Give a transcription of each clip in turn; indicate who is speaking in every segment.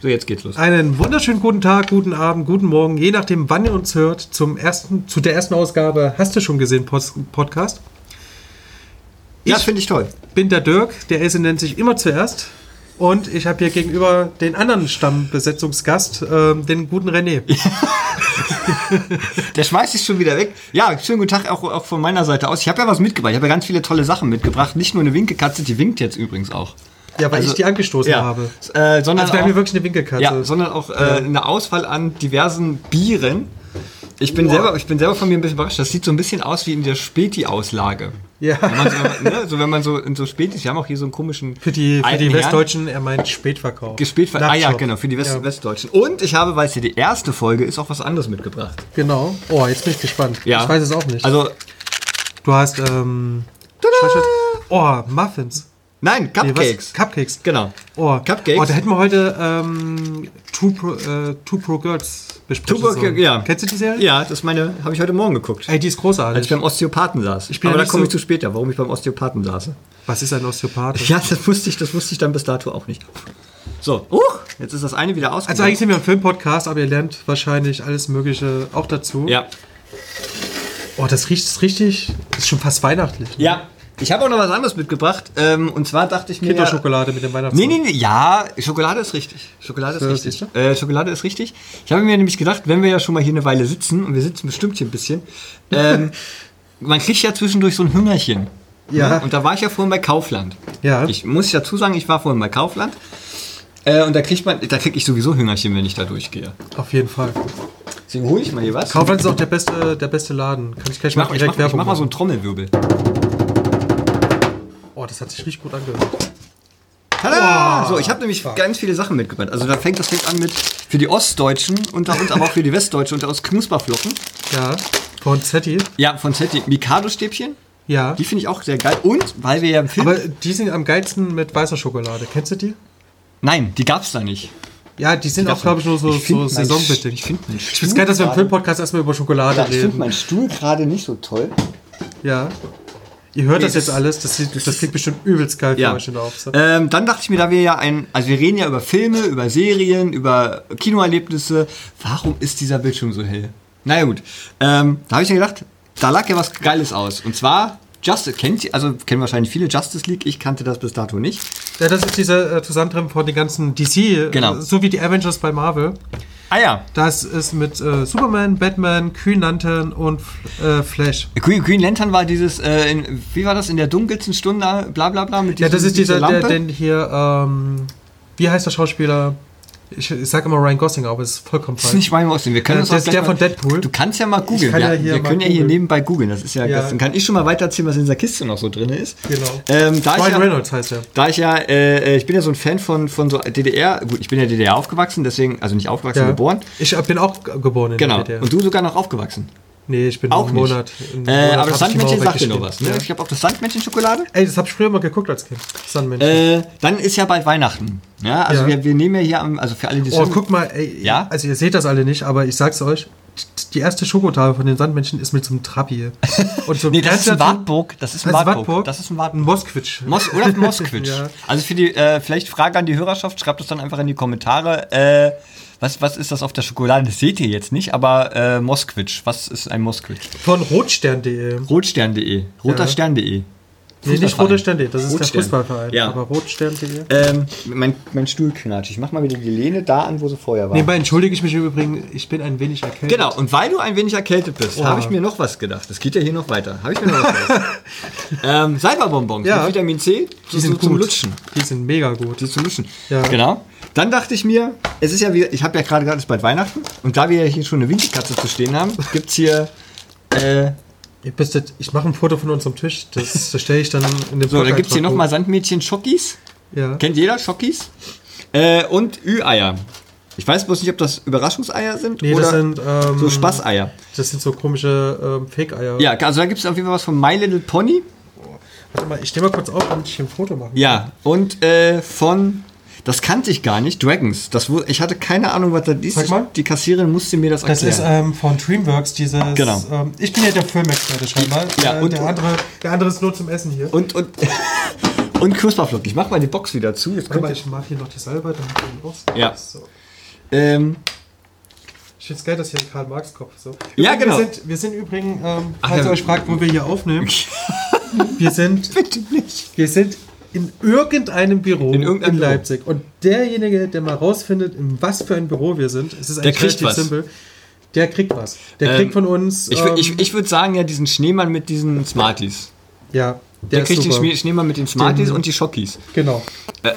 Speaker 1: So, jetzt geht's los.
Speaker 2: Einen wunderschönen guten Tag, guten Abend, guten Morgen, je nachdem, wann ihr uns hört, zum ersten, zu der ersten Ausgabe Hast du schon gesehen Post Podcast.
Speaker 1: Ja,
Speaker 2: Ich-
Speaker 1: finde ich toll.
Speaker 2: Bin der Dirk, der Else nennt sich immer zuerst. Und ich habe hier gegenüber den anderen Stammbesetzungsgast, ähm, den guten René.
Speaker 1: Der schmeißt sich schon wieder weg. Ja, schönen guten Tag auch, auch von meiner Seite aus. Ich habe ja was mitgebracht. Ich habe ja ganz viele tolle Sachen mitgebracht. Nicht nur eine Winkelkatze, die winkt jetzt übrigens auch.
Speaker 2: Ja, weil
Speaker 1: Also-
Speaker 2: ich die angestoßen habe.
Speaker 1: Äh, sondern
Speaker 2: Also wir haben hier
Speaker 1: auch,
Speaker 2: wirklich eine Winkelkatze.
Speaker 1: ja, sondern auch äh, eine Auswahl an diversen Bieren. Ich bin, selber, ich bin selber von mir ein bisschen überrascht. Das sieht so ein bisschen aus wie in der Späti-Auslage.
Speaker 2: Ja.
Speaker 1: Wenn man so, ne, so, wenn man so in so Spätis, wir haben auch hier so einen komischen.
Speaker 2: Für die, für
Speaker 1: alten
Speaker 2: die
Speaker 1: Herren.
Speaker 2: Westdeutschen, er meint Spätverkauf.
Speaker 1: Gespielt Ah ja,
Speaker 2: Nachtshop.
Speaker 1: genau, für die West
Speaker 2: Ja.
Speaker 1: Westdeutschen. Und ich habe, weil es hier die erste Folge ist, auch was anderes mitgebracht.
Speaker 2: Genau. Oh, jetzt bin ich gespannt. Ich weiß es auch nicht.
Speaker 1: Also,
Speaker 2: du hast, ähm, oh, Muffins.
Speaker 1: nein,
Speaker 2: Nee, was?
Speaker 1: Cupcakes.
Speaker 2: Cupcakes.
Speaker 1: Genau.
Speaker 2: Oh.
Speaker 1: Cupcakes.
Speaker 2: Oh, da hätten wir heute ähm, Two, Pro, äh, Two Pro Girls besprechen
Speaker 1: Super,
Speaker 2: sollen.
Speaker 1: ja.
Speaker 2: Kennst du die Serie?
Speaker 1: Ja, das ist meine, habe ich heute Morgen geguckt.
Speaker 2: Ey, die ist
Speaker 1: Als ich
Speaker 2: großartig.
Speaker 1: beim Osteopathen saß.
Speaker 2: bin
Speaker 1: Aber
Speaker 2: ja
Speaker 1: da
Speaker 2: nicht
Speaker 1: komme
Speaker 2: so-
Speaker 1: ich zu später, warum ich beim Osteopathen saß.
Speaker 2: Was ist ein Osteopath?
Speaker 1: Ja, das wusste ich, das wusste ich dann bis dato auch nicht. So, uh, jetzt ist das eine wieder
Speaker 2: Also
Speaker 1: ausgegangen.
Speaker 2: eigentlich sind wir ein Filmpodcast, aber ihr lernt wahrscheinlich alles Mögliche auch dazu.
Speaker 1: ja.
Speaker 2: Oh, das riecht ist richtig, ist schon fast weihnachtlich. Ne?
Speaker 1: Ja. Ich habe auch noch was anderes mitgebracht. Ähm, und zwar dachte ich mir.
Speaker 2: Kinderschokolade mit dem Weihnachtsmann.
Speaker 1: Nee, nee, nee, ja, Schokolade ist richtig. Schokolade ist
Speaker 2: So,
Speaker 1: richtig.
Speaker 2: siehst
Speaker 1: Äh, Schokolade ist richtig. Ich habe mir nämlich gedacht, wenn wir ja schon mal hier eine Weile sitzen, und wir sitzen bestimmt hier ein bisschen, ähm, man kriegt ja zwischendurch so ein Hüngerchen.
Speaker 2: Ja.
Speaker 1: Ne? Und da war ich ja vorhin bei Kaufland.
Speaker 2: Ja.
Speaker 1: Ich muss dazu sagen, ich war vorhin bei Kaufland. Äh, und da kriegt man, da kriege ich sowieso Hüngerchen, wenn ich da durchgehe.
Speaker 2: Auf jeden Fall.
Speaker 1: Deswegen hole ich mal hier was.
Speaker 2: Kaufland ist auch der beste, der beste Laden. Kann ich gleich
Speaker 1: ich mach,
Speaker 2: mal
Speaker 1: ich mach,
Speaker 2: direkt
Speaker 1: ich
Speaker 2: Werbung
Speaker 1: mach mal so
Speaker 2: machen.
Speaker 1: einen Trommelwirbel.
Speaker 2: Oh, das hat sich richtig gut angehört.
Speaker 1: Tada! So, ich habe nämlich ganz viele Sachen mitgebracht. Also da fängt das fängt an mit für die Ostdeutschen unter uns, aber auch für die Westdeutschen unter uns Knusperflocken.
Speaker 2: Ja. Von Zetti.
Speaker 1: Ja, von Zetti. Mikado-Stäbchen.
Speaker 2: Ja.
Speaker 1: Die finde ich auch sehr geil. Und weil wir ja im Film.
Speaker 2: aber die sind am geilsten mit weißer Schokolade. Kennst du die?
Speaker 1: Nein, die gab's da nicht.
Speaker 2: Ja, die sind auch,
Speaker 1: gab's
Speaker 2: glaube ich, nur so,
Speaker 1: find
Speaker 2: so
Speaker 1: mein Sch-
Speaker 2: saisonbedingt.
Speaker 1: Ich finde meinen
Speaker 2: Ich finde es geil, dass wir im Filmpodcast erstmal über Schokolade
Speaker 1: ja, ich find
Speaker 2: reden.
Speaker 1: meinen Stuhl gerade nicht so toll.
Speaker 2: ja. Ihr hört
Speaker 1: Nee,
Speaker 2: das jetzt
Speaker 1: das-
Speaker 2: alles, das, sieht, das klingt bestimmt übelst geil für
Speaker 1: Ja.
Speaker 2: euch in der Aufsicht.
Speaker 1: Ähm, dann dachte ich mir, da wir ja ein. Also, wir reden ja über Filme, über Serien, über Kinoerlebnisse. Warum ist dieser Bildschirm so hell? Na ja, gut. Ähm, da habe ich mir gedacht, da lag ja was Geiles aus. Und zwar. Justice, kennt ihr, also kennen wahrscheinlich viele Justice League, ich kannte das bis dato nicht.
Speaker 2: Ja, das ist dieser äh, Zusammentreffen von den ganzen DC,
Speaker 1: Genau.
Speaker 2: äh, so wie die Avengers bei Marvel.
Speaker 1: Ah ja,
Speaker 2: Das ist mit äh, Superman, Batman, Green Lantern und äh, Flash.
Speaker 1: Green, Green Lantern war dieses, äh, in, wie war das, in der dunkelsten Stunde, bla bla bla, mit
Speaker 2: Ja, das
Speaker 1: diesem-
Speaker 2: ist dieser,
Speaker 1: dieser
Speaker 2: der,
Speaker 1: Lampe?
Speaker 2: den hier, ähm, wie heißt der Schauspieler? Ich, ich sag immer Ryan Gosling, aber es ist vollkommen
Speaker 1: das
Speaker 2: falsch.
Speaker 1: ist nicht mein Ausdruck. Wir können
Speaker 2: Äh,
Speaker 1: uns
Speaker 2: das
Speaker 1: auch
Speaker 2: ist
Speaker 1: gleich
Speaker 2: der
Speaker 1: mal-
Speaker 2: von Deadpool.
Speaker 1: Du kannst ja mal googeln.
Speaker 2: kann ja
Speaker 1: wir
Speaker 2: hier
Speaker 1: wir
Speaker 2: mal
Speaker 1: können ja hier
Speaker 2: googeln.
Speaker 1: nebenbei googeln. Das ist ja,
Speaker 2: Ja.
Speaker 1: Das, dann kann ich schon mal weiter erzählen, was in dieser Kiste noch so drin ist.
Speaker 2: Genau.
Speaker 1: Ähm, da ich
Speaker 2: Ryan
Speaker 1: ja,
Speaker 2: Reynolds heißt er.
Speaker 1: Da ich ja, äh, äh, ich bin ja so ein Fan von, von so DDR, gut, ich bin ja DDR aufgewachsen, deswegen, also nicht aufgewachsen,
Speaker 2: Ja.
Speaker 1: geboren.
Speaker 2: Ich bin auch g- geboren in
Speaker 1: Genau.
Speaker 2: der DDR.
Speaker 1: Und du sogar noch aufgewachsen.
Speaker 2: Nee, ich bin
Speaker 1: Auch
Speaker 2: einen
Speaker 1: nicht.
Speaker 2: Monat. einen
Speaker 1: äh,
Speaker 2: Monat
Speaker 1: aber das
Speaker 2: hab ich die Mauer
Speaker 1: Sandmännchen sagt dir noch was.
Speaker 2: weggespielt.
Speaker 1: Ne?
Speaker 2: Ja.
Speaker 1: Ich habe auch das Sandmännchen Schokolade.
Speaker 2: Ey, das habe ich früher mal geguckt als Kind. Sandmännchen.
Speaker 1: Äh, dann ist ja bald Weihnachten. Ja, also
Speaker 2: Ja.
Speaker 1: Wir, wir nehmen ja hier am, also für alle, die es
Speaker 2: oh,
Speaker 1: hören-
Speaker 2: guck mal, ey.
Speaker 1: Ja?
Speaker 2: Also ihr seht das alle nicht, aber ich sag's euch. t- Die erste Schokotafel von den Sandmännchen ist mit so einem Trabi. Und so
Speaker 1: Nee, das ist ein
Speaker 2: Wartburg.
Speaker 1: Wartburg. Das ist ein
Speaker 2: Das ist
Speaker 1: Wartburg.
Speaker 2: Wartburg.
Speaker 1: Das ist ein
Speaker 2: Ein
Speaker 1: Wartburg.
Speaker 2: Moskwitsch.
Speaker 1: Mos oder ein Moskwitsch.
Speaker 2: Ja.
Speaker 1: Also für die, äh, vielleicht Frage an die Hörerschaft, schreibt das dann einfach in die Kommentare. Äh, was, was ist das auf der Schokolade? Das seht ihr jetzt nicht, aber äh, Moskwitsch. Was ist ein Moskwitsch?
Speaker 2: von rotstern.de.
Speaker 1: Rotstern.de. Roterstern.de.
Speaker 2: Nee, nicht
Speaker 1: Fußballverein.
Speaker 2: rotstern.de, das ist der
Speaker 1: Rotstern.
Speaker 2: Fußballverein.
Speaker 1: Ja.
Speaker 2: Aber rotstern.de.
Speaker 1: Ähm, mein, mein Stuhl knatscht. Ich mach mal wieder die Lehne da an, wo sie vorher war.
Speaker 2: Nebenbei entschuldige ich mich im Übrigen, ich bin ein wenig erkältet.
Speaker 1: Genau, und weil du ein wenig erkältet bist,
Speaker 2: Oh.
Speaker 1: habe ich mir noch was gedacht. Das geht ja hier noch weiter. Habe ich mir noch was gedacht. ähm, Cyberbonbons
Speaker 2: Ja.
Speaker 1: mit Vitamin C
Speaker 2: Die sind
Speaker 1: zum
Speaker 2: gut.
Speaker 1: Lutschen.
Speaker 2: Die sind mega gut.
Speaker 1: Die zum Lutschen.
Speaker 2: Ja.
Speaker 1: Genau. Dann dachte ich mir, es ist ja wieder, ich habe ja gerade gesagt, es ist bald Weihnachten. Und da wir ja hier schon eine Winkelkatze zu stehen haben, gibt es hier. Äh,
Speaker 2: Ihr büsstet, ich mache ein Foto von unserem Tisch, das, das stelle ich dann in den
Speaker 1: so, da gibt es hier
Speaker 2: einfach
Speaker 1: nochmal Sandmädchen Schockis.
Speaker 2: hoch. Ja.
Speaker 1: Kennt jeder Schockis? Äh, und Ü-Eier. Ich weiß bloß nicht, ob das Überraschungseier sind
Speaker 2: Nee,
Speaker 1: oder
Speaker 2: das sind, ähm,
Speaker 1: so Spaßeier.
Speaker 2: das sind so komische ähm, Fake-Eier.
Speaker 1: Ja, also da gibt es auf jeden Fall was von My Little Pony.
Speaker 2: Warte mal, ich stehe mal kurz auf, damit ich hier ein Foto machen
Speaker 1: Ja, und äh, von, das kannte ich gar nicht, Dragons. Das, wu- ich hatte keine Ahnung, was das ist.
Speaker 2: Sag mal.
Speaker 1: Die Kassiererin musste mir das
Speaker 2: Das
Speaker 1: erklären.
Speaker 2: ist ähm, von DreamWorks, dieses.
Speaker 1: Genau.
Speaker 2: Ähm, ich bin ja der Filmexperte scheinbar.
Speaker 1: Ja,
Speaker 2: äh,
Speaker 1: und-
Speaker 2: der, andere, der andere ist nur zum Essen hier.
Speaker 1: und, und, Und Knusperflocken. Ich mache mal die Box wieder zu. Jetzt
Speaker 2: Aber
Speaker 1: könnt
Speaker 2: ich mache hier noch die Salbe, damit du ihn aus.
Speaker 1: Ja.
Speaker 2: So.
Speaker 1: ihr, ähm,
Speaker 2: Ich finde es geil, dass hier ein Karl-Marx-Kopf so.
Speaker 1: Ja,
Speaker 2: Übrigens,
Speaker 1: genau.
Speaker 2: Wir sind, wir sind übrigens, ähm,
Speaker 1: Ach,
Speaker 2: falls ihr
Speaker 1: ja.
Speaker 2: euch fragt, wo wir hier aufnehmen, wir sind,
Speaker 1: bitte nicht.
Speaker 2: wir sind in irgendeinem Büro
Speaker 1: In irgendeinem Büro.
Speaker 2: Leipzig. Und derjenige, der mal rausfindet, in was für ein Büro wir sind, es ist eigentlich
Speaker 1: kriegt
Speaker 2: relativ
Speaker 1: was.
Speaker 2: simpel, der kriegt was. Der
Speaker 1: Ähm,
Speaker 2: kriegt von uns. ähm,
Speaker 1: Ich, wür- ich, ich würde sagen, ja, diesen Schneemann mit diesen Smarties.
Speaker 2: ja, der,
Speaker 1: Der,
Speaker 2: ist
Speaker 1: kriegt den
Speaker 2: super.
Speaker 1: Schmie- Schneemann mit den Smarties
Speaker 2: Den-
Speaker 1: und die Schockis.
Speaker 2: Genau.
Speaker 1: Äh,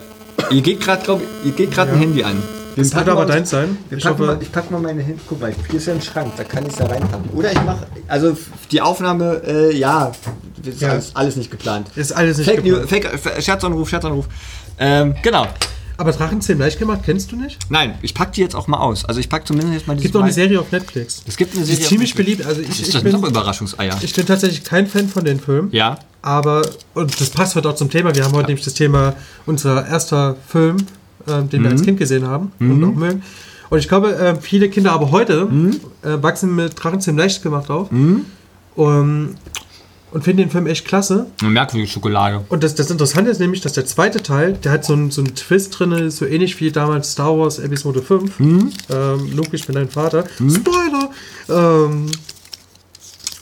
Speaker 1: ihr geht gerade, glaube ihr geht gerade ein
Speaker 2: Ja.
Speaker 1: Handy an.
Speaker 2: Das wird aber deins sein.
Speaker 1: Wir
Speaker 2: Ich
Speaker 1: packen
Speaker 2: hoffe-
Speaker 1: mal, ich packe mal meine Hände. Guck mal, hier ist ja ein Schrank, da kann ich es da reinpacken. Oder ich mache, also f- die Aufnahme, äh, ja, das ist
Speaker 2: Ja.
Speaker 1: Alles, alles nicht geplant.
Speaker 2: Ist alles nicht
Speaker 1: Fake, New,
Speaker 2: geplant.
Speaker 1: Fake F- Scherzanruf, Scherzanruf. Ähm, genau.
Speaker 2: Aber Drachenzähmen leicht gemacht, kennst du nicht?
Speaker 1: Nein, ich packe die jetzt auch mal aus. Also ich packe zumindest jetzt mal diese.
Speaker 2: Gibt auch eine
Speaker 1: beiden-
Speaker 2: Serie auf Netflix.
Speaker 1: Es gibt eine
Speaker 2: Die
Speaker 1: Serie.
Speaker 2: ist ziemlich
Speaker 1: auf Netflix.
Speaker 2: beliebt. Also ich,
Speaker 1: Ist
Speaker 2: ich,
Speaker 1: das noch
Speaker 2: bin,
Speaker 1: Überraschungseier?
Speaker 2: ich bin tatsächlich kein Fan von den Filmen.
Speaker 1: ja.
Speaker 2: Aber, und das passt heute auch zum Thema, wir haben heute nämlich das Thema unser erster Film, ähm, den wir als Kind gesehen haben und auch mögen. Und ich glaube, äh, viele Kinder aber heute äh, wachsen mit Drachenzähmen leicht gemacht auf ähm, und finden den Film echt klasse.
Speaker 1: Eine merkwürdige Schokolade.
Speaker 2: Und das, das Interessante ist nämlich, dass der zweite Teil, der hat so einen, so einen Twist drin, so ähnlich wie damals Star Wars Episode 5. Ähm, Luke, ich bin dein Vater. Spoiler! Ähm,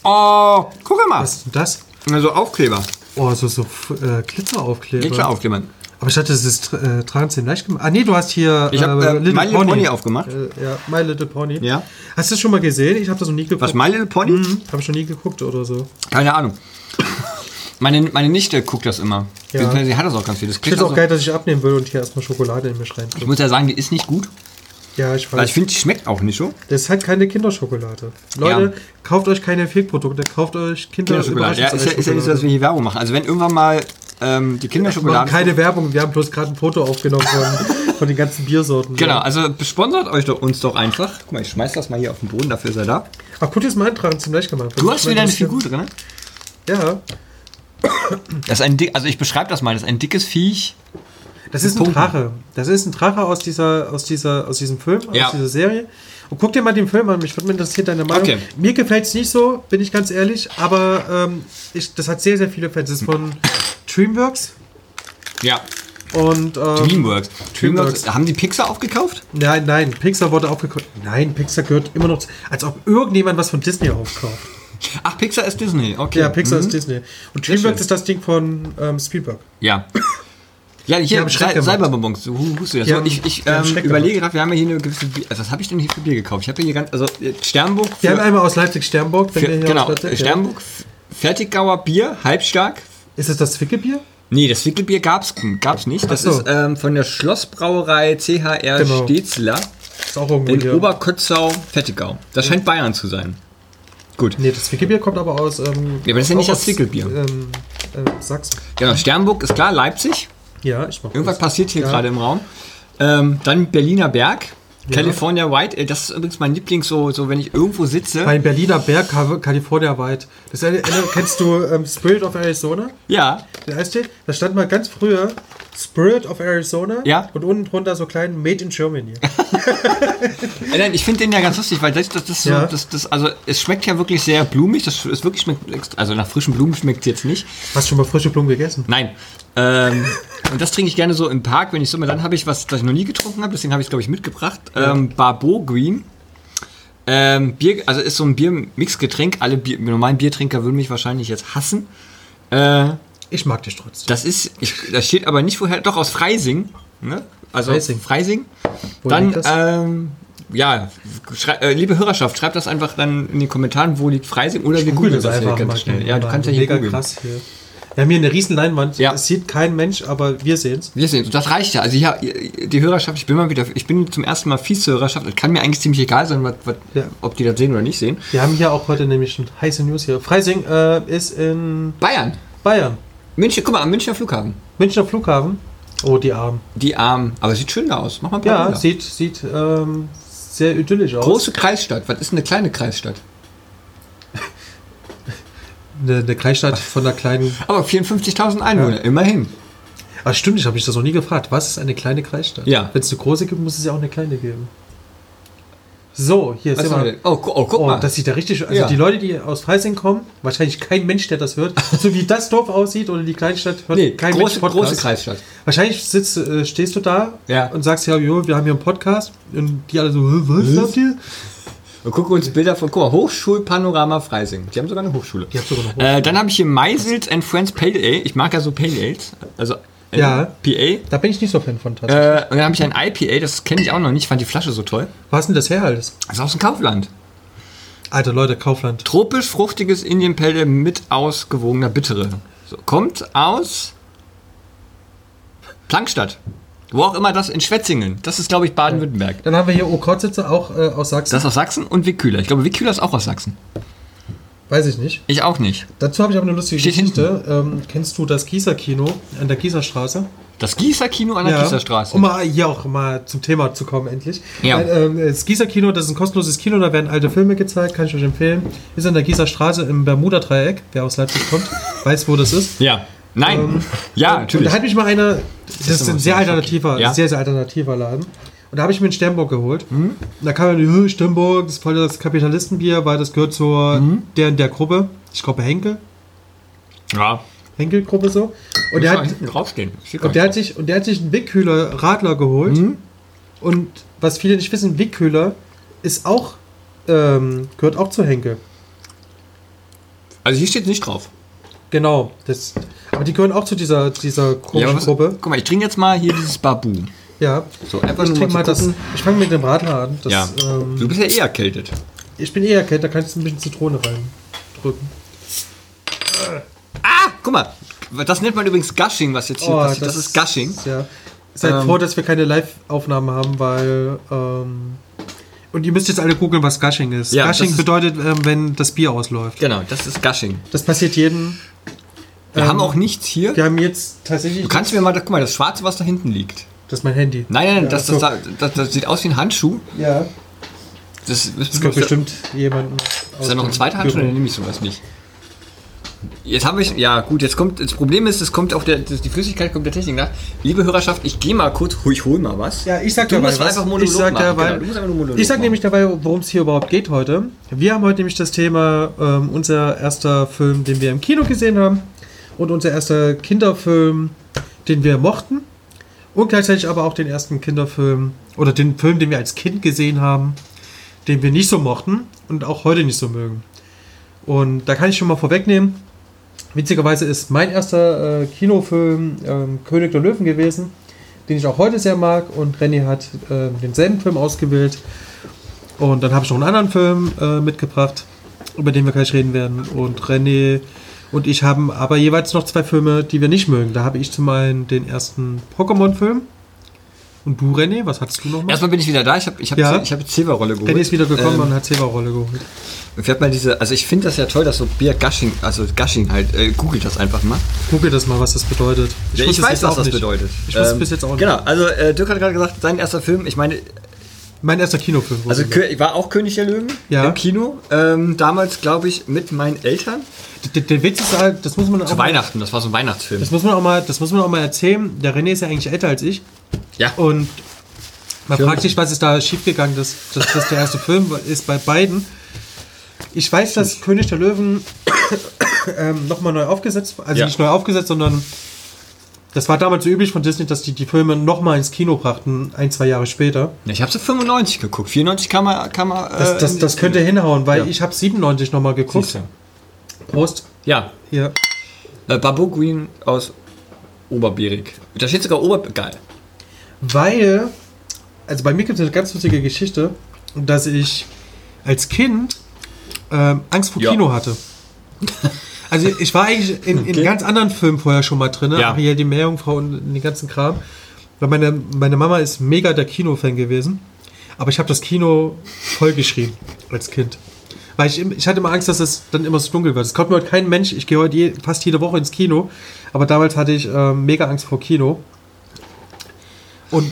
Speaker 1: Oh, guck mal.
Speaker 2: was ist denn das?
Speaker 1: Also Aufkleber.
Speaker 2: Oh, so, so äh, Glitzeraufkleber.
Speaker 1: Geht klar Aufkleber.
Speaker 2: Aber ich dachte, das ist äh, 13 leicht gemacht. Ah, nee, du hast hier
Speaker 1: Ich hab, äh, My Little Pony aufgemacht.
Speaker 2: Äh, ja, My Little Pony.
Speaker 1: Ja.
Speaker 2: Hast du das schon mal gesehen? Ich habe das noch nie geguckt.
Speaker 1: Was, My Little Pony?
Speaker 2: Habe ich schon nie geguckt oder so.
Speaker 1: Keine Ahnung. Meine, meine Nichte guckt das immer.
Speaker 2: Ja.
Speaker 1: Beziehungsweise Sie hat das auch ganz viel. Das
Speaker 2: Ich
Speaker 1: klingt
Speaker 2: finde
Speaker 1: auch
Speaker 2: auch
Speaker 1: so.
Speaker 2: geil, dass ich abnehmen will und hier erstmal Schokolade in mich rein.
Speaker 1: Ich muss ja sagen, die ist nicht gut.
Speaker 2: Ja, ich
Speaker 1: Weil
Speaker 2: weiß.
Speaker 1: ich finde, die schmeckt auch nicht so.
Speaker 2: das ist halt keine Kinderschokolade. Leute, kauft euch keine Fehlprodukte, kauft euch Kinder
Speaker 1: Kinderschokolade. Ja, ist ja, ist ja nicht so, dass wir hier Werbung machen. Also wenn irgendwann mal ähm, die
Speaker 2: wir machen
Speaker 1: Kinderschokolade...
Speaker 2: keine Werbung, wir haben bloß gerade ein Foto aufgenommen von, von den ganzen Biersorten.
Speaker 1: Genau, also sponsert euch doch, uns doch einfach. Guck mal, ich schmeiß das mal hier auf den Boden, dafür ist er da.
Speaker 2: Ach, gut, jetzt mal eintragen, ziemlich leicht gemacht.
Speaker 1: Du hast wieder eine Figur drin, ne?
Speaker 2: Ja.
Speaker 1: Das ist ein dick, also ich beschreibe das mal, das ist ein dickes Viech.
Speaker 2: Das ist ein
Speaker 1: Punkten.
Speaker 2: Drache. Das ist ein Drache aus dieser, aus dieser, aus diesem Film,
Speaker 1: Ja.
Speaker 2: aus dieser Serie. Und guck dir mal den Film an. Mich würde interessieren deine Meinung.
Speaker 1: Okay.
Speaker 2: Mir gefällt es nicht so, bin ich ganz ehrlich. Aber ähm, ich, das hat sehr, sehr viele Fans. Das ist von DreamWorks
Speaker 1: Ja.
Speaker 2: und ähm,
Speaker 1: Dreamworks.
Speaker 2: Dreamworks.
Speaker 1: Dreamworks. Haben die Pixar aufgekauft?
Speaker 2: nein, nein, Pixar wurde aufgekauft. Nein, Pixar gehört immer noch, zu, als ob irgendjemand was von Disney aufkauft.
Speaker 1: Ach, Pixar ist Disney, okay.
Speaker 2: Ja, Pixar
Speaker 1: Mhm.
Speaker 2: ist Disney. Und
Speaker 1: Sehr
Speaker 2: DreamWorks
Speaker 1: schön.
Speaker 2: ist das Ding von ähm, Spielberg.
Speaker 1: Ja. Ja,
Speaker 2: Wir
Speaker 1: hier
Speaker 2: haben Schreck
Speaker 1: Cy-
Speaker 2: gemacht.
Speaker 1: Cyberbonbons. Du hust du das.
Speaker 2: Wir
Speaker 1: so,
Speaker 2: haben-
Speaker 1: ich ich
Speaker 2: wir haben
Speaker 1: ähm,
Speaker 2: Schreck
Speaker 1: überlege gerade, wir haben ja hier eine gewisse Bier. Also, was habe ich denn hier für Bier gekauft? Ich habe hier ganz. Also, äh, Sternburg.
Speaker 2: Wir
Speaker 1: für-
Speaker 2: haben einmal aus Leipzig-Sternburg. wenn
Speaker 1: für,
Speaker 2: wir hier
Speaker 1: genau,
Speaker 2: aus Leipzig-
Speaker 1: äh, Sternburg. F- Fertiggauer Bier, halbstark.
Speaker 2: Ist das das Zwickelbier?
Speaker 1: Nee, das Wickelbier gab's, gab's nicht. Das
Speaker 2: Ach so.
Speaker 1: ist ähm, von der Schlossbrauerei CHR
Speaker 2: Genau.
Speaker 1: Stetzler
Speaker 2: Ist auch irgendwo
Speaker 1: in
Speaker 2: hier.
Speaker 1: Oberkotzau, Fertigau. Das scheint Bayern zu sein. Gut.
Speaker 2: Nee, das Wickelbier kommt aber aus. Ähm,
Speaker 1: Ja, aber das ist ja
Speaker 2: auch
Speaker 1: nicht das
Speaker 2: aus,
Speaker 1: Wickelbier.
Speaker 2: Ähm, äh, Sachsen.
Speaker 1: Genau, Sternburg ist klar, Leipzig.
Speaker 2: Ja, ich mach
Speaker 1: Irgendwas
Speaker 2: das.
Speaker 1: passiert hier
Speaker 2: Ja.
Speaker 1: gerade im Raum. Ähm, dann Berliner Berg, California White. Äh, Das ist übrigens mein Lieblings, so, so wenn ich irgendwo sitze.
Speaker 2: Mein Berliner Berg, Ka- California White. Das eine, eine, kennst du ähm, Spirit of Arizona?
Speaker 1: ja,
Speaker 2: Der Eistee? Da stand mal ganz früher Spirit of Arizona
Speaker 1: Ja.
Speaker 2: und unten drunter so klein Made in Germany.
Speaker 1: Äh, nein, ich finde den ja ganz lustig, weil das, das, das, so,
Speaker 2: Ja.
Speaker 1: das, das, also es schmeckt ja wirklich sehr blumig. Das ist wirklich schmeckt, ext- also nach frischen Blumen schmeckt es jetzt nicht.
Speaker 2: Hast du schon mal frische Blumen gegessen?
Speaker 1: Nein. Ähm, und das trinke ich gerne so im Park, wenn ich so, dann habe ich was, das ich noch nie getrunken habe, deswegen habe ich es, glaube ich, mitgebracht. Ähm, Barbeau Green. Ähm, Bier, also ist so ein Biermixgetränk. Alle Bier, normalen Biertrinker würden mich wahrscheinlich jetzt hassen. Äh,
Speaker 2: Ich mag dich trotzdem.
Speaker 1: das ist, ich, das steht aber nicht woher, doch aus Freising. Ne? Also
Speaker 2: Freising.
Speaker 1: Freising.
Speaker 2: Wo
Speaker 1: Dann,
Speaker 2: liegt das?
Speaker 1: ähm, ja, schrei- äh, liebe Hörerschaft, schreibt das einfach dann in den Kommentaren, wo liegt Freising oder wir
Speaker 2: Google
Speaker 1: googeln das hier ganz
Speaker 2: mal
Speaker 1: schnell.
Speaker 2: hier.
Speaker 1: Ja, du kannst ja hier
Speaker 2: Mega
Speaker 1: googeln.
Speaker 2: krass hier. Wir haben hier eine riesen Leinwand.
Speaker 1: Ja.
Speaker 2: Es sieht kein Mensch, aber wir sehen es.
Speaker 1: Wir sehen, das reicht ja. Also ja, die Hörerschaft, ich bin mal wieder, ich bin zum ersten Mal Vize-Hörerschaft. Es kann mir eigentlich ziemlich egal sein, was, was,
Speaker 2: Ja.
Speaker 1: ob die das sehen oder nicht sehen.
Speaker 2: Wir haben hier auch heute nämlich eine heiße News hier. Freising äh, ist in
Speaker 1: Bayern,
Speaker 2: Bayern.
Speaker 1: München, guck mal, am Münchner Flughafen.
Speaker 2: Münchner Flughafen. Oh, die Armen.
Speaker 1: Die Armen, aber sieht schön da aus. Mach mal ein paar
Speaker 2: Ah, Ja,
Speaker 1: Bilder.
Speaker 2: sieht, sieht ähm, sehr idyllisch aus.
Speaker 1: Große Kreisstadt. Was ist denn eine kleine Kreisstadt?
Speaker 2: Eine, eine Kreisstadt von einer kleinen.
Speaker 1: Aber 54.000 Einwohner, immerhin.
Speaker 2: Ah, stimmt, ich habe mich das noch nie gefragt. Was ist eine kleine Kreisstadt?
Speaker 1: Ja.
Speaker 2: Wenn es eine große gibt, muss es ja auch eine kleine geben. So, hier ist
Speaker 1: Was
Speaker 2: immer.
Speaker 1: soll das? Oh, gu- oh, guck
Speaker 2: Oh,
Speaker 1: mal.
Speaker 2: das sieht ja richtig. Also
Speaker 1: Ja.
Speaker 2: die Leute, die aus Freising kommen, wahrscheinlich kein Mensch, der das hört. So wie das Dorf aussieht oder die Kleinstadt, hört
Speaker 1: nee,
Speaker 2: kein
Speaker 1: große,
Speaker 2: Mensch Podcast.
Speaker 1: große Kreisstadt.
Speaker 2: Wahrscheinlich sitzt, äh, stehst du da
Speaker 1: Ja.
Speaker 2: und sagst, ja, jo, wir haben hier einen Podcast. Und die alle so, "Hä, was habt ihr?
Speaker 1: Wir gucken uns Bilder von, guck mal, Hochschulpanorama Freising. Die haben sogar eine Hochschule.
Speaker 2: Die haben sogar eine Hochschule.
Speaker 1: äh, dann habe ich hier Meisels and Friends Pale Ale. Ich mag ja so Pale Ales. Also äh,
Speaker 2: Ja.
Speaker 1: PA.
Speaker 2: Da bin ich nicht so Fan von tatsächlich.
Speaker 1: Äh, und dann habe ich ein IPA, das kenne ich auch noch nicht, fand die Flasche so toll.
Speaker 2: Was ist denn das her alles?
Speaker 1: Das ist aus dem Kaufland.
Speaker 2: Alter Leute, Kaufland.
Speaker 1: Tropisch fruchtiges Indian Pale Ale mit ausgewogener Bittere. So, kommt aus Plankstadt. Wo auch immer das, in Schwetzingen. Das ist, glaube ich, Baden-Württemberg.
Speaker 2: Dann haben wir hier Okotzitze, auch äh, aus Sachsen.
Speaker 1: Das ist aus Sachsen und Wickhüler. Ich glaube, Wickhüler ist auch aus Sachsen.
Speaker 2: Weiß ich nicht.
Speaker 1: Ich auch nicht.
Speaker 2: Dazu habe ich aber eine lustige
Speaker 1: Steht
Speaker 2: Geschichte. Ähm, kennst du das Kieser Kino an der Kieser Straße?
Speaker 1: Das Gießer Kino an der Gießer Straße.
Speaker 2: Um mal hier auch mal zum Thema zu kommen, endlich.
Speaker 1: Ja.
Speaker 2: Ein, ähm, das Gießer Kino, das ist ein kostenloses Kino, da werden alte Filme gezeigt, kann ich euch empfehlen. Ist an der Gießer Straße im Bermuda-Dreieck. Wer aus Leipzig kommt, weiß, wo das ist.
Speaker 1: Ja. Nein. ja, Ah, natürlich.
Speaker 2: Ähm, Und da hat mich mal einer, das ist
Speaker 1: immer
Speaker 2: ein
Speaker 1: so
Speaker 2: sehr
Speaker 1: ein Schock.
Speaker 2: alternativer,
Speaker 1: Ja. Mhm.
Speaker 2: sehr, sehr alternativer Laden. Und da habe ich mir einen Sternburg geholt. Und da kam mir, "Hö, Sternburg, das ist voll das Kapitalistenbier, weil das gehört zur
Speaker 1: Mhm.
Speaker 2: der und der Gruppe. Ich glaube Henkel,
Speaker 1: Ja.
Speaker 2: Henkel-Gruppe so. Und der hat,
Speaker 1: draufstehen.
Speaker 2: und der hat sich, und der hat sich einen Wickhühler Radler geholt.
Speaker 1: Mhm.
Speaker 2: Und was viele nicht wissen, Wickhühler ist auch, ähm, gehört auch zu Henkel.
Speaker 1: also hier steht nicht drauf.
Speaker 2: Genau. Das, aber die gehören auch zu dieser, dieser komischen
Speaker 1: aber was-
Speaker 2: Gruppe.
Speaker 1: Guck mal, ich trinke jetzt mal hier dieses Babu.
Speaker 2: Ja.
Speaker 1: So, einfach
Speaker 2: ich
Speaker 1: nur
Speaker 2: trinke
Speaker 1: mal
Speaker 2: mal
Speaker 1: zu
Speaker 2: das.
Speaker 1: gucken.
Speaker 2: Ich fange mit dem Radler an. Das,
Speaker 1: ja.
Speaker 2: ähm,
Speaker 1: du bist ja eh erkältet.
Speaker 2: ich bin eher erkältet, da kann ich jetzt ein bisschen Zitrone reindrücken.
Speaker 1: Ah, guck mal. Das nennt man übrigens Gushing, was jetzt hier
Speaker 2: Oh,
Speaker 1: passiert. Das, ist Gushing.
Speaker 2: Ja. Seid
Speaker 1: Ähm.
Speaker 2: froh, dass wir keine Live-Aufnahmen haben, weil. Ähm, und ihr müsst jetzt alle googeln, was Gushing ist.
Speaker 1: Ja, das
Speaker 2: Gushing
Speaker 1: ist-
Speaker 2: bedeutet, ähm, wenn das Bier ausläuft.
Speaker 1: Genau, das ist Gushing.
Speaker 2: Das passiert jedem.
Speaker 1: Wir
Speaker 2: Ähm,
Speaker 1: haben auch nichts hier.
Speaker 2: Wir haben jetzt tatsächlich.
Speaker 1: Du kannst mir mal, guck mal, das Schwarze, was da hinten liegt.
Speaker 2: das ist mein Handy.
Speaker 1: Nein, nein,
Speaker 2: Ja,
Speaker 1: das,
Speaker 2: ach
Speaker 1: das,
Speaker 2: so.
Speaker 1: das, das, das sieht aus wie ein Handschuh.
Speaker 2: Ja.
Speaker 1: Das,
Speaker 2: Das gehört bestimmt jemanden.
Speaker 1: Ist da noch ein zweiter Handschuh? Dann nehme ich sowas nicht. Jetzt habe ich, ja gut, jetzt kommt, das Problem ist, es kommt auch der, das, die Flüssigkeit kommt der Technik nach. Liebe Hörerschaft, ich gehe mal kurz, hu- ich hol mal was.
Speaker 2: Ja, ich sag
Speaker 1: Du
Speaker 2: dabei
Speaker 1: musst einfach Monolog
Speaker 2: ich sag
Speaker 1: machen,
Speaker 2: dabei,
Speaker 1: genau, du musst einfach nur Monolog
Speaker 2: ich sag
Speaker 1: machen.
Speaker 2: nämlich dabei, worum es hier überhaupt geht heute. Wir haben heute nämlich das Thema ähm, unser erster Film, den wir im Kino gesehen haben und unser erster Kinderfilm, den wir mochten und gleichzeitig aber auch den ersten Kinderfilm oder den Film, den wir als Kind gesehen haben, den wir nicht so mochten und auch heute nicht so mögen. Und da kann ich schon mal vorwegnehmen, Witzigerweise ist mein erster äh, Kinofilm ähm, König der Löwen gewesen, den ich auch heute sehr mag. Und René hat äh, denselben Film ausgewählt. Und dann habe ich noch einen anderen Film äh, mitgebracht, über den wir gleich reden werden. Und René und ich haben aber jeweils noch zwei Filme, die wir nicht mögen. Da habe ich zum einen den ersten Pokémon-Film. Und du, René, was hattest du nochmal?
Speaker 1: Erstmal bin ich wieder da, ich habe ich hab,
Speaker 2: Ja.
Speaker 1: ich hab jetzt Silberrolle geholt.
Speaker 2: René ist wieder gekommen
Speaker 1: Ähm,
Speaker 2: und hat Silberrolle geholt.
Speaker 1: Ich werd mal diese, also ich finde das ja toll, dass so Bier Gushing, also Gushing halt, äh, googelt das einfach mal.
Speaker 2: Google das mal, was das bedeutet.
Speaker 1: Ja,
Speaker 2: wusste es jetzt auch nicht. Ich wusste es
Speaker 1: Ähm,
Speaker 2: bis jetzt auch nicht.
Speaker 1: Genau, also äh, Dirk hat gerade gesagt, sein erster Film, ich meine,
Speaker 2: Mein erster Kinofilm. wurde
Speaker 1: also
Speaker 2: gesagt.
Speaker 1: Kö- ich war auch König der Löwen
Speaker 2: Ja.
Speaker 1: im Kino, ähm, damals glaube ich mit meinen Eltern.
Speaker 2: Der, der Witz ist halt, das muss man auch
Speaker 1: Zu
Speaker 2: mal,
Speaker 1: Weihnachten, das war so ein Weihnachtsfilm.
Speaker 2: das muss man auch mal, das muss man auch mal erzählen. Der René ist ja eigentlich älter als ich
Speaker 1: ja.
Speaker 2: und man
Speaker 1: Film.
Speaker 2: fragt sich, was ist da schiefgegangen, dass, dass das der erste Film ist bei beiden. Ich weiß, dass König der Löwen ähm, nochmal neu aufgesetzt, also
Speaker 1: Ja.
Speaker 2: nicht neu aufgesetzt, sondern das war damals so üblich von Disney, dass die die Filme nochmal ins Kino brachten, ein, zwei Jahre später.
Speaker 1: Ja, Ich habe so 95 geguckt. 94 kam er. Kam er
Speaker 2: Das,
Speaker 1: äh,
Speaker 2: das,
Speaker 1: in-
Speaker 2: das könnte hinhauen, weil
Speaker 1: Ja.
Speaker 2: ich habe 97 nochmal geguckt.
Speaker 1: Siehste.
Speaker 2: Prost.
Speaker 1: Ja,
Speaker 2: Hier.
Speaker 1: äh, Babu Green aus Oberberik. Da steht sogar Ober. Geil.
Speaker 2: Weil, also bei mir gibt es eine ganz lustige Geschichte, dass ich als Kind ähm, Angst vor
Speaker 1: Ja.
Speaker 2: Kino hatte. Also ich war eigentlich in, in ganz anderen Filmen vorher schon mal drin, ne?
Speaker 1: Ja.
Speaker 2: Ariel, die Meerjungfrau und den ganzen Kram. Weil meine, meine Mama ist mega der Kinofan gewesen. Aber ich habe das Kino vollgeschrien als Kind. Weil ich, im- ich hatte immer Angst, dass es dann immer so dunkel wird. Es kommt mir heute kein Mensch. Ich gehe heute je, fast jede Woche ins Kino. Aber damals hatte ich ähm, mega Angst vor Kino. Und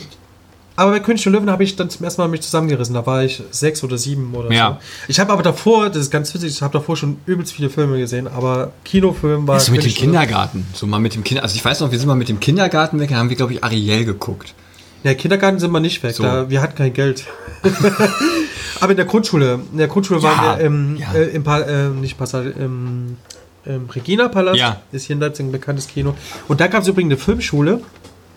Speaker 2: aber bei König der Löwen habe ich dann zum ersten Mal mich zusammengerissen. Da war ich sechs oder sieben oder
Speaker 1: Ja.
Speaker 2: so. Ich habe aber davor, das ist ganz witzig, ich habe davor schon übelst viele Filme gesehen, aber Kinofilm war.
Speaker 1: Also mit dem
Speaker 2: König der Löwen.
Speaker 1: Kindergarten. So mal mit dem Kinder. Also ich weiß noch, wir sind mal mit dem Kindergarten weg. Da haben wir, glaube ich, Ariel geguckt.
Speaker 2: Ja, Kindergarten sind wir nicht weg.
Speaker 1: So.
Speaker 2: Da, wir hatten kein Geld. Aber in der Grundschule, in der Grundschule
Speaker 1: Ja,
Speaker 2: waren wir im,
Speaker 1: ja.
Speaker 2: äh, im pa äh, nicht Passage, im, im Regina-Palast,
Speaker 1: Ja.
Speaker 2: ist hier in Leipzig ein bekanntes Kino. Und da gab es übrigens eine Filmschule,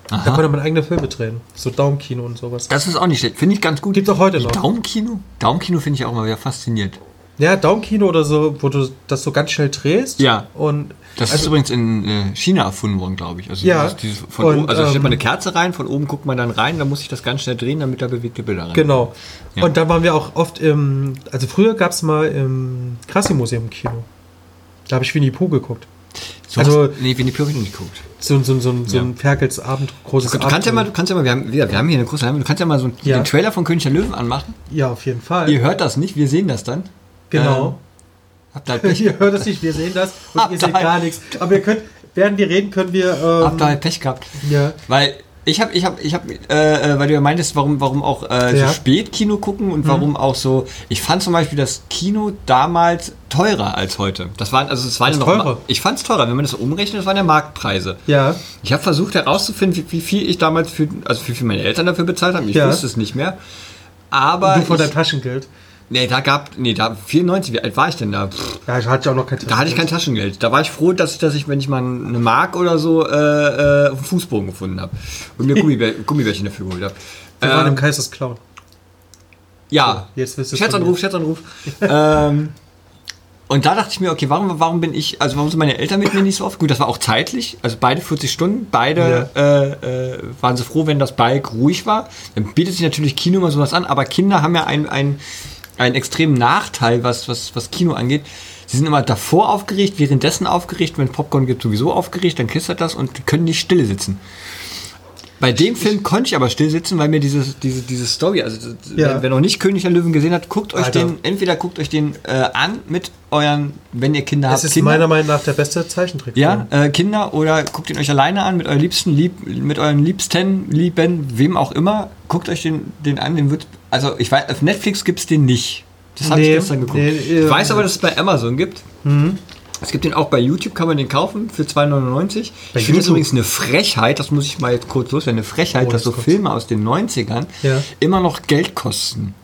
Speaker 2: da konnte man eigene Filme drehen, so Daumenkino und sowas.
Speaker 1: Das ist auch nicht schlecht. Finde ich ganz gut.
Speaker 2: Gibt's auch heute
Speaker 1: Die
Speaker 2: noch.
Speaker 1: Daumenkino? Daumenkino finde ich auch mal wieder faszinierend.
Speaker 2: Ja, Daumenkino oder so, wo du das so ganz schnell drehst.
Speaker 1: Ja.
Speaker 2: Und
Speaker 1: Das ist
Speaker 2: also,
Speaker 1: übrigens in äh, China erfunden worden, glaube ich. Also,
Speaker 2: Ja.
Speaker 1: dieses- dieses von
Speaker 2: Und,
Speaker 1: oben, also da
Speaker 2: ähm,
Speaker 1: stellt man eine Kerze rein, von oben guckt man dann rein, dann muss ich das ganz schnell drehen, damit da bewegte Bilder rein.
Speaker 2: genau.
Speaker 1: Ja.
Speaker 2: Und dann waren wir auch oft im, also früher gab es mal im Krassi-Museum Kino. Da habe ich Winnie Pooh geguckt.
Speaker 1: So
Speaker 2: Also-
Speaker 1: hast, nee, wenn die Pyramide nicht guckt.
Speaker 2: So, ein- so, ein- so, ein- so
Speaker 1: Ja.
Speaker 2: ein Ferkels Abend, großes
Speaker 1: Du kannst ja mal, du kannst ja mal, wir haben, wir wir haben hier eine große Leinwand, du kannst ja mal so einen,
Speaker 2: Ja.
Speaker 1: den Trailer von König der Löwen anmachen.
Speaker 2: Ja, auf jeden Fall.
Speaker 1: Ihr hört äh, das nicht, wir sehen das dann.
Speaker 2: genau.
Speaker 1: Habt halt Pech,
Speaker 2: ihr hört es nicht, wir sehen das und
Speaker 1: Habt
Speaker 2: ihr seht
Speaker 1: ihr-
Speaker 2: gar nichts. Aber ihr könnt, während wir reden, können wir.
Speaker 1: habt
Speaker 2: Ähm,
Speaker 1: halt Pech gehabt.
Speaker 2: ja.
Speaker 1: Weil ich habe, ich habe, ich habe, äh, äh, weil du ja meintest, warum, warum auch äh,
Speaker 2: Ja. Mhm.
Speaker 1: so spät Kino gucken und warum auch so. Ich fand zum Beispiel das Kino damals teurer als heute. Das waren, also es waren ja noch.
Speaker 2: teurer?
Speaker 1: Ma- Ich fand es teurer, wenn man das so umrechnet, das waren ja Marktpreise.
Speaker 2: ja.
Speaker 1: Ich habe versucht herauszufinden, wie, wie viel ich damals für, also wie viel meine Eltern dafür bezahlt haben. Ich
Speaker 2: Ja.
Speaker 1: wusste es nicht mehr. Aber
Speaker 2: Du von
Speaker 1: ich,
Speaker 2: deinem Taschengeld.
Speaker 1: nee, da gab, nee, da 94. Wie alt war ich denn da? Pff,
Speaker 2: Da hatte ich auch noch kein Taschengeld.
Speaker 1: da hatte ich kein Taschengeld. Da war ich froh, dass ich, dass ich wenn ich mal eine Mark oder so, äh, äh, auf dem Fußboden gefunden habe. Und mir Gummibär, Gummibärchen dafür geholt habe.
Speaker 2: Wir waren
Speaker 1: Ähm,
Speaker 2: im Kaisers Clown.
Speaker 1: ja,
Speaker 2: Jetzt wirst du es
Speaker 1: Scherzanruf, Scherzanruf. ähm, und da dachte ich mir, okay, warum, warum bin ich, also warum sind meine Eltern mit mir nicht so oft? Gut, das war auch zeitlich, also beide 40 Stunden, beide äh, äh, waren so froh, wenn das Bike ruhig war. Dann bietet sich natürlich Kino mal sowas an, aber Kinder haben ja einen, einen, einen extremen Nachteil, was, was, was Kino angeht. Sie sind immer davor aufgeregt, währenddessen aufgeregt, wenn Popcorn gibt, sowieso aufgeregt, dann kistert das und die können nicht stille sitzen. Bei dem Film konnte ich aber still sitzen, weil mir dieses, diese, diese Story, also das-
Speaker 2: Ja.
Speaker 1: wenn, wenn noch nicht König der Löwen gesehen hat, guckt euch
Speaker 2: Alter.
Speaker 1: den, entweder guckt euch den äh, an mit euren, wenn ihr Kinder
Speaker 2: Es
Speaker 1: habt,
Speaker 2: ist
Speaker 1: Kinder,
Speaker 2: meiner Meinung nach der beste Zeichentrick.
Speaker 1: ja, äh, Kinder, oder guckt ihn euch alleine an mit euren Liebsten, lieb, mit euren Liebsten, Lieben, wem auch immer, guckt euch den, den an, den wird, also ich weiß, auf Netflix gibt's den nicht. Das habe
Speaker 2: Nee,
Speaker 1: ich gestern geguckt.
Speaker 2: nee,
Speaker 1: ich
Speaker 2: äh, Mhm.
Speaker 1: weiß aber, dass es bei Amazon gibt. Es gibt den auch bei YouTube, kann man den kaufen für 2,99.
Speaker 2: Bei
Speaker 1: Ich finde das
Speaker 2: YouTube?
Speaker 1: übrigens eine Frechheit, das muss ich mal jetzt kurz loswerden, eine Frechheit,
Speaker 2: Oh,
Speaker 1: dass
Speaker 2: das
Speaker 1: so
Speaker 2: kurz.
Speaker 1: Filme aus den 90ern
Speaker 2: Ja.
Speaker 1: immer noch Geld kosten.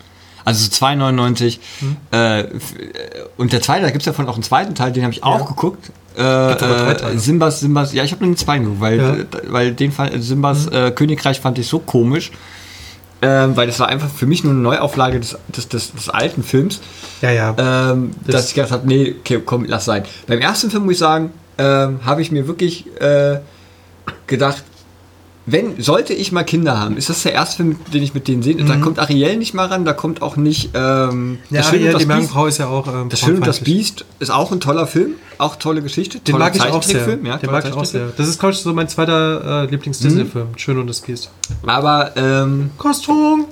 Speaker 1: Also so 2,99.
Speaker 2: Mhm.
Speaker 1: Äh, f- äh, und der zweite, da gibt es davon auch einen zweiten Teil, den habe ich auch geguckt. Äh,
Speaker 2: aber drei
Speaker 1: äh,
Speaker 2: Teile.
Speaker 1: Simbas, Simbas, ja, ich habe nur den zweiten geguckt, weil,
Speaker 2: Ja. Mhm.
Speaker 1: äh, weil den fand, äh, Simbas äh, Königreich fand ich so komisch, ähm, weil das war einfach für mich nur eine Neuauflage des, des, des, des alten Films,
Speaker 2: Ja, ja.
Speaker 1: ähm,
Speaker 2: Das-
Speaker 1: dass ich gedacht habe, nee, okay, komm, lass sein. Beim ersten Film muss ich sagen, ähm, habe ich mir wirklich äh, gedacht, wenn, sollte ich mal Kinder haben, ist das der erste Film, den ich mit denen sehe. Da kommt Ariel nicht mal ran, da kommt auch nicht ähm,
Speaker 2: Mhm. ja,
Speaker 1: das Schöne
Speaker 2: aber ja
Speaker 1: und
Speaker 2: die
Speaker 1: das Biest.
Speaker 2: Magenfrau ist ja auch. Ähm,
Speaker 1: Das Schöne und das
Speaker 2: frauenfeindlich.
Speaker 1: Biest ist auch ein toller Film, auch tolle Geschichte.
Speaker 2: Den
Speaker 1: toller
Speaker 2: mag ich auch sehr.
Speaker 1: Zeichentrickfilm, Ja,
Speaker 2: Den
Speaker 1: toller
Speaker 2: mag ich auch
Speaker 1: Zeichentrickfilm.
Speaker 2: sehr. Das ist, glaube ich, so mein zweiter äh, Lieblings-Disney-Film. Schön und das Biest.
Speaker 1: Aber ähm,
Speaker 2: Kostung!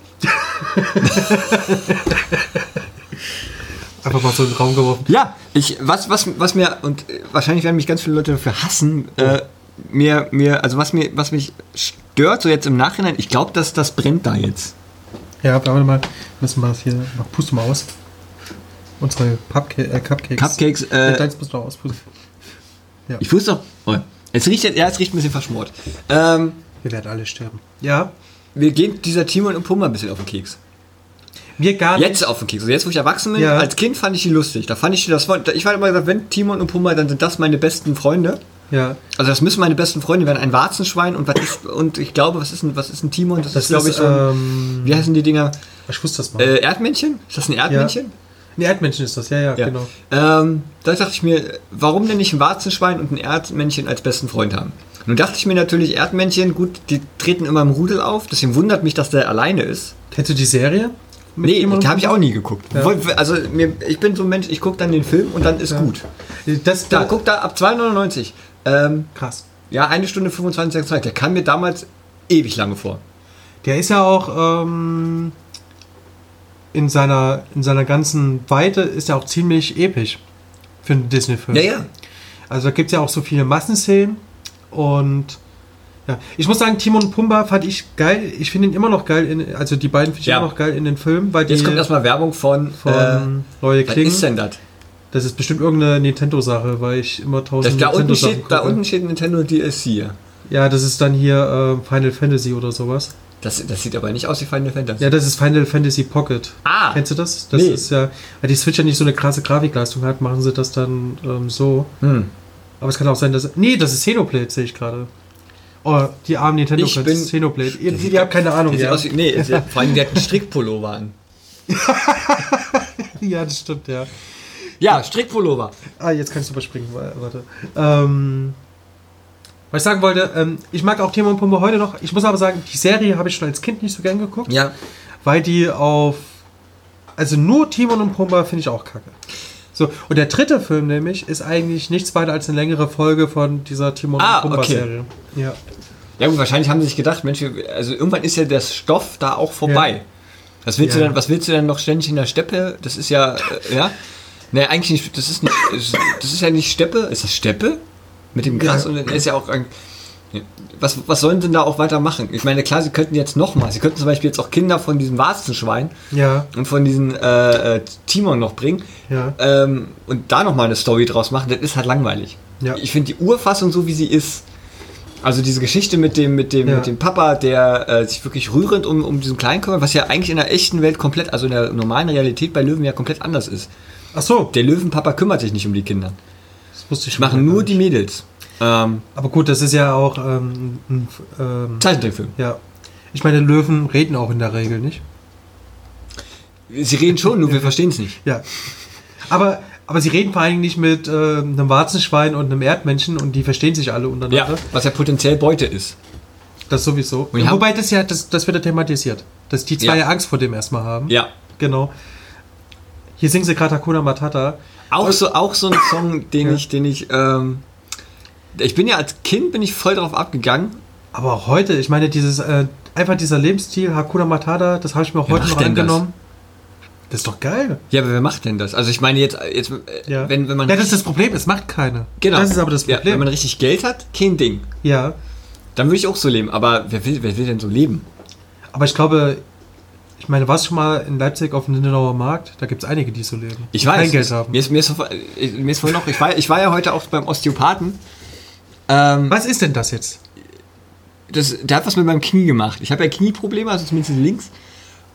Speaker 2: Einfach mal so in den Raum geworfen.
Speaker 1: ja, ich, was, was, was mir, und äh, wahrscheinlich werden mich ganz viele Leute dafür hassen,
Speaker 2: Oh.
Speaker 1: äh, mir, mir, also was, mir, was mich stört, so jetzt im Nachhinein, ich glaube, dass das brennt da jetzt.
Speaker 2: Ja, warte mal. Müssen wir das hier noch pusten mal aus. Unsere Pubca äh, Cupcakes.
Speaker 1: Cupcakes,
Speaker 2: Äh,
Speaker 1: äh,
Speaker 2: Deins musst du noch auspusten.
Speaker 1: ich wusste doch, oh, es riecht jetzt, ja, es riecht ein bisschen verschmort. Ähm,
Speaker 2: Wir werden alle sterben. Ja.
Speaker 1: wir gehen dieser Timon und Pumba ein bisschen auf den Keks.
Speaker 2: Wir gar nicht.
Speaker 1: Jetzt auf den Keks. Also jetzt, wo ich erwachsen bin,
Speaker 2: Ja.
Speaker 1: als Kind fand ich die lustig. Da fand ich die, das, war- ich war immer gesagt, wenn Timon und Pumba, dann sind das meine besten Freunde.
Speaker 2: Ja.
Speaker 1: Also das müssen meine besten Freunde werden. Ein Warzenschwein und was ist, und ich glaube, was ist ein, was ist ein Timon? Das,
Speaker 2: Das
Speaker 1: ist, glaube ich,
Speaker 2: ist,
Speaker 1: so ein,
Speaker 2: ähm,
Speaker 1: wie heißen die Dinger?
Speaker 2: ich wusste das mal.
Speaker 1: Äh, Erdmännchen? Ist das ein Erdmännchen?
Speaker 2: Ein Erdmännchen ist das, ja, ja,
Speaker 1: Ja.
Speaker 2: genau.
Speaker 1: Ähm, da dachte ich mir, warum denn nicht ein Warzenschwein und ein Erdmännchen als besten Freund haben? Nun dachte ich mir natürlich, Erdmännchen, gut, die treten immer im Rudel auf, deswegen wundert mich, dass der alleine ist.
Speaker 2: Kennst du die Serie? Mit
Speaker 1: Nee,
Speaker 2: Timon und
Speaker 1: da habe ich auch nie geguckt. Woll- Also mir, ich bin so ein Mensch, ich gucke dann den Film und dann ist gut.
Speaker 2: Das
Speaker 1: Da, guck da, ab 2,99. Ähm,
Speaker 2: krass.
Speaker 1: ja, eine Stunde 25, 26. Der kam mir damals ewig lange vor.
Speaker 2: Der ist ja auch ähm, in, seiner, in seiner ganzen Weite ist er auch ziemlich episch für einen Disney-Film.
Speaker 1: Ja, ja.
Speaker 2: Also da gibt es ja auch so viele Massenszenen und ja. Ich muss sagen, Timon und Pumba fand ich geil. Ich finde ihn immer noch geil, in, also die beiden finde ich
Speaker 1: Ja.
Speaker 2: immer noch geil in den Filmen, weil die
Speaker 1: Jetzt kommt erstmal Werbung von.
Speaker 2: von
Speaker 1: äh,
Speaker 2: Neue
Speaker 1: was
Speaker 2: Klingen.
Speaker 1: ist denn das?
Speaker 2: Das ist bestimmt irgendeine Nintendo-Sache, weil ich immer
Speaker 1: das
Speaker 2: tausend
Speaker 1: da, unten
Speaker 2: Nintendo-Sachen
Speaker 1: steht, da
Speaker 2: gucke.
Speaker 1: unten steht Nintendo DLC.
Speaker 2: Ja, das ist dann hier äh, Final Fantasy oder sowas.
Speaker 1: Das, das sieht aber nicht aus wie Final Fantasy.
Speaker 2: Ja, das ist Final Fantasy Pocket.
Speaker 1: Ah!
Speaker 2: Kennst du das? Das
Speaker 1: Nee.
Speaker 2: ist ja, weil die Switch ja nicht so eine krasse Grafikleistung hat, machen sie das dann ähm, so.
Speaker 1: Hm.
Speaker 2: Aber es kann auch sein, dass. Nee, das ist Xenoblade, sehe ich gerade. Oh, die armen nintendo
Speaker 1: Ich
Speaker 2: fans
Speaker 1: bin-
Speaker 2: Xenoblade. Ihr, ihr habt keine Ahnung,
Speaker 1: Der sieht
Speaker 2: ja.
Speaker 1: aus wie, nee, es- vor allem der hat einen Strickpullover an.
Speaker 2: Ja, das stimmt, ja.
Speaker 1: Ja, Strickpullover.
Speaker 2: Ah, jetzt kannst du überspringen, wa- warte. Ähm, was ich sagen wollte, ähm, ich mag auch Timon und Pumba heute noch. Ich muss aber sagen, die Serie habe ich schon als Kind nicht so gern geguckt,
Speaker 1: Ja.
Speaker 2: weil die auf. Also nur Timon und Pumba finde ich auch kacke. So, und der dritte Film nämlich ist eigentlich nichts weiter als eine längere Folge von dieser Timon
Speaker 1: Ah,
Speaker 2: und Pumba
Speaker 1: okay.
Speaker 2: Serie. Ja.
Speaker 1: Ja gut, wahrscheinlich haben sie sich gedacht, Mensch, wir- also irgendwann ist ja der Stoff da auch vorbei.
Speaker 2: Ja.
Speaker 1: Was willst
Speaker 2: Ja.
Speaker 1: du denn, was willst du denn noch ständig in der Steppe? Das ist ja, äh, ja. Nee, eigentlich nicht, das ist nicht, es- das ist ja nicht Steppe. Ist das Steppe? Mit dem Gras
Speaker 2: Ja.
Speaker 1: und dann ist ja auch, ein- Ja. was, was sollen sie denn da auch weitermachen? Ich meine, klar, sie könnten jetzt nochmal, sie könnten zum Beispiel jetzt auch Kinder von diesem Warzenschwein
Speaker 2: Ja.
Speaker 1: und von diesem äh, äh, Timon noch bringen
Speaker 2: Ja.
Speaker 1: ähm, und da nochmal eine Story draus machen, das ist halt langweilig.
Speaker 2: Ja.
Speaker 1: Ich finde die Urfassung so, wie sie ist, also diese Geschichte mit dem, mit dem,
Speaker 2: Ja.
Speaker 1: mit dem Papa, der äh, sich wirklich rührend um, um diesen Kleinen kümmert, was ja eigentlich in der echten Welt komplett, also in der normalen Realität bei Löwen ja komplett anders ist.
Speaker 2: Ach so,
Speaker 1: Der Löwenpapa kümmert sich nicht um die Kinder.
Speaker 2: das wusste ich
Speaker 1: Machen
Speaker 2: schon.
Speaker 1: nur die Mädels. Ähm,
Speaker 2: Aber gut, das ist ja auch. Ähm, ein- ähm,
Speaker 1: Zeichentrickfilm.
Speaker 2: ja. Ich meine, Löwen reden auch in der Regel nicht.
Speaker 1: Sie reden schon, nur wir verstehen es nicht.
Speaker 2: Ja. Aber, aber sie reden vor allen Dingen nicht mit äh, einem Warzenschwein und einem Erdmännchen und die verstehen sich alle untereinander.
Speaker 1: Ja, was ja potenziell Beute ist.
Speaker 2: Das sowieso.
Speaker 1: Wir haben-
Speaker 2: Wobei das ja, das, das wird ja thematisiert. Dass die zwei
Speaker 1: Ja.
Speaker 2: ja. Angst vor dem erstmal haben.
Speaker 1: Ja.
Speaker 2: Genau. Hier singen sie gerade Hakuna Matata.
Speaker 1: Auch so, auch so ein Song, den
Speaker 2: Ja.
Speaker 1: ich, den ich, ähm, ich bin ja als Kind bin ich voll drauf abgegangen.
Speaker 2: Aber auch heute, ich meine, dieses, äh, einfach dieser Lebensstil, Hakuna Matata, das habe ich mir auch
Speaker 1: Wer
Speaker 2: heute
Speaker 1: macht
Speaker 2: noch
Speaker 1: denn das?
Speaker 2: angenommen. Das? ist doch geil.
Speaker 1: Ja, aber wer macht denn das? Also ich meine jetzt, jetzt äh,
Speaker 2: Ja.
Speaker 1: wenn, wenn man
Speaker 2: ja, das ist das Problem, es macht keiner.
Speaker 1: genau,
Speaker 2: Das ist aber das
Speaker 1: Ja, wenn
Speaker 2: Problem.
Speaker 1: man richtig Geld hat, kein Ding.
Speaker 2: ja.
Speaker 1: Dann würde ich auch so leben. Aber wer will, wer will denn so leben?
Speaker 2: Aber ich glaube, ich meine, warst du schon mal in Leipzig auf dem Lindenauer Markt? Da gibt es einige, die so leben.
Speaker 1: Ich weiß.
Speaker 2: Kein Geld haben.
Speaker 1: Mir ist, mir ist, so- äh, mir ist vorhin noch, ich war, ich war ja heute auch beim Osteopathen. Ähm,
Speaker 2: Was ist denn das jetzt?
Speaker 1: das, der hat was mit meinem Knie gemacht. Ich habe ja Knieprobleme, also zumindest links.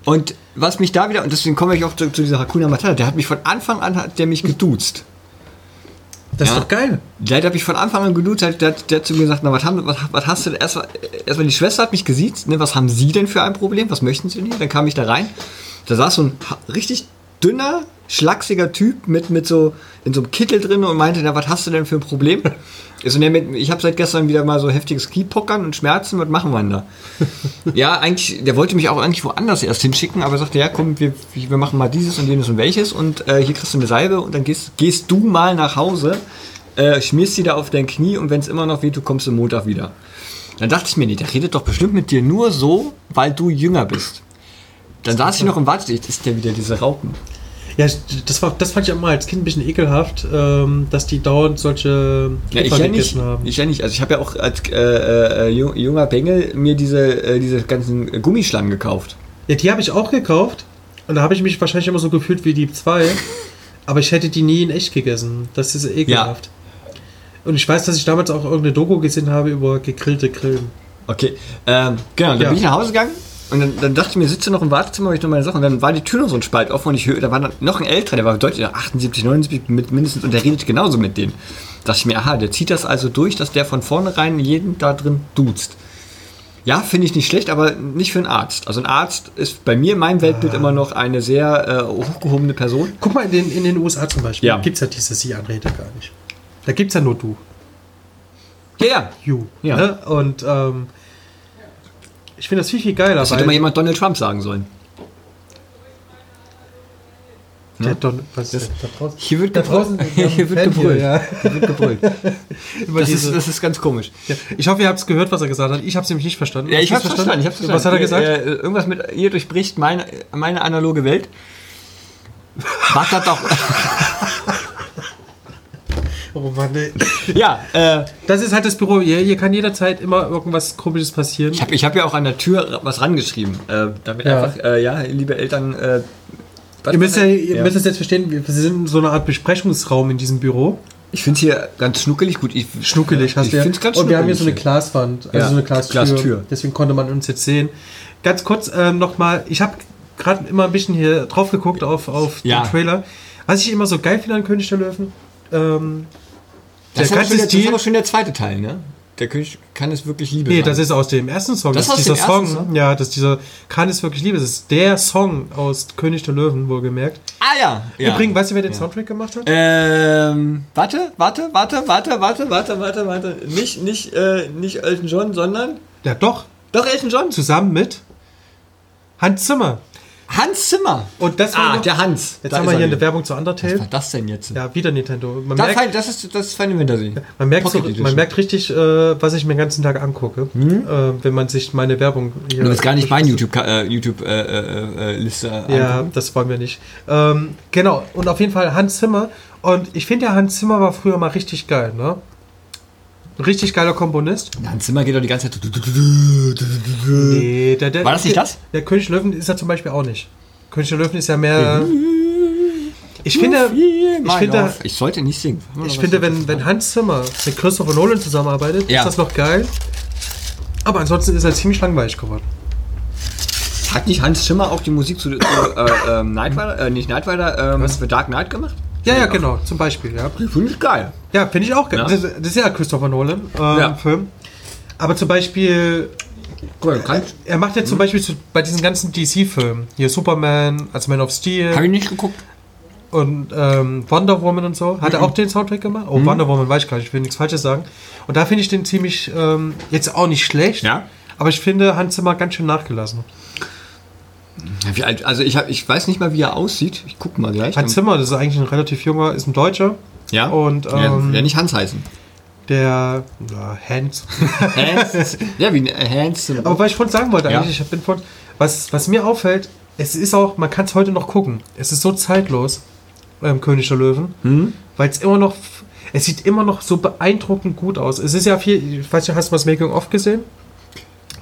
Speaker 1: Und was mich da wieder, und deswegen komme ich auch zu, zu dieser Hakuna Matata, der hat mich von Anfang an, hat der mich geduzt.
Speaker 2: Das
Speaker 1: Ja.
Speaker 2: ist doch geil.
Speaker 1: Der hat mich von Anfang an geduzt, der, hat- der, hat- der hat zu mir gesagt, na, was, haben, was, was hast du denn? Erstmal, erstmal die Schwester hat mich gesiezt, ne, was haben Sie denn für ein Problem? Was möchten Sie denn hier? Dann kam ich da rein, da saß so ein ha- richtig dünner, schlachsiger Typ mit, mit so, in so einem Kittel drin und meinte, na, was hast du denn für ein Problem? Also, ne, mit, ich habe seit gestern wieder mal so heftiges Kniepockern und Schmerzen, was machen wir denn da? Ja, eigentlich, der wollte mich auch eigentlich woanders erst hinschicken, aber sagte, ja, komm, wir, wir machen mal dieses und jenes und welches und äh, hier kriegst du eine Salbe und dann gehst, gehst du mal nach Hause, äh, schmierst die da auf dein Knie und wenn es immer noch weht, du kommst am Montag wieder. Dann dachte ich mir, nee, der redet doch bestimmt mit dir nur so, weil du jünger bist. Dann saß ich noch im Wartelicht, ist der wieder diese Raupen.
Speaker 2: Ja, das, war, das fand ich auch mal als Kind ein bisschen ekelhaft, ähm, dass die dauernd solche
Speaker 1: Ja, ich
Speaker 2: Käfer
Speaker 1: ja nicht.
Speaker 2: haben.
Speaker 1: Ich ja nicht. Also ich habe ja auch als äh, äh, ju- junger Bengel mir diese, äh, diese ganzen Gummischlangen gekauft.
Speaker 2: Ja, die habe ich auch gekauft und da habe ich mich wahrscheinlich immer so gefühlt wie die zwei, aber ich hätte die nie in echt gegessen. Das ist ekelhaft. Und ich weiß, dass ich damals auch irgendeine Doku gesehen habe über gegrillte Grillen.
Speaker 1: Okay, ähm, genau, dann
Speaker 2: Ja.
Speaker 1: bin ich nach Hause gegangen und dann, dann dachte ich mir, sitze noch im Wartezimmer, habe ich noch meine Sachen und dann war die Tür noch so ein Spalt offen und ich höre, da war dann noch ein älterer, der war deutlich 78, 79 mit mindestens und der redet genauso mit denen. Dachte ich mir, aha, der zieht das also durch, dass der von vornherein jeden da drin duzt. Ja, finde ich nicht schlecht, aber nicht für einen Arzt. Also ein Arzt ist bei mir in meinem Weltbild immer noch eine sehr äh, hochgehobene Person.
Speaker 2: Guck mal, in den, in den USA zum Beispiel
Speaker 1: Ja.
Speaker 2: gibt's gibt es ja diese Sie-Anrede gar nicht. Da gibt es ja nur du.
Speaker 1: Ja, ja.
Speaker 2: You.
Speaker 1: Ja.
Speaker 2: Ne? Und ähm, ich finde das viel, viel geiler.
Speaker 1: Das hätte mal jemand Donald Trump sagen sollen.
Speaker 2: der Don, was ist denn da draußen?
Speaker 1: Hier wird
Speaker 2: Da draußen-
Speaker 1: Hier wird
Speaker 2: Fan hier,
Speaker 1: gebrüllt.
Speaker 2: ja.
Speaker 1: Hier wird gebrüllt.
Speaker 2: Über
Speaker 1: Das
Speaker 2: diese,
Speaker 1: ist, das ist ganz komisch.
Speaker 2: ja. Ich hoffe, ihr habt es gehört, was er gesagt hat. Ich habe es nämlich nicht verstanden.
Speaker 1: Ja,
Speaker 2: Hast
Speaker 1: ich
Speaker 2: du's
Speaker 1: hab's verstanden. Ich hab's verstanden.
Speaker 2: Was hat er gesagt?
Speaker 1: Äh, äh, irgendwas mit, ihr durchbricht meine, meine analoge Welt. Was hat doch.
Speaker 2: Oh Mann, ey.
Speaker 1: ja, äh,
Speaker 2: Das ist halt das Büro. Hier, hier kann jederzeit immer irgendwas Komisches passieren.
Speaker 1: ich habe ich hab ja auch an der Tür was rangeschrieben. Äh, damit
Speaker 2: Ja.
Speaker 1: einfach, äh, ja, liebe Eltern. Äh, was-
Speaker 2: Ihr müsst, ja, ihr
Speaker 1: Ja.
Speaker 2: müsst das jetzt verstehen, wir wir sind in so einer Art Besprechungsraum in diesem Büro.
Speaker 1: Ich finde es hier ganz schnuckelig. Gut, ich,
Speaker 2: Schnuckelig hast
Speaker 1: ich
Speaker 2: du ja.
Speaker 1: find's ganz
Speaker 2: Und wir haben hier so eine
Speaker 1: schnuckelig
Speaker 2: Glaswand, also
Speaker 1: Ja,
Speaker 2: so eine Glastür.
Speaker 1: Glastür.
Speaker 2: Deswegen konnte man uns jetzt sehen. Ganz kurz ähm, nochmal, ich habe gerade immer ein bisschen hier drauf geguckt auf, auf
Speaker 1: Ja.
Speaker 2: den Trailer. Was ich immer so geil finde an König der Löwen, ähm,
Speaker 1: Das,
Speaker 2: der
Speaker 1: ist aber schon
Speaker 2: ganze
Speaker 1: der, das ist
Speaker 2: Stil.
Speaker 1: aber schon der zweite Teil, ne? Der König kann es wirklich Liebe
Speaker 2: Nee,
Speaker 1: sein.
Speaker 2: das ist aus dem ersten Song.
Speaker 1: Das
Speaker 2: ist
Speaker 1: aus dem
Speaker 2: dieser Song,
Speaker 1: ersten Song?
Speaker 2: Ja, das ist dieser Kann es wirklich Liebe. Das ist der Song aus König der Löwen, wohlgemerkt.
Speaker 1: ah ja. ja.
Speaker 2: Übrigens, weißt du, wer den Soundtrack gemacht hat?
Speaker 1: Ähm, warte, warte, warte, warte, warte, warte, warte, warte. Nicht, nicht, äh, nicht Elton John, sondern.
Speaker 2: Ja, doch.
Speaker 1: Doch, Elton John.
Speaker 2: Zusammen mit Hans Zimmer.
Speaker 1: Hans Zimmer.
Speaker 2: Und das war
Speaker 1: Ah,
Speaker 2: noch,
Speaker 1: der Hans.
Speaker 2: Jetzt
Speaker 1: Da
Speaker 2: haben
Speaker 1: ist
Speaker 2: wir
Speaker 1: er
Speaker 2: hier eine
Speaker 1: wieder.
Speaker 2: Werbung zu Undertale.
Speaker 1: Was war das denn jetzt?
Speaker 2: Ja, wieder Nintendo. Man
Speaker 1: Da
Speaker 2: merkt,
Speaker 1: fein, das ist das ist fein im Hintersee.
Speaker 2: man merkt, so,
Speaker 1: Pocket Edition. Hm?
Speaker 2: man merkt richtig, äh, was ich mir den ganzen Tag angucke, äh, wenn man sich meine Werbung hier.
Speaker 1: Du willst gar nicht meine YouTube-Liste äh, YouTube, äh, äh, äh, Liste
Speaker 2: Ja,
Speaker 1: angucken.
Speaker 2: das wollen wir nicht. Ähm, genau, und auf jeden Fall Hans Zimmer. Und ich finde ja, Hans Zimmer war früher mal richtig geil, ne? Ein Richtig geiler Komponist.
Speaker 1: Hans Zimmer geht doch die ganze Zeit. Nee.
Speaker 2: Nee, der, der,
Speaker 1: War das nicht das?
Speaker 2: Der König der Löwen ist ja zum Beispiel auch nicht. König der Löwen ist ja mehr.
Speaker 1: Mhm.
Speaker 2: Ich finde,
Speaker 1: ich,
Speaker 2: finde-
Speaker 1: finde ich sollte nicht singen.
Speaker 2: Ich finde, wenn, wenn Hans Zimmer mit Christopher Nolan zusammenarbeitet,
Speaker 1: Ja.
Speaker 2: ist das noch geil. Aber ansonsten ist er ziemlich langweilig geworden.
Speaker 1: Hat nicht Hans Zimmer auch die Musik zu, zu äh, ähm, Knight Rider, äh, nicht Knight Rider, ähm, was für Dark Knight gemacht?
Speaker 2: Ja, ja, genau, zum Beispiel, ja.
Speaker 1: Finde ich geil.
Speaker 2: Ja, finde ich auch geil.
Speaker 1: Ja.
Speaker 2: Das, das ist ja Christopher Nolan, ähm,
Speaker 1: Ja.
Speaker 2: Film. Aber zum Beispiel,
Speaker 1: Guck mal, kann,
Speaker 2: er macht ja
Speaker 1: Mhm.
Speaker 2: zum Beispiel zu, bei diesen ganzen DC-Filmen, hier Superman, als Man of Steel
Speaker 1: hab ich nicht geguckt.
Speaker 2: und ähm, Wonder Woman und so, hat er
Speaker 1: Mhm.
Speaker 2: auch den Soundtrack gemacht? Oh, Wonder Woman weiß ich gar nicht, ich will nichts Falsches sagen. Und da finde ich den ziemlich, ähm, jetzt auch nicht schlecht,
Speaker 1: Ja.
Speaker 2: aber ich finde Hans Zimmer ganz schön nachgelassen.
Speaker 1: Wie alt- Also ich, hab, ich weiß nicht mal, wie er aussieht. Ich guck mal gleich.
Speaker 2: Hans Zimmer, das ist eigentlich ein relativ junger, ist ein Deutscher.
Speaker 1: Ähm, ja?
Speaker 2: und, ähm,
Speaker 1: ja, ja, nicht Hans heißen.
Speaker 2: Der na, Hans.
Speaker 1: Hans. ja, wie ein Hans. äh, Zimmer.
Speaker 2: Aber was ich vorhin sagen wollte,
Speaker 1: Ja.
Speaker 2: eigentlich, ich bin vorhin, was, was mir auffällt, es ist auch, man kann es heute noch gucken. Es ist so zeitlos, ähm, König der Löwen,
Speaker 1: Hm?
Speaker 2: weil es immer noch, es sieht immer noch so beeindruckend gut aus. Es ist ja viel, ich weiß nicht, hast du mal das Making-of gesehen?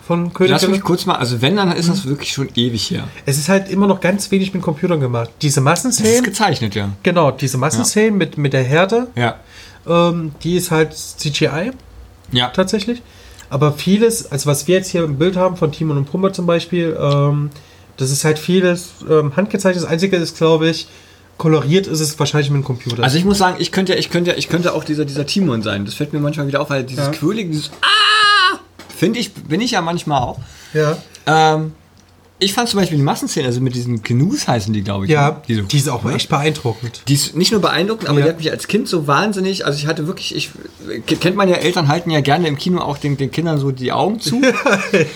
Speaker 2: Von König
Speaker 1: Lass
Speaker 2: der
Speaker 1: mich
Speaker 2: Löwen?
Speaker 1: kurz mal, also wenn, dann ist das wirklich schon ewig her.
Speaker 2: Es ist halt immer noch ganz wenig mit Computern gemacht. Diese
Speaker 1: Das ist
Speaker 2: Massenszenen,
Speaker 1: gezeichnet, ja.
Speaker 2: genau, diese Massenszenen mit, mit der Herde,
Speaker 1: Ja.
Speaker 2: ähm, die ist halt CGI.
Speaker 1: Ja.
Speaker 2: tatsächlich. Aber vieles, also was wir jetzt hier im Bild haben von Timon und Pumba zum Beispiel, ähm, das ist halt vieles ähm, handgezeichnet. Das Einzige ist, glaube ich, koloriert ist es wahrscheinlich mit dem Computer.
Speaker 1: Also ich muss sagen, ich könnte ja, ich könnte ja, ich könnte auch dieser, dieser Timon sein. Das fällt mir manchmal wieder auf, weil dieses
Speaker 2: Ja.
Speaker 1: Quirlige, dieses Ah! Finde ich, bin ich ja manchmal auch.
Speaker 2: ja,
Speaker 1: Ähm, ich fand zum Beispiel die Massenszene, also mit diesen Gnus heißen die, glaube ich.
Speaker 2: ja
Speaker 1: ne?
Speaker 2: die,
Speaker 1: Diese,
Speaker 2: ist auch echt beeindruckend.
Speaker 1: Die ist nicht nur beeindruckend, aber
Speaker 2: Ja.
Speaker 1: die hat mich als Kind so wahnsinnig, also ich hatte wirklich, ich kennt man ja, Eltern halten ja gerne im Kino auch den, den Kindern so die Augen zu.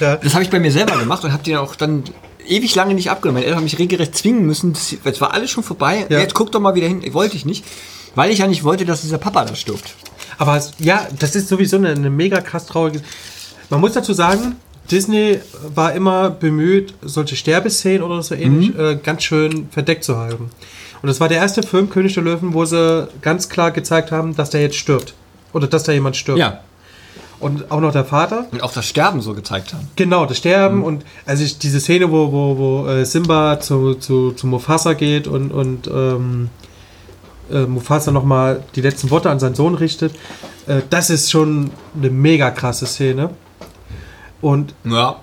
Speaker 1: Das habe ich bei mir selber gemacht und habe die auch dann ewig lange nicht abgenommen. Meine Eltern haben mich regelrecht zwingen müssen, das- es war alles schon vorbei,
Speaker 2: Ja.
Speaker 1: jetzt guck doch mal wieder hin, wollte ich nicht, weil ich ja nicht wollte, dass dieser Papa da stirbt.
Speaker 2: Aber es- ja, das ist sowieso eine, eine mega krass traurige. Man muss dazu sagen, Disney war immer bemüht, solche Sterbeszenen oder so ähnlich
Speaker 1: Mhm.
Speaker 2: äh, ganz schön verdeckt zu halten. Und das war der erste Film, König der Löwen, wo sie ganz klar gezeigt haben, dass der jetzt stirbt. Oder dass da jemand stirbt.
Speaker 1: Ja.
Speaker 2: Und auch noch der Vater.
Speaker 1: Und auch das Sterben so gezeigt haben.
Speaker 2: Genau, das Sterben
Speaker 1: Mhm.
Speaker 2: und also ich, diese Szene, wo, wo, wo äh, Simba zu, zu, zu Mufasa geht und, und ähm, äh, Mufasa nochmal die letzten Worte an seinen Sohn richtet, äh, das ist schon eine mega krasse Szene. Und
Speaker 1: Ja.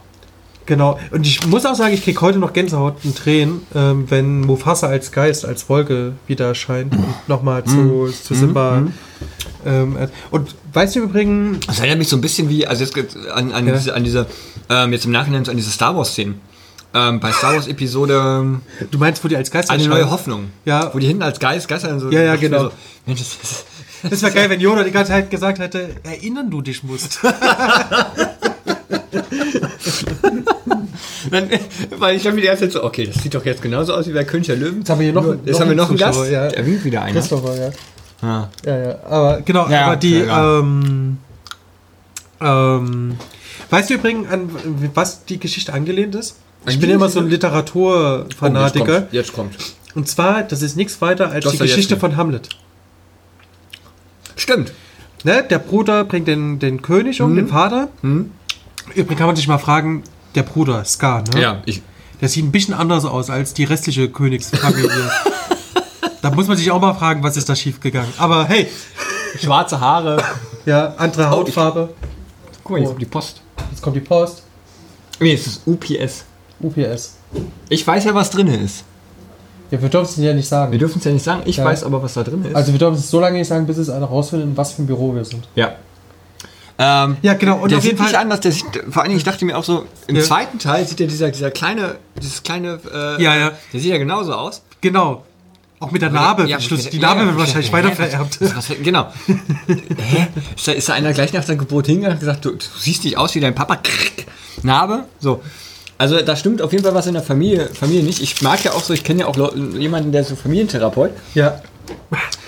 Speaker 2: genau, und ich muss auch sagen, ich kriege heute noch Gänsehaut und Tränen, ähm, wenn Mufasa als Geist, als Wolke wieder erscheint
Speaker 1: Mhm.
Speaker 2: und nochmal zu, zu Simba. Ähm, äh, und weißt du im Übrigen,
Speaker 1: Das erinnert mich so ein bisschen wie, also jetzt geht's an, an,
Speaker 2: Ja.
Speaker 1: diese, an diese, ähm, jetzt im Nachhinein so an diese Star Wars-Szenen. Ähm, bei Star Wars Episode
Speaker 2: du meinst, wo die als Geist
Speaker 1: Eine neue
Speaker 2: erscheinen?
Speaker 1: Hoffnung.
Speaker 2: Ja.
Speaker 1: Wo die hinten als Geist, Geister dann so.
Speaker 2: Ja, ja,
Speaker 1: dachte ich mir
Speaker 2: genau.
Speaker 1: So, Mensch, das ist.
Speaker 2: Das wäre geil, wenn Yoda die ganze Zeit gesagt hätte, erinnern du dich musst.
Speaker 1: Dann, weil ich dachte mir die erste Zeit so, okay, das sieht doch jetzt genauso aus wie bei König der Löwen. Jetzt
Speaker 2: haben wir hier noch-
Speaker 1: Nur,
Speaker 2: noch
Speaker 1: jetzt haben wir
Speaker 2: einen
Speaker 1: noch einen
Speaker 2: Zuschauer,
Speaker 1: Gast.
Speaker 2: ja.
Speaker 1: Der winkt wieder einer.
Speaker 2: Christopher, ja.
Speaker 1: Ah.
Speaker 2: Ja, ja. Aber genau,
Speaker 1: Ja,
Speaker 2: aber die,
Speaker 1: ja, ja.
Speaker 2: ähm, ähm, weißt du übrigens, an was die Geschichte angelehnt ist? Ich bin ja immer so ein
Speaker 1: Oh, jetzt
Speaker 2: Literaturfanatiker.
Speaker 1: kommt. Jetzt kommt.
Speaker 2: Und zwar, das ist nichts weiter als
Speaker 1: Das
Speaker 2: die
Speaker 1: war jetzt
Speaker 2: Geschichte
Speaker 1: nicht.
Speaker 2: von Hamlet.
Speaker 1: Stimmt.
Speaker 2: Ne? Der Bruder bringt den, den König um,
Speaker 1: Mhm.
Speaker 2: den Vater. Übrigens kann man sich mal fragen, der Bruder, Scar, ne?
Speaker 1: Ja, ich.
Speaker 2: Der sieht ein bisschen anders aus als die restliche Königsfamilie. da muss man sich auch mal fragen, was ist da schiefgegangen. Aber hey,
Speaker 1: Schwarze Haare.
Speaker 2: Ja, andere Hautfarbe.
Speaker 1: Guck mal, jetzt kommt die Post.
Speaker 2: Jetzt kommt die Post.
Speaker 1: Nee, es ist UPS.
Speaker 2: UPS.
Speaker 1: Ich weiß ja, was drin ist.
Speaker 2: Ja, wir dürfen es Ihnen ja nicht
Speaker 1: Wir
Speaker 2: sagen.
Speaker 1: dürfen es ja nicht sagen. Ich
Speaker 2: Ja.
Speaker 1: weiß aber, was da drin ist.
Speaker 2: Also wir dürfen es so lange nicht sagen, bis es einer rausfindet, in was für ein Büro wir sind.
Speaker 1: ja. Ähm,
Speaker 2: Ja, genau. Und
Speaker 1: der
Speaker 2: auf
Speaker 1: sieht
Speaker 2: jeden
Speaker 1: nicht
Speaker 2: Fall-
Speaker 1: anders. Der sieht, vor allen Dingen, ich dachte mir auch so, im
Speaker 2: Ja.
Speaker 1: zweiten Teil sieht ja dieser, dieser kleine, dieses kleine, äh,
Speaker 2: Ja, ja.
Speaker 1: der sieht ja genauso aus.
Speaker 2: Genau. Auch mit der Narbe.
Speaker 1: Ja,
Speaker 2: Schluss,
Speaker 1: mit-
Speaker 2: die
Speaker 1: ja,
Speaker 2: Narbe
Speaker 1: ja,
Speaker 2: wird
Speaker 1: ich
Speaker 2: wahrscheinlich
Speaker 1: dachte,
Speaker 2: weiter
Speaker 1: hä,
Speaker 2: vererbt.
Speaker 1: was- was- Genau. Hä? Ist da, ist da einer gleich nach seinem Geburt hingegangen und gesagt, du, du siehst nicht aus wie dein Papa. Krrrk. Narbe. So. Also da stimmt auf jeden Fall was in der Familie, Familie nicht. Ich mag ja auch so, ich kenne ja auch Leu- jemanden, der ist so Familientherapeut.
Speaker 2: Ja.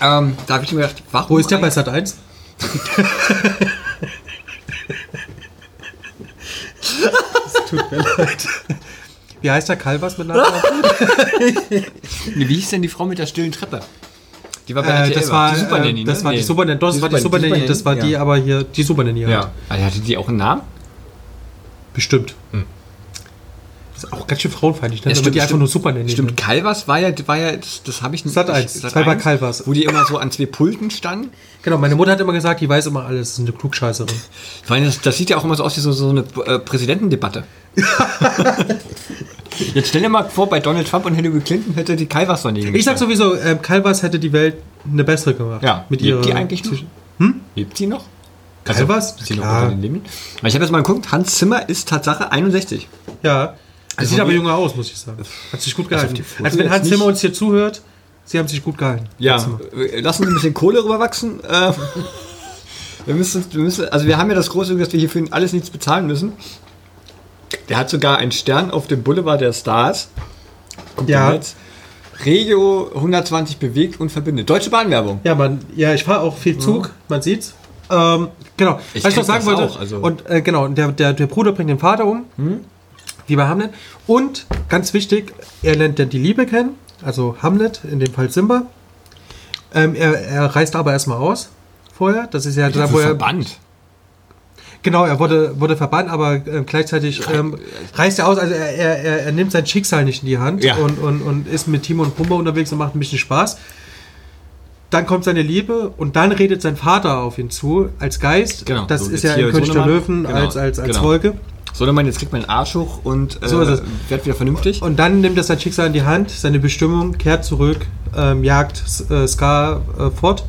Speaker 1: Ähm, da habe ich mir gedacht, warum?
Speaker 2: Wo ist der bei
Speaker 1: eigentlich-
Speaker 2: Sat 1? das tut mir leid. Wie heißt der Kalvas mit Nachnamen?
Speaker 1: Nee, Wie hieß denn die Frau mit der stillen Treppe? Die war bei
Speaker 2: Äh,
Speaker 1: RTL,
Speaker 2: das war
Speaker 1: die Super Nanny,
Speaker 2: äh, das
Speaker 1: ne?
Speaker 2: war die
Speaker 1: Nee.
Speaker 2: Super Nanny. Doch, Das war die Super Nanny. Das war die,
Speaker 1: ja.
Speaker 2: aber hier die Super Nanny. halt.
Speaker 1: ja. Also, hatte die auch einen Namen?
Speaker 2: Bestimmt. Das ist auch ganz schön frauenfeindlich,
Speaker 1: Hm. Ja,
Speaker 2: ne? Wenn man
Speaker 1: stimmt,
Speaker 2: die einfach
Speaker 1: stimmt.
Speaker 2: nur Super Nanny.
Speaker 1: Stimmt,
Speaker 2: nennt.
Speaker 1: Calvas war ja, war ja das, das habe ich nicht.
Speaker 2: Sat.1,
Speaker 1: ich-
Speaker 2: das war bei
Speaker 1: Sat.1,
Speaker 2: Calvas.
Speaker 1: Wo die immer so an zwei Pulten standen.
Speaker 2: Genau, meine Mutter hat immer gesagt, die weiß immer alles. Das ist eine Klugscheißerin.
Speaker 1: Ich meine, das, das sieht ja auch immer so aus wie so, so eine äh, Präsidentendebatte. Jetzt stell dir mal vor, bei Donald Trump und Hillary Clinton hätte die Calvas daneben
Speaker 2: Ich sag
Speaker 1: gestanden.
Speaker 2: sowieso, ähm, Calvas hätte die Welt eine bessere gemacht.
Speaker 1: Ja,
Speaker 2: mit
Speaker 1: lebt
Speaker 2: ihrer
Speaker 1: die eigentlich noch? Hm?
Speaker 2: Zwischen-
Speaker 1: Lebt die noch?
Speaker 2: Calvas?
Speaker 1: Ist die noch
Speaker 2: Klar.
Speaker 1: unter den Lebenden? Aber Ich habe jetzt mal geguckt, Hans Zimmer ist Tatsache 61.
Speaker 2: Ja.
Speaker 1: Also
Speaker 2: Also sieht aber
Speaker 1: wie-
Speaker 2: jünger aus, muss ich sagen. Hat sich gut
Speaker 1: auf
Speaker 2: gehalten.
Speaker 1: die Fotos
Speaker 2: Also wenn
Speaker 1: jetzt
Speaker 2: Hans
Speaker 1: nicht.
Speaker 2: Zimmer uns hier zuhört, sie haben sich gut gehalten.
Speaker 1: Ja,
Speaker 2: Hans Zimmer.
Speaker 1: äh, lassen Sie ein bisschen Kohle rüberwachsen. Äh, wir, müssen, wir müssen, also wir haben ja das große Glück, dass wir hierfür alles nichts bezahlen müssen. Der hat sogar einen Stern auf dem Boulevard der Stars. Kommt
Speaker 2: Ja.
Speaker 1: ja. Jetzt. Regio 120 bewegt und verbindet. Deutsche Bahnwerbung.
Speaker 2: Ja, man, ja, ich fahre auch viel Zug, man sieht's. Ähm, genau.
Speaker 1: Mhm. Ich
Speaker 2: Was ich noch
Speaker 1: kenn das
Speaker 2: sagen wollte.
Speaker 1: auch, also- Mhm.
Speaker 2: Und äh, genau, und der, der, der Bruder bringt den Vater um, wie bei Hamlet. Und ganz wichtig, er lernt dann die Liebe kennen, also Hamlet, in dem Fall Simba. Ähm, er, er reist aber erstmal aus vorher. Das ist ja da, wo er
Speaker 1: verbannt.
Speaker 2: Genau, er wurde, wurde verbannt, aber ähm, gleichzeitig ähm, reißt er aus, also er, er, er, er nimmt sein Schicksal nicht in die Hand
Speaker 1: Ja.
Speaker 2: und, und, und ist mit Timo und Pumba unterwegs und macht ein bisschen Spaß. Dann kommt seine Liebe und dann redet sein Vater auf ihn zu, als Geist.
Speaker 1: Genau,
Speaker 2: das
Speaker 1: so
Speaker 2: ist
Speaker 1: jetzt
Speaker 2: ja
Speaker 1: hier
Speaker 2: in König der
Speaker 1: Sohnemann.
Speaker 2: Löwen
Speaker 1: Genau,
Speaker 2: als, als, als
Speaker 1: genau.
Speaker 2: Folge.
Speaker 1: So, man jetzt kriegt man einen Arsch hoch und äh,
Speaker 2: So ist es.
Speaker 1: wird wieder vernünftig.
Speaker 2: Und dann nimmt er sein Schicksal in die Hand, seine Bestimmung, kehrt zurück, ähm, jagt äh, Scar äh, fort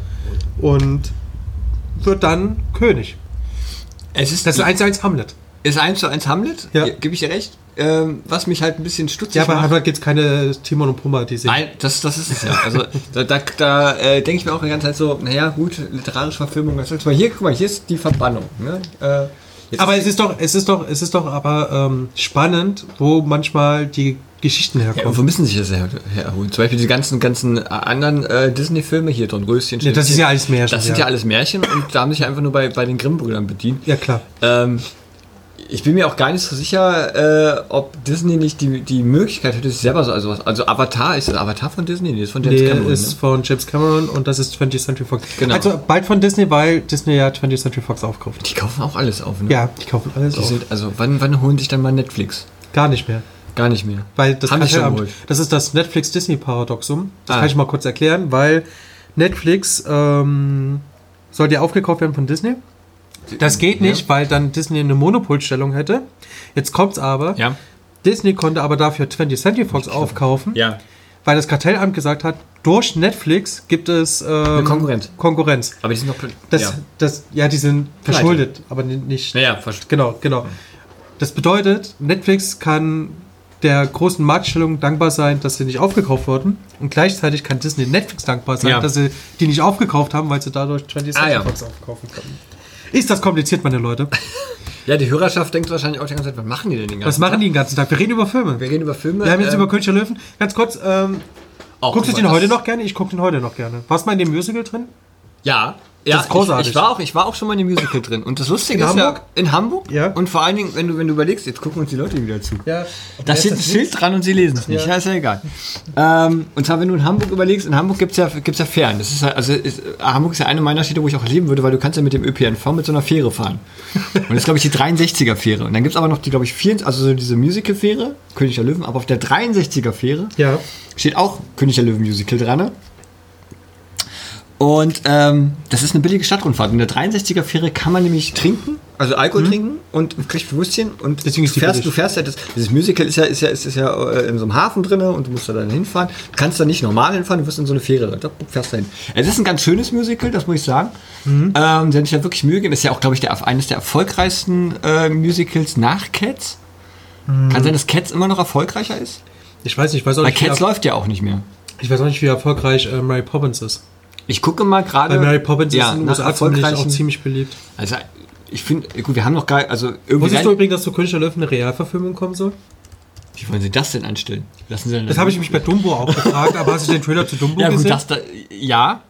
Speaker 2: und wird dann König.
Speaker 1: es ist,
Speaker 2: Das ist eins zu eins Hamlet.
Speaker 1: ist 1 zu 1 Hamlet,
Speaker 2: Ja.
Speaker 1: gebe ich dir recht. Ähm, was mich halt ein bisschen stutzig
Speaker 2: Ja, bei Hamlet gibt es keine Timon und Pumba, die singen.
Speaker 1: Nein, das, das ist es ja. Also da, da, da äh, denke ich mir auch die ganze Zeit so, naja, gut, literarische Verfilmung, das ist mal hier, guck mal, hier ist die Verbannung. Ne? Äh, jetzt
Speaker 2: Aber es ist doch, es ist doch, es ist doch aber ähm, spannend, wo manchmal die Geschichten
Speaker 1: ja,
Speaker 2: herkommen.
Speaker 1: irgendwo müssen sie sich das her herholen. Zum Beispiel die ganzen, ganzen anderen äh, Disney-Filme hier, Don Röschen,
Speaker 2: Ja, das ist ja alles Märchen,
Speaker 1: Das sind ja,
Speaker 2: ja.
Speaker 1: alles Märchen und da haben sich einfach nur bei, bei den Grimm-Brüdern bedient.
Speaker 2: Ja, klar.
Speaker 1: Ähm, ich bin mir auch gar nicht so sicher, äh, ob Disney nicht die, die Möglichkeit hätte, sich selber so also was. Also Avatar ist das Avatar von Disney, nee, das ist von James
Speaker 2: Nee,
Speaker 1: Cameron.
Speaker 2: ist
Speaker 1: ne?
Speaker 2: von James Cameron und das ist 20th Century Fox.
Speaker 1: Genau.
Speaker 2: Also bald von Disney, weil Disney ja 20th Century Fox aufkauft.
Speaker 1: Die kaufen auch alles auf. Ne?
Speaker 2: Ja, die kaufen alles
Speaker 1: Die
Speaker 2: auf.
Speaker 1: sind, also wann, wann holen sich dann mal Netflix?
Speaker 2: Gar nicht mehr.
Speaker 1: Gar nicht mehr.
Speaker 2: Weil das
Speaker 1: haben sich schon
Speaker 2: Kartellamt-
Speaker 1: geholt.
Speaker 2: Das ist das Netflix-Disney-Paradoxum. Das
Speaker 1: Ah.
Speaker 2: kann ich mal kurz erklären, weil Netflix ähm, sollte ja aufgekauft werden von Disney. Das geht
Speaker 1: Ja.
Speaker 2: nicht, weil dann Disney eine Monopolstellung hätte. Jetzt kommt's aber.
Speaker 1: Ja.
Speaker 2: Disney konnte aber dafür 20th Century Fox aufkaufen,
Speaker 1: Ja.
Speaker 2: weil das Kartellamt gesagt hat, durch Netflix gibt es ähm,
Speaker 1: Konkurrenz.
Speaker 2: Konkurrenz.
Speaker 1: Aber die sind noch.
Speaker 2: Das,
Speaker 1: ja.
Speaker 2: Das, ja, die sind
Speaker 1: Pleite.
Speaker 2: verschuldet, aber ni- nicht.
Speaker 1: Naja, verstehe.
Speaker 2: Genau, genau. Das bedeutet, Netflix kann der großen Marktstellung dankbar sein, dass sie nicht aufgekauft wurden. Und gleichzeitig kann Disney Netflix dankbar sein,
Speaker 1: Ja.
Speaker 2: dass sie die nicht aufgekauft haben, weil sie dadurch 20th
Speaker 1: Ah,
Speaker 2: Century
Speaker 1: ja.
Speaker 2: Fox aufkaufen konnten. Ist das kompliziert, meine Leute?
Speaker 1: Ja, die Hörerschaft denkt wahrscheinlich auch die ganze Zeit, was machen die denn den ganzen
Speaker 2: Was machen die den ganzen Tag? Wir reden über Filme.
Speaker 1: Wir reden über Filme.
Speaker 2: Wir haben jetzt
Speaker 1: ähm,
Speaker 2: über König der Löwen. Ganz kurz, ähm,
Speaker 1: auch
Speaker 2: Guckst du
Speaker 1: über
Speaker 2: den
Speaker 1: das-
Speaker 2: heute noch gerne? Ich gucke den heute noch gerne. Warst du mal in dem Musical drin?
Speaker 1: Ja. Ja,
Speaker 2: ist großartig.
Speaker 1: Ich, ich, war auch, ich war auch schon mal in dem Musical drin. Und das Lustige
Speaker 2: In
Speaker 1: ist
Speaker 2: Hamburg?
Speaker 1: ja in Hamburg.
Speaker 2: Ja.
Speaker 1: Und vor allen Dingen, wenn du, wenn du überlegst, jetzt gucken uns die Leute wieder zu.
Speaker 2: Ja.
Speaker 1: Da steht ein Schild dran und sie lesen es nicht.
Speaker 2: Ja.
Speaker 1: Ja, ist ja egal. Ähm, und zwar, wenn du in Hamburg überlegst, in Hamburg gibt es ja, gibt's ja Fähren. Das ist halt, also ist, Hamburg ist ja eine meiner Städte, wo ich auch leben würde, weil du kannst ja mit dem ÖPNV mit so einer Fähre fahren. Und das ist, glaube ich, die 63er-Fähre. Und dann gibt es aber noch die, glaube ich, 4, also so diese Musical-Fähre, König der Löwen, aber auf der 63er-Fähre
Speaker 2: Ja.
Speaker 1: ne? steht auch König der Löwen Musical dran. Und ähm, das ist eine billige Stadtrundfahrt. In der 63er-Fähre kann man nämlich trinken, also Alkohol trinken und kriegt Würstchen. Und
Speaker 2: Mhm. Deswegen ist
Speaker 1: du
Speaker 2: die
Speaker 1: fährst, du
Speaker 2: billig.
Speaker 1: fährst ja, das, dieses Musical ist ja, ist ja, ist, ist ja äh, in so einem Hafen drin und du musst da dann hinfahren. Du kannst da nicht normal hinfahren, du wirst in so eine Fähre. Da fährst du hin. Es ist ein ganz schönes Musical, das muss ich sagen.
Speaker 2: Mhm.
Speaker 1: Ähm, sie haben sich da wirklich Mühe gegeben. Ist ja auch, glaube ich, der, eines der erfolgreichsten äh, Musicals nach Cats. Kann sein, dass Cats immer noch erfolgreicher ist?
Speaker 2: Ich weiß nicht, Mhm. ich weiß auch
Speaker 1: Weil
Speaker 2: nicht, wie,
Speaker 1: Cats
Speaker 2: er-
Speaker 1: läuft ja auch nicht mehr.
Speaker 2: ich weiß auch nicht, wie erfolgreich äh, Mary Poppins ist.
Speaker 1: Ich gucke mal gerade.
Speaker 2: Weil Mary Poppins
Speaker 1: ja,
Speaker 2: ist in den
Speaker 1: nach
Speaker 2: USA ziemlich, auch
Speaker 1: erfolgreichen-
Speaker 2: ziemlich beliebt.
Speaker 1: Also, ich finde, gut, wir haben noch gar, also irgendwie.
Speaker 2: Wusstest du
Speaker 1: Rein,
Speaker 2: übrigens, dass zu König der Löwen eine Realverfilmung kommen soll?
Speaker 1: wie wollen sie das denn anstellen? Lassen sie dann
Speaker 2: Das habe ich mich bei Dumbo auch gefragt, aber hast du den Trailer zu Dumbo
Speaker 1: Ja, gut,
Speaker 2: gesehen?
Speaker 1: das da, ja,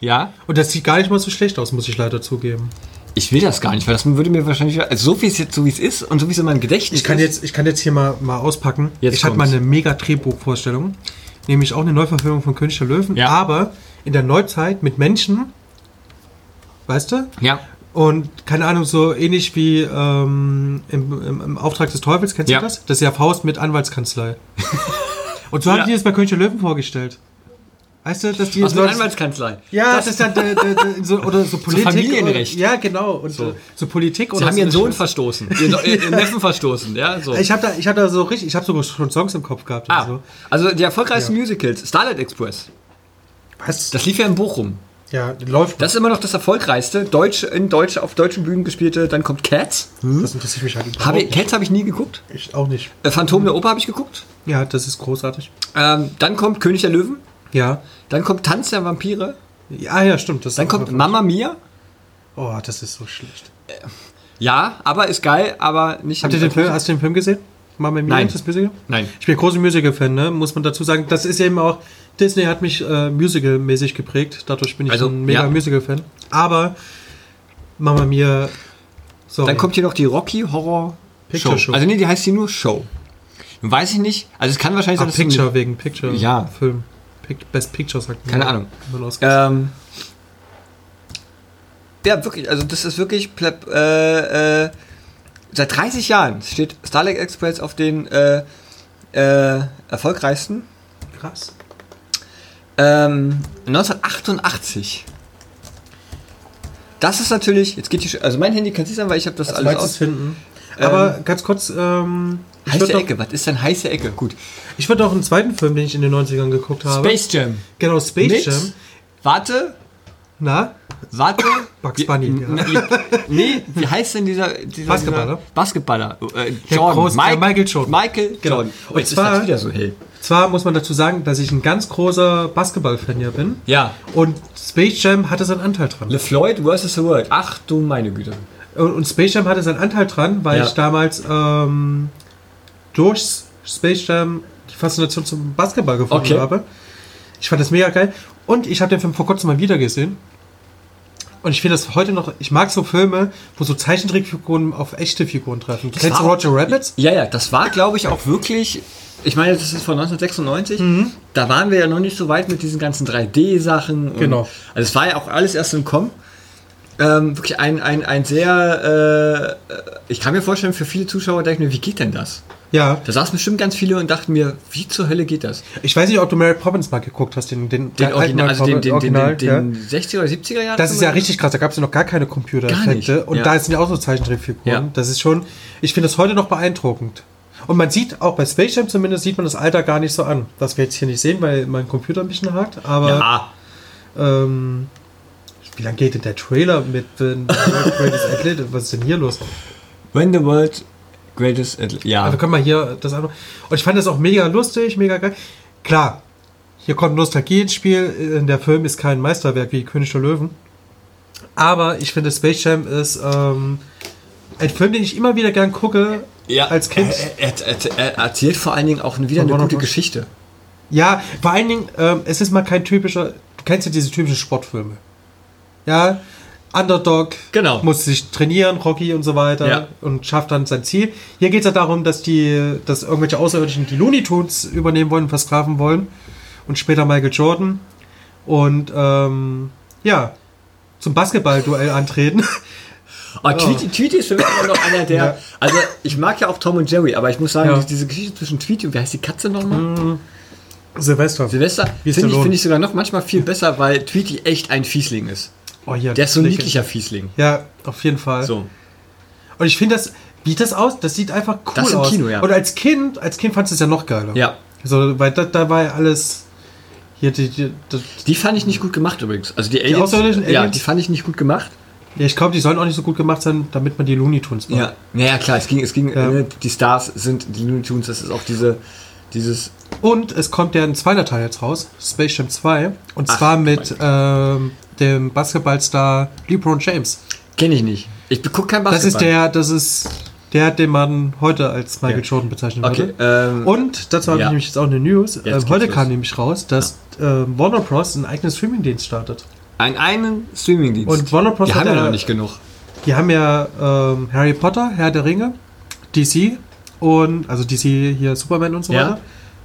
Speaker 1: ja.
Speaker 2: Und das sieht gar nicht mal so schlecht aus, muss ich leider zugeben.
Speaker 1: Ich will das gar nicht, weil das würde mir wahrscheinlich, wieder- also so wie es jetzt, so wie es ist und so wie es in meinem Gedächtnis
Speaker 2: Ich kann
Speaker 1: ist.
Speaker 2: jetzt, ich kann jetzt hier mal, mal auspacken.
Speaker 1: Jetzt
Speaker 2: ich hatte mal
Speaker 1: kommt's.
Speaker 2: eine mega Drehbuchvorstellung. Nämlich auch eine Neuverfilmung von König der Löwen,
Speaker 1: Ja.
Speaker 2: aber in der Neuzeit mit Menschen. Weißt du?
Speaker 1: Ja,
Speaker 2: Und keine Ahnung, so ähnlich wie ähm, im, im, im Auftrag des Teufels, kennst
Speaker 1: Ja.
Speaker 2: du das? Das ist ja Faust mit Anwaltskanzlei. Und so haben
Speaker 1: Ja.
Speaker 2: die das bei König der Löwen vorgestellt. Weißt du, dass die
Speaker 1: aus
Speaker 2: so-
Speaker 1: der Anwaltskanzlei.
Speaker 2: ja, das ist dann äh, äh, äh, so, oder so Politik.
Speaker 1: Familienrecht.
Speaker 2: Oder, ja, genau. Und so, so Politik
Speaker 1: Sie
Speaker 2: oder
Speaker 1: haben
Speaker 2: so
Speaker 1: ihren
Speaker 2: eine
Speaker 1: Sohn verstoßen, ihren, ihren Neffen verstoßen, ja, so.
Speaker 2: ich habe da, ich hab da so richtig, ich habe sogar schon Songs im Kopf gehabt. und
Speaker 1: ah,
Speaker 2: so.
Speaker 1: also die erfolgreichsten Musicals, Starlight Express,
Speaker 2: Was?
Speaker 1: das lief ja in Bochum.
Speaker 2: ja, läuft.
Speaker 1: Das ist immer noch das erfolgreichste, deutsch, in deutsch, auf deutschen Bühnen gespielte, dann kommt Cats.
Speaker 2: Das interessiert mich halt überhaupt
Speaker 1: Habe ich, Cats habe ich nie geguckt.
Speaker 2: nicht. Auch nicht.
Speaker 1: Äh, Phantom der Oper habe ich geguckt.
Speaker 2: Ja, das ist großartig.
Speaker 1: Ähm, dann kommt König der Löwen.
Speaker 2: Ja.
Speaker 1: Dann kommt Tanz der Vampire.
Speaker 2: Ja, ja, stimmt. Das ist
Speaker 1: Dann
Speaker 2: auch
Speaker 1: kommt
Speaker 2: davon.
Speaker 1: Mamma Mia.
Speaker 2: Oh, das ist so schlecht.
Speaker 1: Ja, aber ist geil, aber nicht.
Speaker 2: Habt ihr den Film, hast du den Film gesehen? Mama Mia,
Speaker 1: Nein.
Speaker 2: das Musical?
Speaker 1: Nein.
Speaker 2: Ich bin großer Musical-Fan, ne? muss man dazu sagen. Das ist eben auch, Disney hat mich äh, Musical-mäßig geprägt. Dadurch bin ich
Speaker 1: Also,
Speaker 2: ein mega
Speaker 1: ja.
Speaker 2: Musical-Fan. Aber Mama Mia, sorry.
Speaker 1: Dann kommt hier noch die Rocky Horror
Speaker 2: Picture
Speaker 1: Show.
Speaker 2: Show.
Speaker 1: Also nee, die heißt hier nur Show. Nun weiß ich nicht. Also es kann wahrscheinlich
Speaker 2: Ah,
Speaker 1: sein, dass es
Speaker 2: Picture wegen Picture.
Speaker 1: Ja.
Speaker 2: Film. Pic Best Picture sagt man.
Speaker 1: Keine Ahnung.
Speaker 2: Wenn man ausgeht.
Speaker 1: Ähm, ja, wirklich, also das ist wirklich pleb- äh, äh, seit 30 Jahren steht Starlight Express auf den äh, äh, erfolgreichsten.
Speaker 2: Krass.
Speaker 1: Ähm, 1988. Das ist natürlich, jetzt geht die, Sch- also mein Handy kann es nicht sein, weil ich habe das
Speaker 2: Also
Speaker 1: alles
Speaker 2: alles
Speaker 1: aus.
Speaker 2: finden. Aber ganz kurz, ähm, ich
Speaker 1: Heiße
Speaker 2: würde
Speaker 1: Ecke, was ist denn heiße Ecke? Gut.
Speaker 2: noch, ich würd noch einen zweiten Film, den ich in den 90ern geguckt habe.
Speaker 1: Space Jam.
Speaker 2: Genau, Space
Speaker 1: Mit-
Speaker 2: Jam.
Speaker 1: Warte,
Speaker 2: Na?
Speaker 1: warte.
Speaker 2: Bugs Bunny,
Speaker 1: Wie, ja. Nee, wie heißt denn dieser, dieser
Speaker 2: Basketballer?
Speaker 1: Dieser Basketballer. Äh, Jordan.
Speaker 2: groß- der Michael Jordan. Genau.
Speaker 1: Michael Jordan.
Speaker 2: Und zwar-
Speaker 1: so hell.
Speaker 2: Zwar muss man dazu sagen, dass ich ein ganz großer Basketball-Fan ja bin.
Speaker 1: Ja.
Speaker 2: Und Space Jam hatte seinen Anteil dran.
Speaker 1: Le Floyd versus the World. Ach du meine Güte.
Speaker 2: Und, und Space Jam hatte seinen Anteil dran, weil
Speaker 1: Ja.
Speaker 2: ich damals ähm, durch Space Jam die Faszination zum Basketball gefunden
Speaker 1: Okay.
Speaker 2: habe. Ich fand das mega geil. Und ich habe den Film vor kurzem mal wieder gesehen. Und ich finde das heute noch, ich mag so Filme, wo so Zeichentrickfiguren auf echte Figuren treffen. Kennst du
Speaker 1: war-
Speaker 2: Roger Rabbit?
Speaker 1: Ja, ja, das war, glaube ich, auch wirklich. Ich meine, das ist von 1996.
Speaker 2: Mhm.
Speaker 1: Da waren wir ja noch nicht so weit mit diesen ganzen 3D-Sachen. und-
Speaker 2: Genau.
Speaker 1: Also es war ja auch alles erst im Kommen. Ähm, wirklich ein, ein, ein sehr. Äh, äh, ich kann mir vorstellen, für viele Zuschauer dachte ich mir, wie geht denn das?
Speaker 2: Ja.
Speaker 1: Da saßen bestimmt ganz viele und dachten mir, wie zur Hölle geht das?
Speaker 2: Ich weiß nicht, ob du Mary Poppins mal geguckt hast, den, den,
Speaker 1: Den,
Speaker 2: alten
Speaker 1: Original, also den, den,
Speaker 2: Halt, Original,
Speaker 1: den,
Speaker 2: ja.
Speaker 1: den, den 60er oder 70er Jahren?
Speaker 2: Das ist ja richtig krass, da gab es ja noch gar
Speaker 1: Gar
Speaker 2: keine
Speaker 1: nicht,
Speaker 2: Computereffekte. Und
Speaker 1: ja.
Speaker 2: da sind ja auch so Zeichentrickfiguren.
Speaker 1: Ja.
Speaker 2: Das ist schon, ich finde das heute noch beeindruckend. Und man sieht auch bei Space Jam zumindest, sieht man das Alter gar nicht so an. Was wir jetzt hier nicht sehen, weil mein Computer ein bisschen hakt. Aber
Speaker 1: Ja,
Speaker 2: ähm, wie lange geht denn der Trailer mit den Greatest Athlete? Was ist denn hier los?
Speaker 1: When the World Greatest Athlete. Ja.
Speaker 2: Also können wir hier das einfach. Und ich fand das auch mega lustig, mega geil. Klar, hier kommt Nostalgie ins Spiel. äh, Der Film ist kein Meisterwerk wie König der Löwen. Aber ich finde, Space Jam ist ähm, ein Film, den ich immer wieder gern gucke als Kind.
Speaker 1: Er, er, er, er äh, erzählt vor allen Dingen auch wieder
Speaker 2: Von
Speaker 1: eine
Speaker 2: Warner
Speaker 1: gute
Speaker 2: Bros.
Speaker 1: Geschichte.
Speaker 2: Ja, vor allen Dingen, ähm, es ist mal kein typischer. Du kennst ja diese typischen Sportfilme. Ja, Underdog
Speaker 1: Genau.
Speaker 2: muss sich trainieren, Rocky und so weiter
Speaker 1: Ja.
Speaker 2: und schafft dann sein Ziel. Hier geht es ja darum, dass die, dass irgendwelche Außerirdischen die Looney Tunes übernehmen wollen, versklaven wollen und später Michael Jordan und ähm, ja zum Basketballduell antreten.
Speaker 1: Oh, Tweety, Tweety ist für mich immer noch einer der.
Speaker 2: Ja.
Speaker 1: Also, ich mag ja auch Tom und Jerry, aber ich muss sagen,
Speaker 2: Ja.
Speaker 1: diese Geschichte zwischen Tweety und wie heißt die Katze nochmal?
Speaker 2: Silvester.
Speaker 1: Silvester
Speaker 2: Wie ist
Speaker 1: finde ich,
Speaker 2: der Lohn?
Speaker 1: find ich sogar noch manchmal viel besser, weil Tweety echt ein Fiesling ist.
Speaker 2: Oh, ja,
Speaker 1: Der ist so ein
Speaker 2: dicke.
Speaker 1: niedlicher Fiesling.
Speaker 2: Ja, auf jeden Fall.
Speaker 1: So.
Speaker 2: Und ich finde das, wie das aus, das sieht einfach cool
Speaker 1: Das im
Speaker 2: aus.
Speaker 1: Kino, ja.
Speaker 2: Und als Kind, als Kind fandst du es ja noch geiler.
Speaker 1: Ja.
Speaker 2: So, weil da, da war ja alles. Hier, die, die, das-
Speaker 1: Die fand ich nicht gut gemacht übrigens. Also die Aliens.
Speaker 2: außerirdischen
Speaker 1: ja,
Speaker 2: Aliens?
Speaker 1: die fand ich nicht gut gemacht.
Speaker 2: ja, ich glaube, die sollen auch nicht so gut gemacht sein, damit man die Looney Tunes macht.
Speaker 1: Ja. Naja, klar, es ging, es ging,
Speaker 2: Ja.
Speaker 1: ne, die Stars sind, die Looney Tunes, das ist auch diese, dieses,
Speaker 2: Und es kommt ja ein zweiter Teil jetzt raus, Space Jam 2. Und
Speaker 1: Ach,
Speaker 2: zwar
Speaker 1: mein
Speaker 2: mit ähm, dem Basketballstar LeBron James.
Speaker 1: kenne ich nicht. Ich gucke kein Basketball.
Speaker 2: Das ist der, das ist der, den man heute als Michael Jordan bezeichnen
Speaker 1: Okay,
Speaker 2: würde.
Speaker 1: ähm,
Speaker 2: Und dazu habe
Speaker 1: Ja.
Speaker 2: ich nämlich jetzt auch eine News. Ähm,
Speaker 1: geht's
Speaker 2: heute
Speaker 1: los.
Speaker 2: kam nämlich raus, dass ähm, Warner Bros. einen eigenen Streamingdienst startet.
Speaker 1: einen einen Streamingdienst.
Speaker 2: Und Warner Bros.
Speaker 1: Die
Speaker 2: hat
Speaker 1: haben ja
Speaker 2: ja-
Speaker 1: noch nicht genug.
Speaker 2: Die haben ja ähm, Harry Potter, Herr der Ringe, DC und also DC hier Superman und so
Speaker 1: Ja.
Speaker 2: weiter.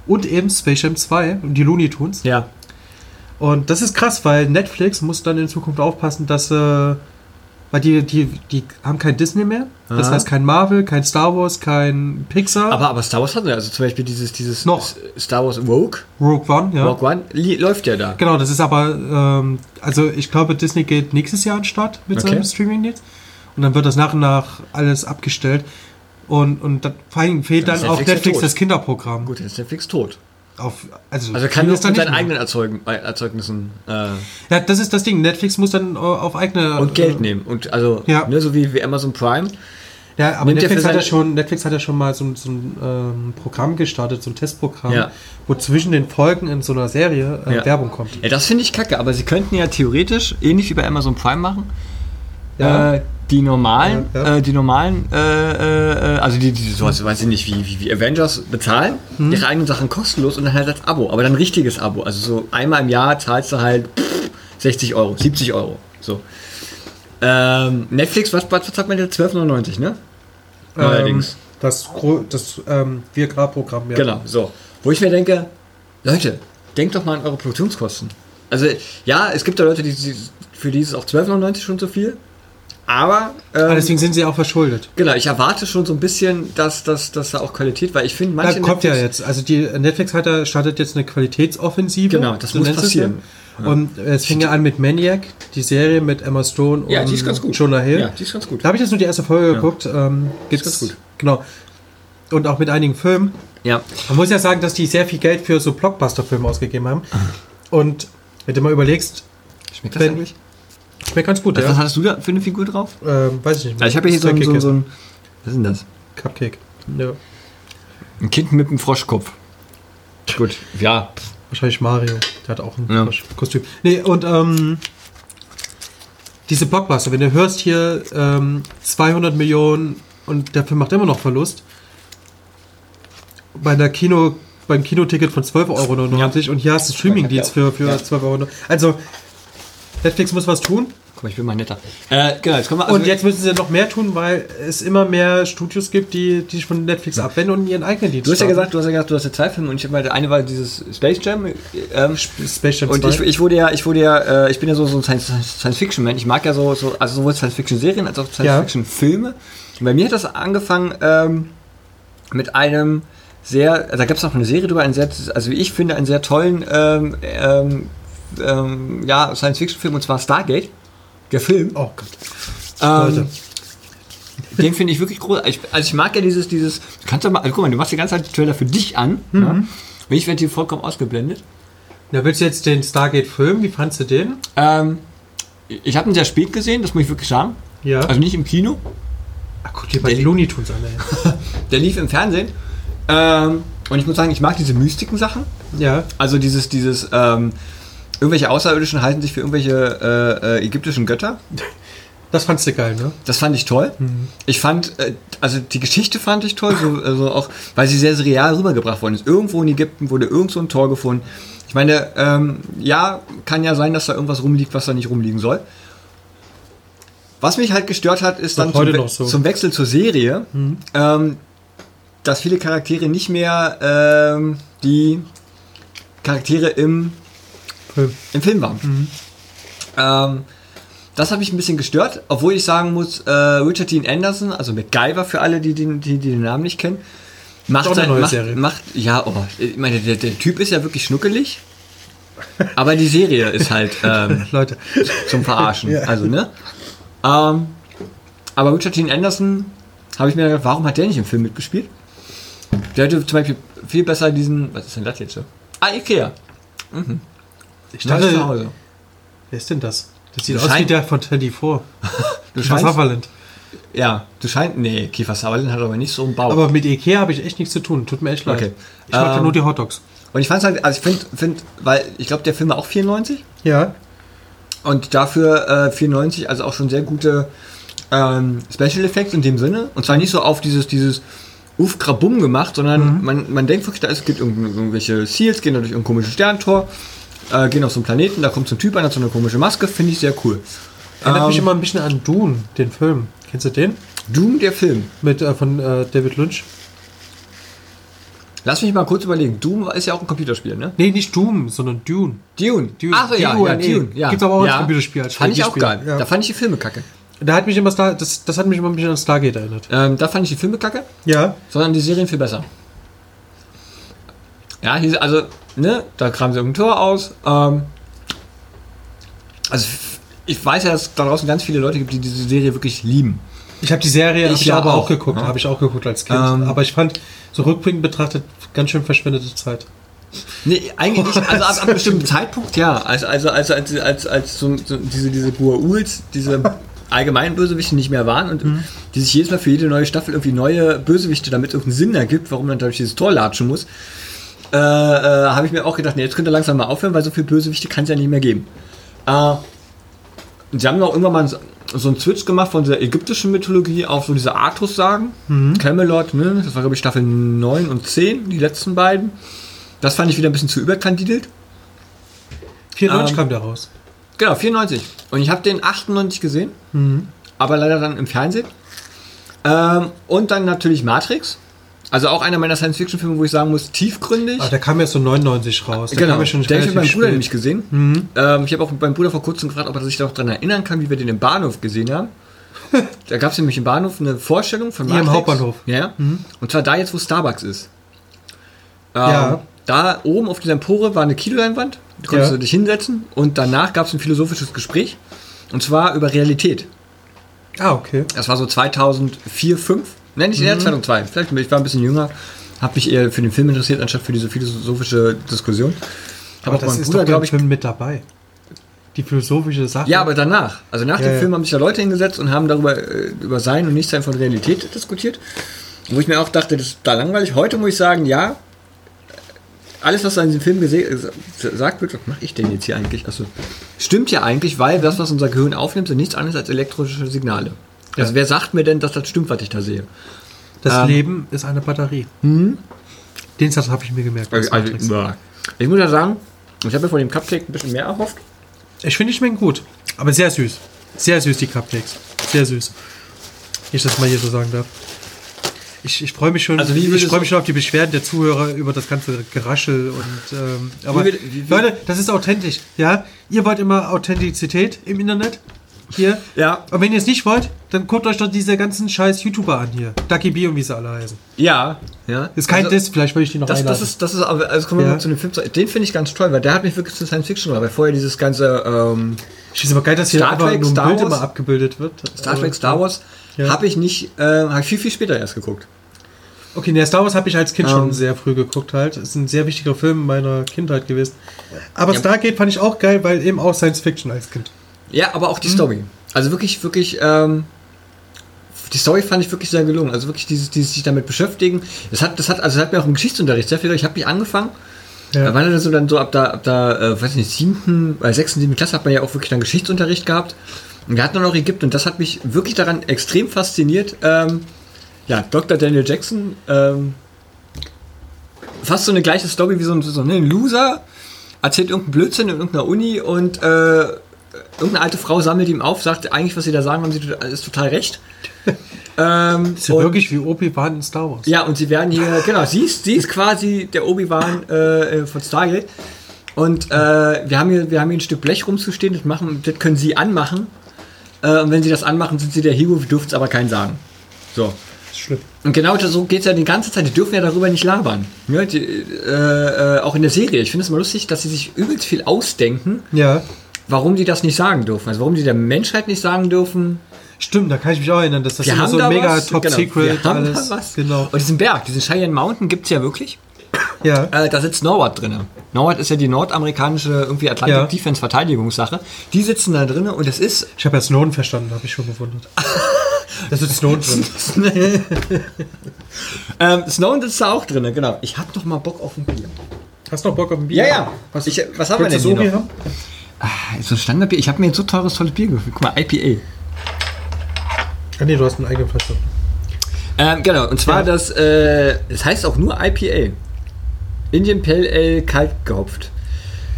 Speaker 2: Und eben Space Jam 2 und die Looney Tunes.
Speaker 1: Ja.
Speaker 2: Und das ist krass, weil Netflix muss dann in Zukunft aufpassen, dass äh, weil die, die, die haben kein Disney mehr. Das
Speaker 1: Aha.
Speaker 2: heißt kein Marvel, kein Star Wars, kein Pixar.
Speaker 1: Ah. Aber, aber Star Wars hatten wir, also zum Beispiel dieses, dieses
Speaker 2: Noch.
Speaker 1: S- Star Wars Rogue,
Speaker 2: Rogue One, ja.
Speaker 1: Rogue One, li- läuft ja da.
Speaker 2: Genau, das ist aber, ähm, also ich glaube, Disney geht nächstes Jahr an den Start mit
Speaker 1: Okay.
Speaker 2: seinem Streaming-Dienst. Und dann wird das nach und nach alles abgestellt. Und, und dann, vor allem fehlt
Speaker 1: Dann
Speaker 2: dann,
Speaker 1: ist
Speaker 2: auf
Speaker 1: Netflix ja
Speaker 2: Netflix
Speaker 1: tot.
Speaker 2: das Kinderprogramm.
Speaker 1: Gut, dann ist Netflix tot.
Speaker 2: Auf, also,
Speaker 1: Also kann
Speaker 2: vieles
Speaker 1: das mit
Speaker 2: nicht
Speaker 1: seinen
Speaker 2: mehr.
Speaker 1: eigenen Erzeugen, äh, Erzeugnissen äh,
Speaker 2: Ja, das ist das Ding. Netflix muss dann äh, auf eigene.
Speaker 1: und
Speaker 2: äh,
Speaker 1: Geld nehmen. Und also,
Speaker 2: Ja.
Speaker 1: ne, so wie, wie Amazon Prime.
Speaker 2: Ja, aber
Speaker 1: Nimmt ja
Speaker 2: Netflix
Speaker 1: für
Speaker 2: hat, ja
Speaker 1: seine-
Speaker 2: schon, Netflix hat ja schon mal so, ein- so ein ähm, Programm gestartet, so ein Testprogramm,
Speaker 1: Ja.
Speaker 2: wo zwischen den Folgen in so einer Serie äh,
Speaker 1: Ja.
Speaker 2: Werbung kommt.
Speaker 1: Ja, das finde ich kacke, aber sie könnten ja theoretisch, ähnlich wie bei Amazon Prime machen,
Speaker 2: Ja. ähm,
Speaker 1: äh, die normalen,
Speaker 2: Ja, ja.
Speaker 1: Äh, die normalen, äh, äh, äh, also die, die sowas, weiß ich nicht, wie, wie, wie Avengers bezahlen,
Speaker 2: Hm.
Speaker 1: ihre eigenen Sachen kostenlos und dann halt als Abo, aber dann ein richtiges Abo. Also so einmal im Jahr zahlst du halt pff, 60 Euro, 70 Euro. So. Ähm, Netflix, was, was zahlt man jetzt? 12,99, ne? Neuerdings.
Speaker 2: Ähm, das Gro- das ähm, 4K-Programm, ja.
Speaker 1: Genau, so. Wo ich mir denke, Leute, denkt doch mal an eure Produktionskosten. Also, ja, es gibt da Leute, die, die für die ist es auch 12,99 schon zu viel. Aber, ähm,
Speaker 2: Aber deswegen sind sie auch verschuldet.
Speaker 1: genau, ich erwarte schon so ein bisschen, dass, dass, dass da auch Qualität, weil ich finde,
Speaker 2: Da
Speaker 1: manche.
Speaker 2: kommt ja
Speaker 1: Netflix-
Speaker 2: jetzt. Also die Netflix hat da, startet jetzt eine Qualitätsoffensive.
Speaker 1: Genau, das muss
Speaker 2: nennt sie es
Speaker 1: passieren.
Speaker 2: ja. Und äh, es fing ja an mit Maniac, die Serie mit Emma Stone
Speaker 1: Ja,
Speaker 2: und
Speaker 1: die ist ganz gut.
Speaker 2: Jonah Hill.
Speaker 1: Ja, die ist ganz gut.
Speaker 2: Da habe ich jetzt nur die erste Folge geguckt. Ähm, geht's
Speaker 1: ganz gut.
Speaker 2: Genau. Und auch mit einigen Filmen.
Speaker 1: Ja.
Speaker 2: Man muss ja sagen, dass die sehr viel Geld für so Blockbuster-Filme ausgegeben haben. Und wenn du mal überlegst,
Speaker 1: Schmeckt
Speaker 2: das eigentlich? schmeckt ganz gut,
Speaker 1: Was, was
Speaker 2: ja.
Speaker 1: hattest du da für eine Figur drauf?
Speaker 2: Ähm, weiß ich nicht
Speaker 1: Ja,
Speaker 2: mehr.
Speaker 1: Also ich habe hier so, ein- so, so ein. Was ist denn das?
Speaker 2: Cupcake. Ja.
Speaker 1: Ein Kind mit einem Froschkopf. Gut, ja.
Speaker 2: Wahrscheinlich Mario. Der hat auch ein
Speaker 1: Ja.
Speaker 2: Kostüm. Nee, und ähm, diese Blockbuster, wenn du hörst hier ähm, 200 Millionen und der Film macht immer noch Verlust. Bei der Kino, beim Kinoticket von 12,99 Euro und hier hast du einen Streamingdienst für, für
Speaker 1: Ja.
Speaker 2: 12 Euro. Also, Netflix muss was tun.
Speaker 1: Guck mal, ich bin mal netter. Äh, genau, jetzt kommen wir.
Speaker 2: und jetzt müssen sie noch mehr tun, weil es immer mehr Studios gibt, die, die sich von Netflix abwenden und ihren eigenen Dienst
Speaker 1: Du hast ja
Speaker 2: starten.
Speaker 1: gesagt, du hast ja gesagt, du hast ja zwei Filme und ich habe mal, der eine war dieses Space Jam. äh, Ähm,
Speaker 2: Space Jam
Speaker 1: und
Speaker 2: 2.
Speaker 1: ich, ich wurde ja, ich wurde ja, äh, ich bin ja so, so ein Science- Science-Fiction-Man. Ich mag ja so, so also sowohl Science-Fiction-Serien als auch Science-Fiction-Filme. Und Bei mir hat das angefangen ähm, mit einem sehr, also da gab es noch eine Serie drüber, einen sehr, also wie ich finde, einen sehr tollen ähm, ähm, ähm, ja, Science-Fiction-Film und zwar Stargate, der Film.
Speaker 2: oh Gott, Leute.
Speaker 1: Ähm, den finde ich wirklich groß. Ich, also ich mag ja dieses, dieses, du kannst ja mal, also guck mal, du machst die ganze Zeit die Trailer für dich an. Ja? Und ich werde hier vollkommen ausgeblendet.
Speaker 2: Na, willst du jetzt den Stargate-Film? Wie fandst du den?
Speaker 1: Ähm, ich habe ihn sehr spät gesehen, das muss ich wirklich sagen.
Speaker 2: Ja.
Speaker 1: Also nicht im Kino,
Speaker 2: Ach, guck dir bei
Speaker 1: Der-
Speaker 2: den Looney Tunes an, ey.
Speaker 1: der lief im Fernsehen. Ähm, und ich muss sagen, ich mag diese mystiken Sachen.
Speaker 2: Ja.
Speaker 1: Also dieses, dieses, ähm, irgendwelche Außerirdischen halten sich für irgendwelche äh, äh, ägyptischen Götter.
Speaker 2: Das fandst du geil, ne?
Speaker 1: Das fand ich toll.
Speaker 2: Mhm.
Speaker 1: Ich fand, äh, also die Geschichte fand ich toll, so, also auch, weil sie sehr serial rübergebracht worden ist. Irgendwo in Ägypten wurde irgend so ein Tor gefunden. Ich meine, ähm, ja, kann ja sein, dass da irgendwas rumliegt, was da nicht rumliegen soll. Was mich halt gestört hat, ist dann
Speaker 2: Doch heute
Speaker 1: zum, We-
Speaker 2: noch so. Mhm.
Speaker 1: zum Wechsel zur Serie, ähm, dass viele Charaktere nicht mehr ähm, die Charaktere im
Speaker 2: Film.
Speaker 1: im Film waren.
Speaker 2: Mhm.
Speaker 1: Ähm, das hat mich ein bisschen gestört, obwohl ich sagen muss, äh, Richard Dean Anderson, also MacGyver für alle, die, den- die, die den Namen nicht kennen, Macht,
Speaker 2: auch eine
Speaker 1: sein,
Speaker 2: neue
Speaker 1: macht,
Speaker 2: Serie.
Speaker 1: macht, ja, oh, ich meine, der, der Typ ist ja wirklich schnuckelig. Aber die Serie ist halt ähm,
Speaker 2: Leute.
Speaker 1: zum Verarschen. Also, ne? Ähm, aber Richard Dean Anderson, habe ich mir gedacht, warum hat der nicht im Film mitgespielt? Der hätte zum Beispiel viel besser diesen. Was ist denn das jetzt so? Ah, Ikea. Mhm.
Speaker 2: Ich
Speaker 1: Das ist zu
Speaker 2: dachte,
Speaker 1: Hause.
Speaker 2: wer ist denn das? Das sieht
Speaker 1: Das
Speaker 2: aus wie
Speaker 1: scheint-
Speaker 2: der von 24.
Speaker 1: Du
Speaker 2: Von
Speaker 1: scheinst,
Speaker 2: Sutherland.
Speaker 1: ja, du scheinst. Nee, Kiefer Sutherland hat aber nicht so einen Bauch.
Speaker 2: Aber mit Ikea habe ich echt nichts zu tun. Tut mir echt leid.
Speaker 1: Oh. Okay.
Speaker 2: Ich mag ja
Speaker 1: Ähm,
Speaker 2: nur die Hotdogs.
Speaker 1: Und ich fand's halt, also ich finde, find, weil ich glaube, der Film war auch 94
Speaker 2: Ja.
Speaker 1: und dafür äh, 94, also auch schon sehr gute ähm, Special Effects in dem Sinne. Und zwar nicht so auf dieses, dieses Uff Krabum gemacht, sondern man, man denkt wirklich, da es gibt irgend- irgendwelche Seals, gehen da durch irgendein komisches Sterntor, äh, gehen auf so einen Planeten, da kommt so ein Typ an, hat so eine komische Maske, finde ich sehr cool.
Speaker 2: Erinnert mich
Speaker 1: Ähm.
Speaker 2: immer ein bisschen an Dune, den Film. Kennst du den?
Speaker 1: Doom, der Film.
Speaker 2: Mit äh, von äh, David Lynch.
Speaker 1: Lass mich mal kurz überlegen. Doom ist ja auch ein Computerspiel, ne?
Speaker 2: Nee, nicht Doom, sondern Dune.
Speaker 1: Dune.
Speaker 2: Dune.
Speaker 1: Ach so, ja, ja,
Speaker 2: D-U-N-E.
Speaker 1: Dune. Ja.
Speaker 2: Gibt's aber auch
Speaker 1: ja.
Speaker 2: als Computerspiel, als
Speaker 1: Fand ich auch
Speaker 2: Strategiespiel.
Speaker 1: geil.
Speaker 2: Ja.
Speaker 1: Da fand ich die Filme kacke.
Speaker 2: Da hat mich immer Star, das, das hat mich immer ein bisschen an Stargate erinnert.
Speaker 1: Ähm, da fand ich die Filme kacke.
Speaker 2: Ja.
Speaker 1: sondern die Serien viel besser. Ja, hier, also, ne, da kramen sie irgendein Tor aus. Ähm, also, f- ich weiß ja, dass es da draußen ganz viele Leute gibt, die diese Serie wirklich lieben.
Speaker 2: Ich habe die Serie hab
Speaker 1: Ich
Speaker 2: ich
Speaker 1: ja
Speaker 2: aber auch,
Speaker 1: auch.
Speaker 2: geguckt,
Speaker 1: Ja.
Speaker 2: habe ich auch geguckt als Kind.
Speaker 1: Ähm.
Speaker 2: aber ich fand, so rückblickend betrachtet, ganz schön verschwendete Zeit.
Speaker 1: Nee, eigentlich nicht. Also, ab, ab einem bestimmten Zeitpunkt, ja. Also, also, als, als, als, als so, so diese, diese Gua'uls, diese allgemeinen Bösewichte nicht mehr waren und die sich jedes Mal für jede neue Staffel irgendwie neue Bösewichte, damit es irgendeinen Sinn ergibt, warum man dadurch dieses Tor latschen muss, äh, äh, habe ich mir auch gedacht, nee, jetzt könnt ihr langsam mal aufhören, weil so viele Bösewichte kann es ja nicht mehr geben. Äh, Und Sie haben auch irgendwann mal so- so einen Switch gemacht von der ägyptischen Mythologie auf so diese Artus-Sagen. Camelot, ne? das war glaube ich Staffel 9 und 10, die letzten beiden. Das fand ich wieder ein bisschen zu überkandidelt.
Speaker 2: 94
Speaker 1: Ähm.
Speaker 2: kam der raus.
Speaker 1: Genau, 94. Und ich habe den 98 gesehen, aber leider dann im Fernsehen. Ähm, und dann natürlich Matrix. Also auch einer meiner Science-Fiction-Filme, wo ich sagen muss, tiefgründig.
Speaker 2: Ah, der kam erst so 99 raus. Der
Speaker 1: genau,
Speaker 2: kam ja schon
Speaker 1: der habe ich mit meinem
Speaker 2: relativ
Speaker 1: Bruder
Speaker 2: spät. Mhm.
Speaker 1: nämlich gesehen. Ähm, ich habe auch mit meinem Bruder vor kurzem gefragt, ob er sich noch daran erinnern kann, wie wir den im Bahnhof gesehen haben. da gab es nämlich im Bahnhof eine Vorstellung von
Speaker 2: Hier
Speaker 1: Matrix.
Speaker 2: im Hauptbahnhof. Mhm.
Speaker 1: Ja. Und zwar da jetzt, wo Starbucks ist. Ähm,
Speaker 2: Ja.
Speaker 1: Da oben auf dieser Empore war eine Kinoleinwand. Da konntest
Speaker 2: Ja.
Speaker 1: du dich hinsetzen. Und danach gab es ein philosophisches Gespräch. Und zwar über Realität.
Speaker 2: Ah, okay.
Speaker 1: Das war so 2004, 5. Nein, nicht
Speaker 2: Mhm.
Speaker 1: eher 2002. Vielleicht, ich war ein bisschen jünger. Habe mich eher für den Film interessiert, anstatt für diese philosophische Diskussion. Hab
Speaker 2: Aber
Speaker 1: auch
Speaker 2: das
Speaker 1: meinem
Speaker 2: ist
Speaker 1: Bruder,
Speaker 2: doch
Speaker 1: glaub
Speaker 2: glaube ich Film mit dabei. Die philosophische Sache.
Speaker 1: Ja, aber danach. Also nach
Speaker 2: Ja,
Speaker 1: dem
Speaker 2: ja.
Speaker 1: Film haben sich da Leute hingesetzt und haben darüber äh, über Sein und Nichtsein von Realität diskutiert. Wo ich mir auch dachte, das ist da langweilig. Heute muss ich sagen, ja, alles, was da in diesem Film gese- äh, gesagt wird, was mache ich denn jetzt hier eigentlich? Achso, stimmt ja eigentlich, weil das, was unser Gehirn aufnimmt, sind nichts anderes als elektrische Signale. Also
Speaker 2: Ja.
Speaker 1: wer sagt mir denn, dass das stimmt, was ich da sehe?
Speaker 2: das
Speaker 1: ähm. Hm?
Speaker 2: Leben ist eine Batterie. Den Satz habe ich mir gemerkt. aus
Speaker 1: Also,
Speaker 2: Matrix.
Speaker 1: ja. ich muss ja sagen, ich habe mir von dem Cupcake ein bisschen mehr erhofft.
Speaker 2: Ich finde, die schmecken gut. Aber sehr süß. Sehr süß, die Cupcakes. Sehr süß. Wenn ich das mal hier so sagen darf. Ich, ich freue mich schon.
Speaker 1: Also wie
Speaker 2: ich
Speaker 1: würdest
Speaker 2: freue
Speaker 1: du-
Speaker 2: mich schon auf die Beschwerden der Zuhörer über das ganze Geraschel und ähm, aber
Speaker 1: würd- wie- wie-
Speaker 2: Leute, das ist authentisch, ja? Ihr wollt immer Authentizität im Internet? Hier.
Speaker 1: Ja.
Speaker 2: Und wenn ihr es nicht wollt, dann guckt euch doch diese ganzen scheiß YouTuber an hier. Ducky B und wie sie alle heißen.
Speaker 1: Ja, ja.
Speaker 2: Ist kein
Speaker 1: also,
Speaker 2: Diss, vielleicht würde ich die noch
Speaker 1: Das, das
Speaker 2: einladen.
Speaker 1: ist, das ist, aber- also kommen wir
Speaker 2: Ja.
Speaker 1: mal zu dem Film. zurück. Den finde ich ganz toll, weil der hat mich wirklich zu Science Fiction gemacht. Weil vorher dieses ganze ähm,
Speaker 2: ich finde es aber geil, dass hier
Speaker 1: Star
Speaker 2: einfach
Speaker 1: Trek,
Speaker 2: nur ein
Speaker 1: Star
Speaker 2: Bild
Speaker 1: Wars.
Speaker 2: immer abgebildet wird.
Speaker 1: Star Trek,
Speaker 2: Aber-
Speaker 1: Star Wars
Speaker 2: Ja.
Speaker 1: habe ich nicht, äh, habe ich viel, viel später erst geguckt.
Speaker 2: Okay, nee, Star Wars habe ich als Kind
Speaker 1: Ähm.
Speaker 2: schon sehr früh geguckt halt. Ist ein sehr wichtiger Film meiner Kindheit gewesen. Aber
Speaker 1: Ja.
Speaker 2: Stargate fand ich auch geil, weil eben auch Science Fiction als Kind.
Speaker 1: Ja, aber auch
Speaker 2: Mhm.
Speaker 1: die Story. Also wirklich, wirklich, ähm, die Story fand ich wirklich sehr gelungen. Also wirklich dieses, dieses sich damit beschäftigen. Das hat, das hat, also das hat mir auch im Geschichtsunterricht sehr viel. Ich habe mich angefangen.
Speaker 2: Ja.
Speaker 1: Da war das so dann so ab da, ab da, äh, weiß nicht, siebten, bei sechsten, siebten Klasse hat man ja auch wirklich dann Geschichtsunterricht gehabt. Und wir hatten dann auch Ägypten und das hat mich wirklich daran extrem fasziniert. Ähm, ja, Dr. Daniel Jackson, ähm, fast so eine gleiche Story wie so ein, so ein Loser, erzählt irgendeinen Blödsinn in irgendeiner Uni und äh, irgendeine alte Frau sammelt ihm auf, sagt eigentlich, was sie da sagen, haben sie to- ist total recht. ähm,
Speaker 2: Ist ja
Speaker 1: und-
Speaker 2: wirklich wie Obi-Wan in Star Wars.
Speaker 1: ja, und sie werden hier, genau, sie ist, sie ist quasi der Obi-Wan äh, äh, von Stargate. Und äh, wir, haben hier, wir haben hier ein Stück Blech rumzustehen, das, machen, das können sie anmachen. Äh, und wenn sie das anmachen, sind sie der Hero, wir dürfen es aber keinen sagen. So.
Speaker 2: ist schlimm.
Speaker 1: Und genau so geht es ja die ganze Zeit. Die dürfen ja darüber nicht labern. Ja, die, äh, äh, auch in der Serie. Ich finde es mal lustig, dass sie sich übelst viel ausdenken,
Speaker 2: Ja.
Speaker 1: warum die das nicht sagen dürfen. Also warum die der Menschheit nicht sagen dürfen.
Speaker 2: Stimmt, da kann ich mich auch erinnern, dass das
Speaker 1: Wir
Speaker 2: immer
Speaker 1: haben
Speaker 2: so
Speaker 1: da
Speaker 2: ein mega
Speaker 1: was.
Speaker 2: Top
Speaker 1: genau, wir
Speaker 2: Secret
Speaker 1: haben
Speaker 2: alles.
Speaker 1: Da was.
Speaker 2: Genau.
Speaker 1: Und diesen Berg, diesen Cheyenne Mountain gibt es ja wirklich.
Speaker 2: Ja.
Speaker 1: Äh, da sitzt Norwad drin. Norwad ist ja die nordamerikanische irgendwie Atlantic
Speaker 2: Ja.
Speaker 1: Defense Verteidigungssache. Die sitzen da drin und es ist
Speaker 2: Ich habe ja Snowden verstanden, habe ich schon gewundert. Das ist Snowden drin.
Speaker 1: ähm, Snowden sitzt da auch drin, genau. Ich hab doch mal Bock auf ein Bier.
Speaker 2: Hast du noch Bock auf ein Bier?
Speaker 1: Was, ich, was haben wir denn
Speaker 2: Könntest du
Speaker 1: hier
Speaker 2: Obi
Speaker 1: noch?
Speaker 2: haben?
Speaker 1: Ah, So ein Standardbier. Ich habe mir jetzt so teures, tolles Bier geholt. Guck mal, IPA.
Speaker 2: Ah nee, du hast eine eigene Flasche.
Speaker 1: Ähm, genau, und zwar
Speaker 2: Ja.
Speaker 1: das, äh, es heißt auch nur IPA. Indian Pale Ale kalt gehopft.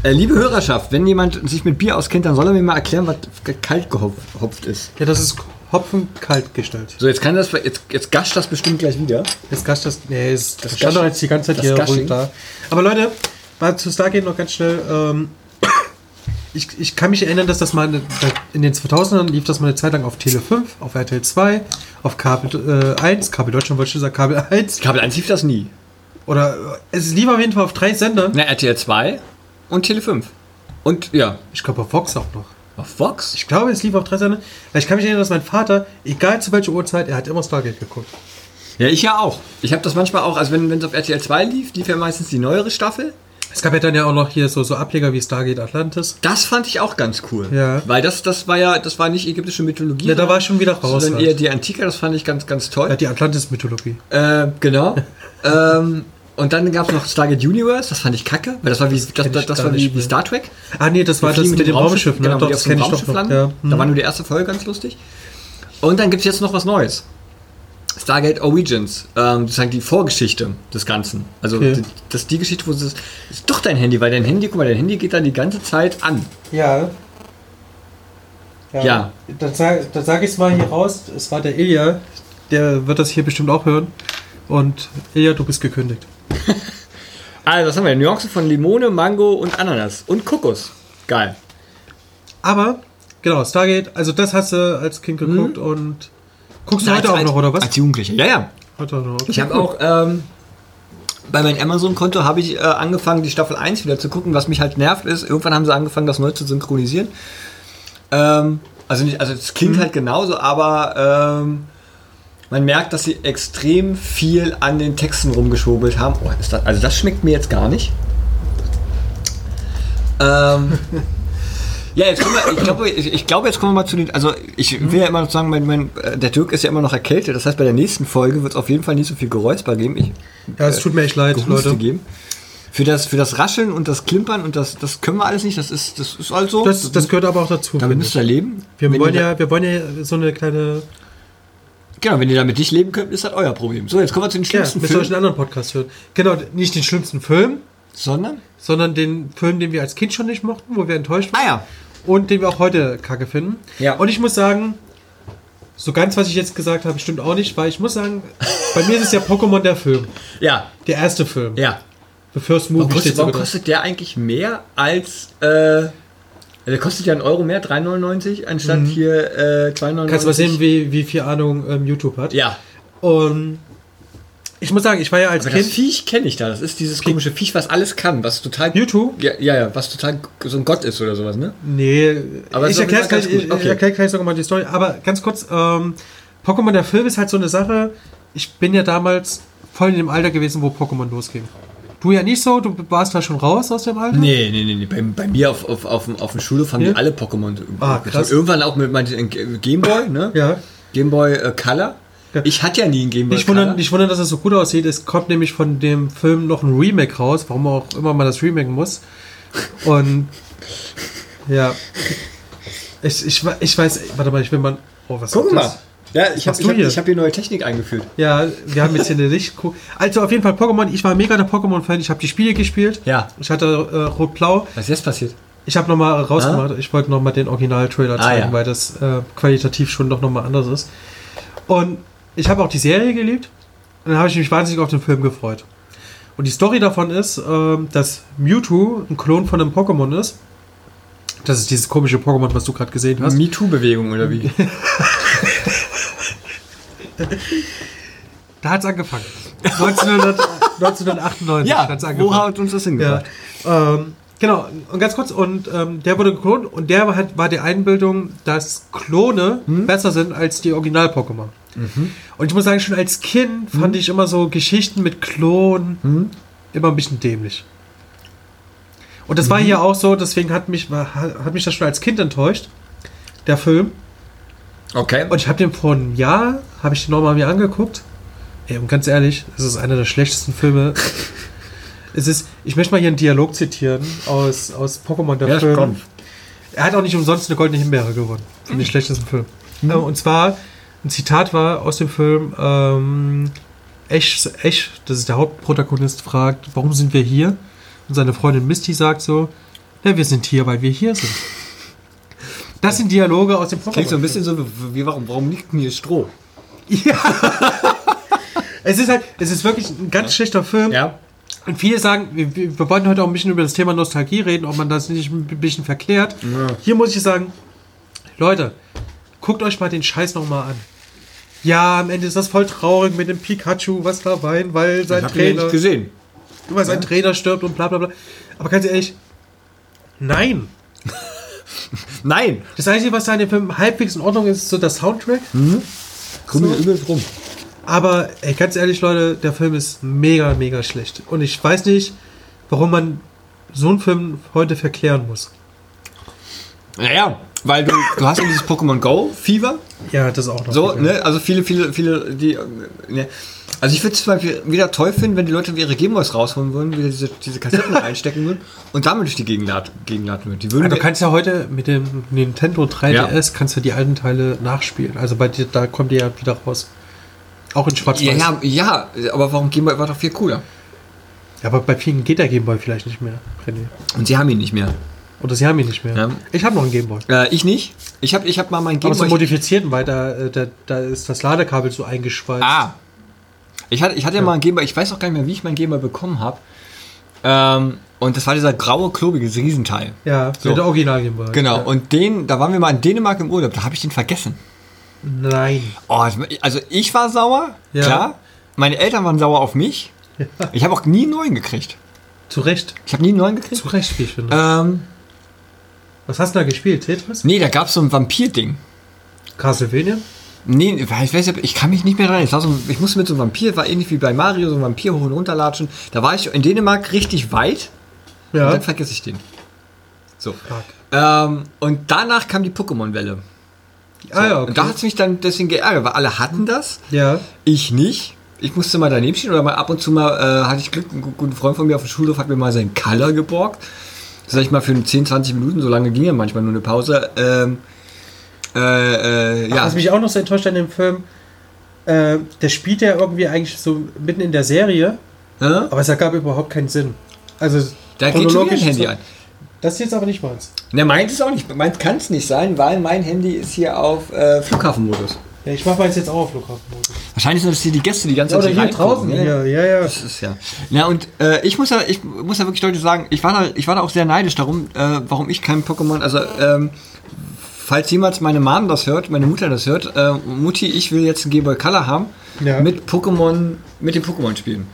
Speaker 1: Äh, liebe Hörerschaft, wenn jemand sich mit Bier auskennt, dann soll er mir mal erklären, was ge- kalt gehopft gehopft ist.
Speaker 2: Ja, das ist Hopfen kalt gestellt.
Speaker 1: So, jetzt kann das, jetzt, jetzt gascht das bestimmt gleich wieder.
Speaker 2: Das Gasch, das. Nee, das, das
Speaker 1: Gasch-
Speaker 2: stand doch jetzt die ganze Zeit
Speaker 1: das
Speaker 2: hier
Speaker 1: Gasching.
Speaker 2: runter. Aber Leute, mal zu Stargate noch ganz schnell. Ähm, ich, ich kann mich erinnern, dass das mal eine, in den 2000ern lief das mal eine Zeit lang auf Tele 5, auf RTL 2, auf Kabel äh, 1, Kabel Deutschland wollte ich schon sagen, Kabel 1.
Speaker 1: Kabel 1 lief das nie.
Speaker 2: Oder äh, es lief auf jeden Fall auf drei Sendern.
Speaker 1: Na, RTL 2 und Tele 5. Und ja,
Speaker 2: Ich glaube auf Vox auch noch.
Speaker 1: auf Vox?
Speaker 2: Ich glaube, es lief auf drei Sendern. Weil ich kann mich erinnern, dass mein Vater, egal zu welcher Uhrzeit, er hat immer Stargate geguckt.
Speaker 1: Ja, ich ja auch. Ich habe das manchmal auch, also wenn es auf RTL 2 lief, lief ja meistens die neuere Staffel.
Speaker 2: Es gab ja dann ja auch noch hier so, so Ableger wie Stargate Atlantis.
Speaker 1: Das fand ich auch ganz cool.
Speaker 2: Ja.
Speaker 1: Weil das, das war ja, das war nicht ägyptische Mythologie.
Speaker 2: Ja, da war ich schon wieder raus.
Speaker 1: Sondern
Speaker 2: halt.
Speaker 1: eher die Antike, das fand ich ganz, ganz
Speaker 2: Ja,
Speaker 1: toll.
Speaker 2: die Atlantis-Mythologie.
Speaker 1: Äh, genau. ähm, und dann gab es noch Stargate Universe, das fand ich kacke, weil das war wie, das,
Speaker 2: kenn ich
Speaker 1: das, das
Speaker 2: gar
Speaker 1: war wie,
Speaker 2: nicht
Speaker 1: wie
Speaker 2: mehr.
Speaker 1: Star Trek.
Speaker 2: Ah, nee, das war
Speaker 1: Die
Speaker 2: das
Speaker 1: fliegen
Speaker 2: mit dem Raumschiff, ne?
Speaker 1: genau,
Speaker 2: Doch,
Speaker 1: die
Speaker 2: das
Speaker 1: auf so einem
Speaker 2: kenne ich
Speaker 1: Raumschiff
Speaker 2: doch noch.
Speaker 1: landen.
Speaker 2: Ja. Mhm.
Speaker 1: Da war nur die erste Folge ganz lustig. Und dann gibt es jetzt noch was Neues. Stargate Origins, ähm, sozusagen die Vorgeschichte des Ganzen. Also
Speaker 2: Okay.
Speaker 1: d- das ist die Geschichte, wo es ist doch dein Handy, weil dein Handy, guck mal, dein Handy geht da die ganze Zeit an.
Speaker 2: ja.
Speaker 1: Ja.
Speaker 2: Dann sage sag ich es mal hier raus. Es war der Ilja. Der wird das hier bestimmt auch hören. Und Ilja, du bist gekündigt.
Speaker 1: Also, was haben wir? denn? Nuancen von Limone, Mango und Ananas und Kokos. Geil.
Speaker 2: Aber, genau, Stargate. Also, das hast du als Kind geguckt und guckst du heute auch noch, oder was?
Speaker 1: Mhm. Als Jugendlicher. Ja, ja.
Speaker 2: Heute auch noch.
Speaker 1: Ich habe auch ähm, bei meinem Amazon-Konto habe ich äh, angefangen, die Staffel 1 wieder zu gucken. Was mich halt nervt ist, irgendwann haben sie angefangen, das neu zu synchronisieren. Ähm, also nicht, also es klingt halt genauso, aber ähm, man merkt, dass sie extrem viel an den Texten rumgeschobelt haben. Oh, ist das, also das schmeckt mir jetzt gar nicht. Ähm, ja, jetzt kommen wir, ich, glaube, ich, ich glaube, jetzt kommen wir mal zu den. Also, ich will ja immer noch sagen, mein, mein, äh, der Dirk ist ja immer noch erkältet. Das heißt, bei der nächsten Folge wird es auf jeden Fall nicht so viel Geräusper geben. Ich,
Speaker 2: Ja, es tut mir echt leid,
Speaker 1: Leute.
Speaker 2: Leute.
Speaker 1: geben. Für das, für das Rascheln und das Klimpern und das, das können wir alles nicht. Das ist, das ist also.
Speaker 2: Das, das gehört aber auch dazu.
Speaker 1: damit
Speaker 2: finde
Speaker 1: müsst ihr leben.
Speaker 2: ich. wir,
Speaker 1: Wenn
Speaker 2: wollen
Speaker 1: ihr-
Speaker 2: ja, wir wollen ja so eine kleine.
Speaker 1: Genau, wenn ihr damit nicht leben könnt, ist das euer Problem. So, jetzt kommen wir zu den
Speaker 2: Ja,
Speaker 1: schlimmsten
Speaker 2: müsst ihr euch
Speaker 1: Filmen.
Speaker 2: einen anderen Podcast hören. Genau, nicht den schlimmsten Film,
Speaker 1: Sondern?
Speaker 2: sondern den Film, den wir als Kind schon nicht mochten, wo wir enttäuscht waren.
Speaker 1: Ah ja.
Speaker 2: Und den wir auch heute kacke finden.
Speaker 1: Ja.
Speaker 2: Und ich muss sagen, so ganz, was ich jetzt gesagt habe, stimmt auch nicht, weil ich muss sagen, bei mir ist es ja Pokémon der Film.
Speaker 1: Ja,
Speaker 2: Der erste Film.
Speaker 1: ja.
Speaker 2: The First
Speaker 1: Warum
Speaker 2: Movie
Speaker 1: kostet,
Speaker 2: steht sogar
Speaker 1: warum
Speaker 2: drin.
Speaker 1: kostet der eigentlich mehr als. Äh, der kostet ja einen Euro mehr, 3,99, anstatt hier äh, 2,99.
Speaker 2: Mhm. Kannst du mal sehen, wie, wie viel Ahnung ähm, YouTube hat.
Speaker 1: Ja.
Speaker 2: Und ich muss sagen, ich war ja als
Speaker 1: Aber das
Speaker 2: Kind.
Speaker 1: Viech kenne ich da. Das ist dieses komische Viech, was alles kann, was total.
Speaker 2: YouTube?
Speaker 1: Ja, ja, ja, was total so ein Gott ist oder sowas, ne?
Speaker 2: Nee,
Speaker 1: Aber
Speaker 2: aber ich
Speaker 1: ist auf jeden
Speaker 2: erkläre
Speaker 1: Fall ganz
Speaker 2: gleich, ich-
Speaker 1: gut. Okay.
Speaker 2: ich erklär gleich sogar mal die Story. Aber ganz kurz, ähm, Pokémon der Film ist halt so eine Sache. Ich bin ja damals voll in dem Alter gewesen, wo Pokémon losging. Du ja nicht so, du warst da schon raus aus dem Alter.
Speaker 1: Nee, nee, nee, nee. Bei, bei mir auf, auf, auf, dem- auf dem Schulhof haben
Speaker 2: Ja?
Speaker 1: die alle Pokémon.
Speaker 2: Ah, krass.
Speaker 1: Irgendwann auch mit meinem äh, Gameboy, ne?
Speaker 2: Ja.
Speaker 1: Gameboy äh, Color.
Speaker 2: Ja.
Speaker 1: Ich hatte ja nie einen Gameboy
Speaker 2: Nicht wundern,
Speaker 1: Color.
Speaker 2: nicht wundern, dass es so gut aussieht. Es kommt nämlich von dem Film noch ein Remake raus, warum auch immer man das remaken muss. Und ja. Ich, ich, we- ich weiß, warte mal, ich will mal. Oh, was
Speaker 1: Guck
Speaker 2: ist
Speaker 1: mal.
Speaker 2: das?
Speaker 1: Ja, ich habe
Speaker 2: machst
Speaker 1: ich
Speaker 2: du
Speaker 1: hab,
Speaker 2: hier?
Speaker 1: ich hab hier neue Technik eingeführt.
Speaker 2: Ja, wir haben jetzt hier eine Licht. Also auf jeden Fall Pokémon. Ich war mega der Pokémon-Fan. Ich habe die Spiele gespielt.
Speaker 1: Ja.
Speaker 2: Ich hatte äh, Rot-Blau.
Speaker 1: Was ist jetzt passiert?
Speaker 2: Ich habe nochmal rausgemacht. Ich wollte nochmal den Original-Trailer
Speaker 1: Ah,
Speaker 2: zeigen,
Speaker 1: ja.
Speaker 2: weil das äh, qualitativ schon doch nochmal anders ist. Und ich habe auch die Serie geliebt. Und dann habe ich mich wahnsinnig auf den Film gefreut. Und die Story davon ist, ähm, dass Mewtwo ein Klon von einem Pokémon ist. Das ist dieses komische Pokémon, was du gerade gesehen hast.
Speaker 1: MeToo-Bewegung oder wie?
Speaker 2: Da hat es angefangen. 1900, 1998
Speaker 1: Ja,
Speaker 2: hat's
Speaker 1: wo hat uns das
Speaker 2: Ja.
Speaker 1: hingebracht?
Speaker 2: Ähm, genau, und ganz kurz, und ähm, der wurde geklont und der war, halt, war die Einbildung, dass Klone besser sind als die Original-Pokémon. Und ich muss sagen, schon als Kind fand ich immer so Geschichten mit Klonen immer ein bisschen dämlich. Und das war hier auch so, deswegen hat mich, war- hat mich das schon als Kind enttäuscht, der Film.
Speaker 1: Okay.
Speaker 2: Und ich habe den vor einem Jahr, habe ich den nochmal mir angeguckt. Ey, und ganz ehrlich, es ist einer der schlechtesten Filme. es ist, ich möchte mal hier einen Dialog zitieren aus, aus Pokémon der
Speaker 1: Ja,
Speaker 2: Film.
Speaker 1: komm.
Speaker 2: Er hat auch nicht umsonst eine goldene Himbeere gewonnen. Für den schlechtesten Film.
Speaker 1: Mhm.
Speaker 2: Äh, Und zwar, ein Zitat war aus dem Film, ähm, Ash, Ash, das ist der Hauptprotagonist, fragt, warum sind wir hier? Und seine Freundin Misty sagt so, ja, wir sind hier, weil wir hier sind. Das sind Dialoge aus dem Pokémon.
Speaker 1: Klingt so ein bisschen so wie, wie warum, warum liegt denn hier Stroh?
Speaker 2: Es ist halt, es ist wirklich ein ganz schlechter Film.
Speaker 1: Ja.
Speaker 2: Und viele sagen, wir, wir wir wollten heute auch ein bisschen über das Thema Nostalgie reden, ob man das nicht ein bisschen verklärt. Hier muss ich sagen, Leute, guckt euch mal den Scheiß nochmal an. Ja, am Ende ist das voll traurig mit dem Pikachu, was da weint, weil sein
Speaker 1: Ich habe ihn ja
Speaker 2: Trainer,
Speaker 1: nicht gesehen. ne?
Speaker 2: weil sein Trainer stirbt und bla bla bla. Aber ganz ehrlich, nein.
Speaker 1: Nein.
Speaker 2: Das Einzige, was da in dem Film halbwegs in Ordnung ist, ist so der Soundtrack.
Speaker 1: Komm mir übel rum.
Speaker 2: Aber ey, ganz ehrlich, Leute, der Film ist mega, mega schlecht. Und ich weiß nicht, warum man so einen Film heute verklären muss.
Speaker 1: Naja, weil du, du hast ja dieses Pokémon Go Fever.
Speaker 2: Ja, das auch noch.
Speaker 1: So, ne? Also viele, viele, viele, die. äh, Ne. Also ich würde es zum Beispiel wieder toll finden, wenn die Leute ihre Gameboys rausholen würden, wieder diese, diese Kassetten reinstecken würden und damit durch die Gegend lad- Gegend laden würden. Die würden
Speaker 2: Ja, Du kannst ja heute mit dem Nintendo 3DS kannst du die alten Teile nachspielen. Also bei dir, da kommt die ja wieder raus. Auch in Schwarz-Weiß.
Speaker 1: ja, ja, ja, aber warum Gameboy war doch viel cooler.
Speaker 2: Ja, aber bei vielen geht der Gameboy vielleicht nicht mehr, René.
Speaker 1: Und sie haben ihn nicht mehr.
Speaker 2: Oder sie haben ihn nicht mehr.
Speaker 1: Ja.
Speaker 2: Ich habe noch einen Gameboy.
Speaker 1: Äh, ich nicht. Ich habe ich hab mal meinen
Speaker 2: Aber zum
Speaker 1: Gameboy.
Speaker 2: modifizierten, weil da, äh, da, da ist das Ladekabel so eingeschweißt.
Speaker 1: Ah. Ich hatte, ich hatte ja mal einen Gameboy, ich weiß auch gar nicht mehr, wie ich meinen Gameboy bekommen habe. Ähm, und das war dieser graue, klobige Riesenteil.
Speaker 2: Ja,
Speaker 1: So.
Speaker 2: der Original Gameboy.
Speaker 1: Genau,
Speaker 2: Ja.
Speaker 1: und den, da waren wir mal in Dänemark im Urlaub, da habe ich den vergessen.
Speaker 2: Nein.
Speaker 1: Oh, das- also ich war sauer,
Speaker 2: Ja.
Speaker 1: klar. Meine Eltern waren sauer auf mich. Ich habe auch nie einen neuen gekriegt.
Speaker 2: Zu Recht.
Speaker 1: Ich habe nie einen neuen gekriegt.
Speaker 2: Zu Recht, wie ich finde.
Speaker 1: Ähm,
Speaker 2: Was hast du da gespielt? Tetris?
Speaker 1: nee, da gab es so ein Vampir-Ding.
Speaker 2: Castlevania?
Speaker 1: Nee, ich weiß nicht, ich kann mich nicht mehr dran. erinnern. Es war so, ein- ich musste mit so einem Vampir, war ähnlich wie bei Mario, so ein Vampir hoch und runter latschen. Da war ich in Dänemark richtig weit und
Speaker 2: Ja.
Speaker 1: dann vergesse ich den. So.
Speaker 2: Fuck.
Speaker 1: Ähm, und danach kam die Pokémon-Welle.
Speaker 2: Ah ja, okay.
Speaker 1: Und da hat es mich dann deswegen geärgert, weil alle hatten das.
Speaker 2: ja.
Speaker 1: Ich nicht. Ich musste mal daneben stehen oder mal ab und zu mal äh, hatte ich Glück, ein gu- guter Freund von mir auf dem Schulhof hat mir mal seinen Color geborgt. Sag ich mal für 10, 20 Minuten, so lange ging ja manchmal nur eine Pause. Ähm, äh, äh, ja,
Speaker 2: Was mich auch noch so enttäuscht an dem Film, äh, der spielt ja irgendwie eigentlich so mitten in der Serie,
Speaker 1: Hä?
Speaker 2: aber es ergab überhaupt keinen Sinn. Also,
Speaker 1: da geht schon wieder ein
Speaker 2: chronologisch
Speaker 1: Handy
Speaker 2: so-
Speaker 1: an.
Speaker 2: Das ist jetzt aber nicht meins.
Speaker 1: Ne, meins ist auch nicht, meins kann es nicht sein, weil mein Handy ist hier auf äh, Flughafenmodus.
Speaker 2: Ja, ich mach meins jetzt auch auf Lukas.
Speaker 1: Wahrscheinlich sind das hier die Gäste die ganze
Speaker 2: Oder
Speaker 1: Zeit
Speaker 2: hier
Speaker 1: reingucken,
Speaker 2: draußen.
Speaker 1: ne?
Speaker 2: Ja, ja, ja.
Speaker 1: Das ist ja. Na und äh, ich muss ja, ich muss ja wirklich deutlich sagen, ich war da, ich war da auch sehr neidisch darum, äh, warum ich kein Pokémon, also ähm, falls jemals meine Mom das hört, meine Mutter das hört, äh, Mutti, ich will jetzt einen Game Boy Color haben
Speaker 2: Ja.
Speaker 1: mit Pokémon, mit den Pokémon spielen.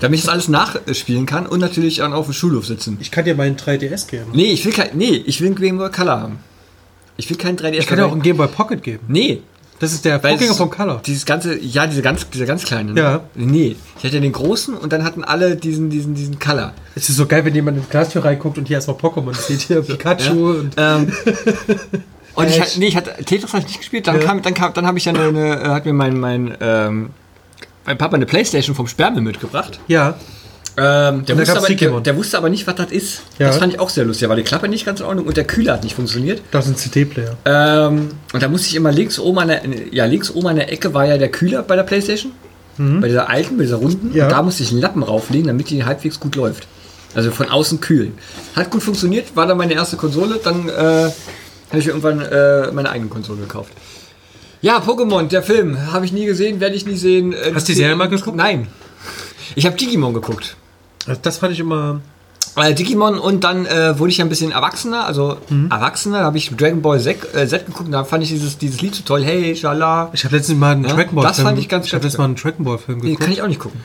Speaker 1: Damit ich das alles nachspielen kann und natürlich dann auf dem Schulhof sitzen.
Speaker 2: Ich kann dir meinen 3DS geben.
Speaker 1: Nee, ich will kein, nee, ich will einen Game Boy Color haben. Ich will keinen 3DS.
Speaker 2: Ich kann dir auch einen Gameboy Pocket geben.
Speaker 1: Nee,
Speaker 2: Das ist der
Speaker 1: weil
Speaker 2: Vorgänger
Speaker 1: es-
Speaker 2: vom Color.
Speaker 1: Dieses ganze, ja, diese ganz, dieser ganz kleine. ne?
Speaker 2: Ja.
Speaker 1: Nee, ich hatte den großen und dann hatten alle diesen, diesen, diesen Color.
Speaker 2: Es ist so geil, wenn jemand in die Glastür reinguckt und hier erstmal Pokémon sieht. Hier Pikachu und
Speaker 1: Ähm, und ich,
Speaker 2: Echt?
Speaker 1: hatte- nee, ich hatte Tetris hatte ich nicht gespielt. Dann
Speaker 2: Äh, Ja.
Speaker 1: kam, dann kam, dann habe ich dann eine, äh, hat mir mein, mein, ähm, mein Papa eine Playstation vom Sperrmüll mitgebracht.
Speaker 2: ja.
Speaker 1: Ähm, der,
Speaker 2: da
Speaker 1: wusste
Speaker 2: gab's
Speaker 1: aber, der,
Speaker 2: Digimon.
Speaker 1: der wusste aber nicht, was das ist.
Speaker 2: Ja.
Speaker 1: Das fand ich auch sehr lustig. Da war die Klappe nicht ganz in Ordnung und der Kühler hat nicht funktioniert.
Speaker 2: Das ist ein CD-Player.
Speaker 1: Ähm, und da musste ich immer links oben an der, ja, links oben an der Ecke war ja der Kühler bei der Playstation. Bei dieser alten, bei dieser runden.
Speaker 2: Ja.
Speaker 1: Und da musste ich einen Lappen rauflegen, damit die halbwegs gut läuft. Also von außen kühlen. Hat gut funktioniert, war dann meine erste Konsole. Dann äh, habe ich mir irgendwann äh, meine eigene Konsole gekauft. Ja, Pokémon, der Film. Habe ich nie gesehen, werde ich nie sehen. Äh,
Speaker 2: Hast du die Serie mal geguckt?
Speaker 1: Nein. Ich habe Digimon geguckt.
Speaker 2: Das fand ich immer.
Speaker 1: Äh, Digimon und dann äh, wurde ich ja ein bisschen erwachsener, also
Speaker 2: Mhm.
Speaker 1: erwachsener, da habe ich Dragon Ball Z, äh, Z geguckt und da fand ich dieses, dieses Lied so toll, hey, schala.
Speaker 2: Ich habe letztens mal einen
Speaker 1: Ja,
Speaker 2: Dragon Ball
Speaker 1: das fand ich ganz
Speaker 2: Ich habe
Speaker 1: schön.
Speaker 2: letztens mal einen Dragon Ball Film
Speaker 1: Den
Speaker 2: geguckt.
Speaker 1: kann ich auch nicht gucken.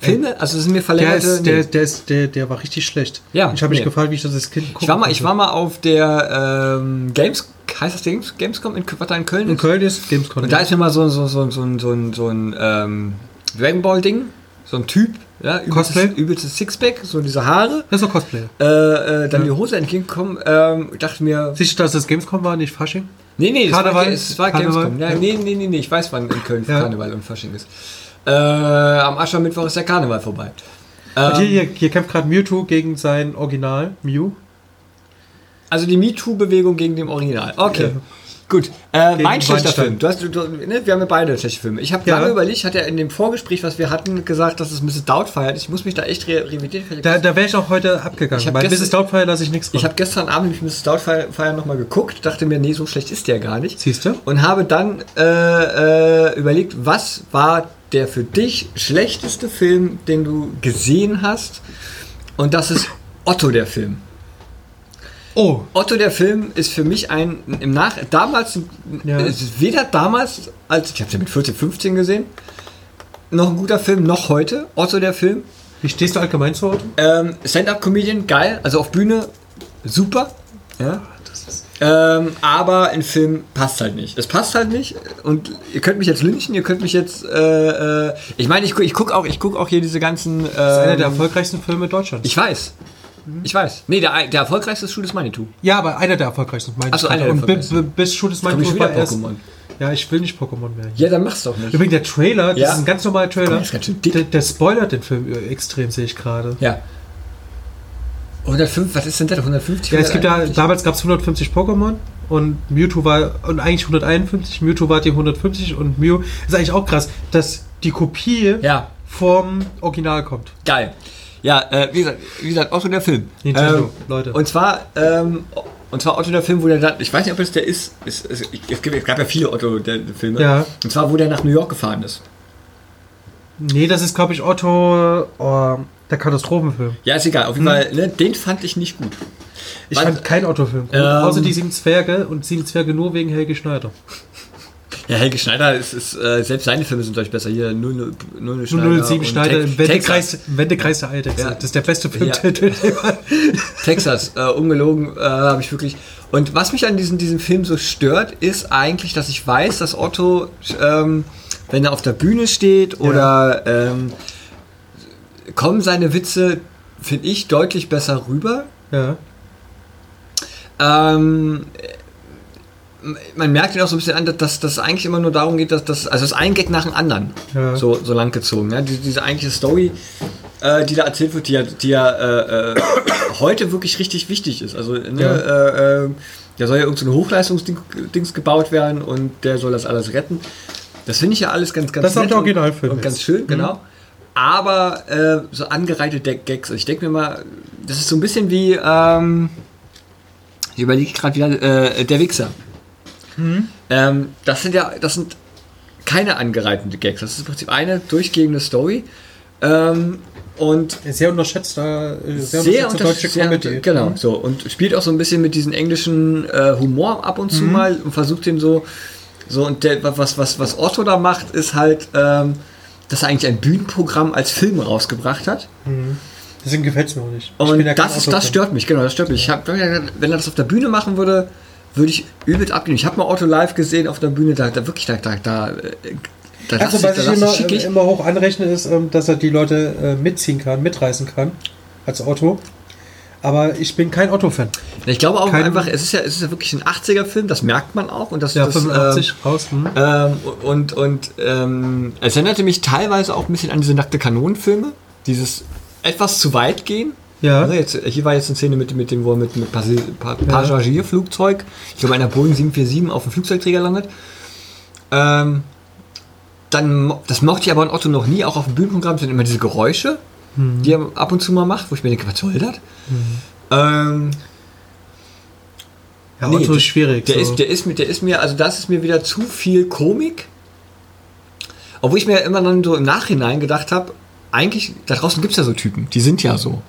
Speaker 1: Filme, also es sind mir
Speaker 2: der,
Speaker 1: verlängerte...
Speaker 2: ist, Äh, der,
Speaker 1: nee.
Speaker 2: der, ist, der, der war richtig schlecht.
Speaker 1: Ja,
Speaker 2: ich habe mich
Speaker 1: nee.
Speaker 2: gefragt, wie ich das als Kind gucken
Speaker 1: Ich war mal, ich
Speaker 2: konnte.
Speaker 1: war mal auf der ähm, Games, heißt das Ding? Gamescom in, was da in Köln
Speaker 2: In
Speaker 1: ist?
Speaker 2: Köln ist Gamescom.
Speaker 1: Und da ist mir mal so, so, so, so, ein- so ein, so ein ähm, Dragon Ball Ding, so ein Typ, ja, übelstes,
Speaker 2: Cosplay?
Speaker 1: übelstes Sixpack, so diese Haare,
Speaker 2: das ist doch Cosplayer.
Speaker 1: äh, äh, dann die
Speaker 2: Ja.
Speaker 1: Hose entgegengekommen, ähm, dachte mir,
Speaker 2: Sicher, dass das Gamescom war, nicht Fasching?
Speaker 1: nee, nee, das war,
Speaker 2: Karneval?
Speaker 1: es war
Speaker 2: Karneval?
Speaker 1: Gamescom, ja,
Speaker 2: Ja.
Speaker 1: nee, nee, nee, nee, ich weiß, wann in Köln
Speaker 2: Ja.
Speaker 1: Karneval und Fasching ist. Äh, am Aschermittwoch ist der Karneval vorbei.
Speaker 2: Und hier,
Speaker 1: Ähm,
Speaker 2: hier, hier kämpft gerade Mewtwo gegen sein Original, Mew.
Speaker 1: also die MeToo-Bewegung gegen dem Original. Okay.
Speaker 2: Ja.
Speaker 1: Gut, äh,
Speaker 2: Gegen
Speaker 1: mein schlechter
Speaker 2: Weinstein.
Speaker 1: Film. Du hast, du, du, ne, wir haben ja beide schlechte Filme. Ich habe
Speaker 2: Ja.
Speaker 1: lange überlegt, hat er in dem Vorgespräch, was wir hatten, gesagt, dass es Mrs. Doubtfire ist. Ich muss mich da echt re revidieren.
Speaker 2: Da, da wäre ich auch heute abgegangen.
Speaker 1: Ich hab
Speaker 2: Bei
Speaker 1: gestern-
Speaker 2: Mrs. Doubtfire lasse ich nichts
Speaker 1: Ich habe gestern Abend nämlich Mrs. Doubtfire nochmal geguckt, dachte mir, nee, so schlecht ist der gar nicht.
Speaker 2: Siehst du?
Speaker 1: Und habe dann äh, äh, überlegt, was war der für dich schlechteste Film, den du gesehen hast? Und das ist Otto der Film.
Speaker 2: Oh,
Speaker 1: Otto der Film ist für mich ein im Nach damals
Speaker 2: Ja.
Speaker 1: es ist weder damals als ich habe den mit 14 15 gesehen noch ein guter Film noch heute Otto der Film
Speaker 2: wie stehst du allgemein zu Auto?
Speaker 1: ähm, Stand-up Comedian geil also auf Bühne super ja
Speaker 2: Das ist
Speaker 1: ähm, aber ein Film passt halt nicht. Es passt halt nicht. Und ihr könnt mich jetzt lynchen, ihr könnt mich jetzt. Äh, äh, ich meine, ich, gu- ich gucke auch, ich guck auch hier diese ganzen. Ähm,
Speaker 2: einer der Mhm. erfolgreichsten Filme Deutschlands.
Speaker 1: ich weiß. Ich weiß. Nee, der, der erfolgreichste Schuh ist Manitou.
Speaker 2: ja, aber einer der erfolgreichsten. meine
Speaker 1: Ach so,
Speaker 2: ich
Speaker 1: einer
Speaker 2: gerade.
Speaker 1: der
Speaker 2: Und bi-
Speaker 1: erfolgreichsten.
Speaker 2: bi- bis Schuh des
Speaker 1: Komm ich
Speaker 2: Meintons
Speaker 1: wieder
Speaker 2: war erst.
Speaker 1: Pokémon.
Speaker 2: Ja, ich will nicht Pokémon mehr.
Speaker 1: Ja, dann mach's doch nicht.
Speaker 2: Übrigens, der Trailer, das
Speaker 1: Ja.
Speaker 2: ist ein ganz normaler Trailer.
Speaker 1: Der ist ganz schön dick.
Speaker 2: Der, der spoilert den Film extrem, sehe ich gerade.
Speaker 1: Ja. 105, was ist denn das? 150?
Speaker 2: Ja, es gibt ja,
Speaker 1: 151?
Speaker 2: damals gab es 150 Pokémon und Mewtwo war, und eigentlich 151, Mewtwo war die 150 und Mew, ist eigentlich auch krass, dass die Kopie
Speaker 1: Ja,
Speaker 2: vom Original kommt.
Speaker 1: geil. Ja, äh, wie, gesagt, wie gesagt, Otto der Film.
Speaker 2: Nintendo,
Speaker 1: ähm,
Speaker 2: Leute.
Speaker 1: Und zwar, ähm, und zwar Otto der Film, wo der dann, ich weiß nicht, ob es der ist, es, es, es, gibt, es gab ja viele Otto der Filme.
Speaker 2: Ja.
Speaker 1: Und zwar, wo der nach New York gefahren ist.
Speaker 2: nee, das ist, glaube ich, Otto, oh, der Katastrophenfilm.
Speaker 1: Ja, ist egal. Auf jeden Fall, ne, den fand ich nicht gut.
Speaker 2: Hm. Ich
Speaker 1: Was-
Speaker 2: fand keinen Otto-Film gut,
Speaker 1: Ähm.
Speaker 2: außer die Sieben Zwerge und Sieben Zwerge nur wegen Helge Schneider.
Speaker 1: Ja, Helge Schneider ist, ist äh, selbst seine Filme sind euch besser. Hier 00 00
Speaker 2: Nur 07
Speaker 1: und
Speaker 2: Schneider
Speaker 1: Tex-
Speaker 2: im
Speaker 1: Texas,
Speaker 2: Wendekreis, Wendekreis der Eidechse.
Speaker 1: Ja.
Speaker 2: Das ist der beste Filmtitel.
Speaker 1: Texas, äh, ungelogen, äh, habe ich wirklich. Und was mich an diesem, diesem Film so stört, ist eigentlich, dass ich weiß, dass Otto, ähm, wenn er auf der Bühne steht oder ähm, kommen seine Witze, finde ich, deutlich besser rüber.
Speaker 2: Ja.
Speaker 1: Ähm, man merkt ihn auch so ein bisschen an, dass das eigentlich immer nur darum geht, dass das, also es ist ein Gag nach dem anderen
Speaker 2: Ja.
Speaker 1: so, so lang gezogen. Ja? Diese, diese eigentliche Story, äh, die da erzählt wird, die ja, die ja äh, äh, heute wirklich richtig wichtig ist. Also, ne,
Speaker 2: Ja.
Speaker 1: äh, äh, da soll ja irgendein so Hochleistungsdings gebaut werden und der soll das alles retten. Das finde ich ja alles ganz, ganz
Speaker 2: Das ist auch
Speaker 1: nett
Speaker 2: der
Speaker 1: und-
Speaker 2: Originalfilm
Speaker 1: Und
Speaker 2: jetzt. Mhm.
Speaker 1: ganz schön, genau. Aber äh, so angereihte Gag- Gags. Ich denke mir mal, das ist so ein bisschen wie, ähm, ich überlege gerade wieder, äh, der Wichser.
Speaker 2: Mhm.
Speaker 1: Ähm, das sind ja, das sind keine angereihten Gags. Das ist im Prinzip eine durchgehende Story. Ähm, und
Speaker 2: Sehr unterschätzter, äh, sehr,
Speaker 1: sehr
Speaker 2: unterschätzte deutsche Comedy.
Speaker 1: unterschiedlich. Genau, so. Und spielt auch so ein bisschen mit diesem englischen äh, Humor ab und zu
Speaker 2: Mhm.
Speaker 1: mal und versucht den so. So, und der, was, was, was Otto da macht, ist halt, ähm, dass er eigentlich ein Bühnenprogramm als Film rausgebracht hat.
Speaker 2: Deswegen gefällt es mir auch nicht. Ich
Speaker 1: Und
Speaker 2: bin ja kein
Speaker 1: das, ist, das
Speaker 2: Autofan.
Speaker 1: stört mich, genau, das stört mich. Ich hab, wenn er das auf der Bühne machen würde, würde ich übelst abgehen. Ich habe mal Auto live gesehen auf der Bühne, da, da wirklich, da, da, da, äh, da
Speaker 2: Also,
Speaker 1: lass ich-
Speaker 2: was
Speaker 1: da
Speaker 2: ich
Speaker 1: lass ich
Speaker 2: immer,
Speaker 1: schickig.
Speaker 2: immer hoch anrechne, ist, ähm, dass er die Leute äh, mitziehen kann, mitreißen kann, als Otto. Aber ich bin kein Otto-Fan.
Speaker 1: Ich glaube auch
Speaker 2: kein-
Speaker 1: einfach, es ist ja, es ist ja wirklich ein 80er-Film, das merkt man auch und das,
Speaker 2: Ja,
Speaker 1: das
Speaker 2: 85 raus. Hm.
Speaker 1: Ähm, ähm, und und ähm, es erinnerte mich teilweise auch ein bisschen an diese nackte Kanonenfilme, dieses etwas zu weit gehen.
Speaker 2: Ja.
Speaker 1: Also jetzt, hier war jetzt eine Szene mit, mit dem, wo er mit, mit Passi- Pa- Passagierflugzeug, ich glaube einer Boeing 747 auf dem Flugzeugträger landet. Ähm, dann, mo- das mochte ich aber in Otto noch nie, auch auf dem Bühnenprogramm sind immer diese Geräusche, die er ab und zu mal macht, wo ich mir denke, was soll das? Ähm,
Speaker 2: Ja,
Speaker 1: nee,
Speaker 2: Otto
Speaker 1: der-
Speaker 2: ist schwierig.
Speaker 1: Der,
Speaker 2: so.
Speaker 1: ist, der, ist, mir- der ist mir, also das ist mir wieder zu viel Komik. Obwohl ich mir immer dann so im Nachhinein gedacht habe, eigentlich, da draußen gibt es ja so Typen, die sind ja so.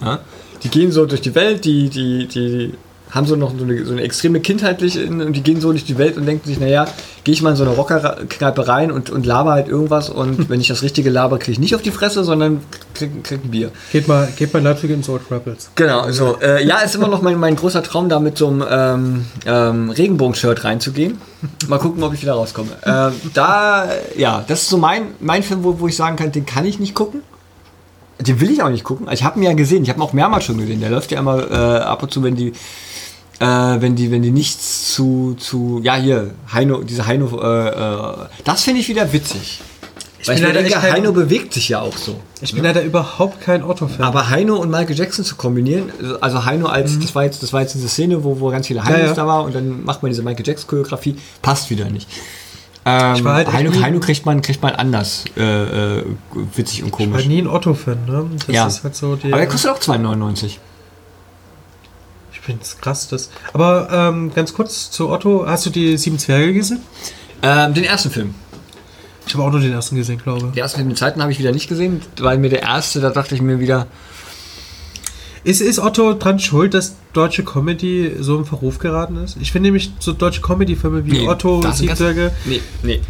Speaker 1: Ja? die gehen so durch die Welt, die, die, die haben so noch so eine, so eine extreme kindheitliche in- und die gehen so durch die Welt und denken sich, naja, gehe ich mal in so eine Rockerkneipe rein und, und laber halt irgendwas und wenn ich das Richtige laber, kriege ich nicht auf die Fresse, sondern krieg, krieg ein Bier.
Speaker 2: Geht mal, geht mal Ludwig ins Old Rebels.
Speaker 1: Genau, so. Äh, ja, ist immer noch mein, mein großer Traum, da mit so einem ähm, ähm, Regenbogen-Shirt reinzugehen. Mal gucken, ob ich wieder rauskomme. Ähm, da, äh, ja, das ist so mein, mein Film, wo, wo ich sagen kann, den kann ich nicht gucken. Den will ich auch nicht gucken. Also Ich habe ihn ja gesehen, ich habe ihn auch mehrmals schon gesehen. Der läuft ja immer äh, ab und zu, wenn die, äh, wenn die, wenn die nichts zu, zu, ja hier, Heino, diese Heino, äh, äh, das finde ich wieder witzig. Weil ich mir
Speaker 2: bin leider
Speaker 1: denke,
Speaker 2: echt kein-
Speaker 1: Heino bewegt sich ja auch so.
Speaker 2: Ich bin leider überhaupt kein Otto-Fan.
Speaker 1: Aber Heino und Michael Jackson zu kombinieren, also Heino als, das, war jetzt, das war jetzt diese Szene, wo, wo ganz viele Heinos
Speaker 2: Ja, ja.
Speaker 1: da war und dann macht man diese Michael Jackson-Choreografie, passt wieder nicht. Ähm,
Speaker 2: war halt echt
Speaker 1: Heino,
Speaker 2: nie-
Speaker 1: Heino kriegt man, kriegt man anders äh, äh, witzig und
Speaker 2: Ich war
Speaker 1: komisch.
Speaker 2: nie ein Otto-Fan, ne? Das
Speaker 1: Ja.
Speaker 2: ist halt so die.
Speaker 1: Aber er kostet auch 2,99.
Speaker 2: ich find's krass, das. Aber ähm, ganz kurz zu Otto. Hast du die Sieben Zwerge gesehen?
Speaker 1: Ähm, den ersten Film.
Speaker 2: Ich habe auch nur den ersten gesehen, glaube
Speaker 1: Den ersten Film mit Zeiten habe ich wieder nicht gesehen, weil mir der erste, da dachte ich mir wieder,
Speaker 2: ich. Ist, ist Otto dran schuld, dass deutsche Comedy so im Verruf geraten ist? Ich finde nämlich so deutsche Comedy-Filme wie
Speaker 1: nee,
Speaker 2: Otto und
Speaker 1: das ist
Speaker 2: Sieben
Speaker 1: ganz-
Speaker 2: Zwerge,
Speaker 1: Nee, nee.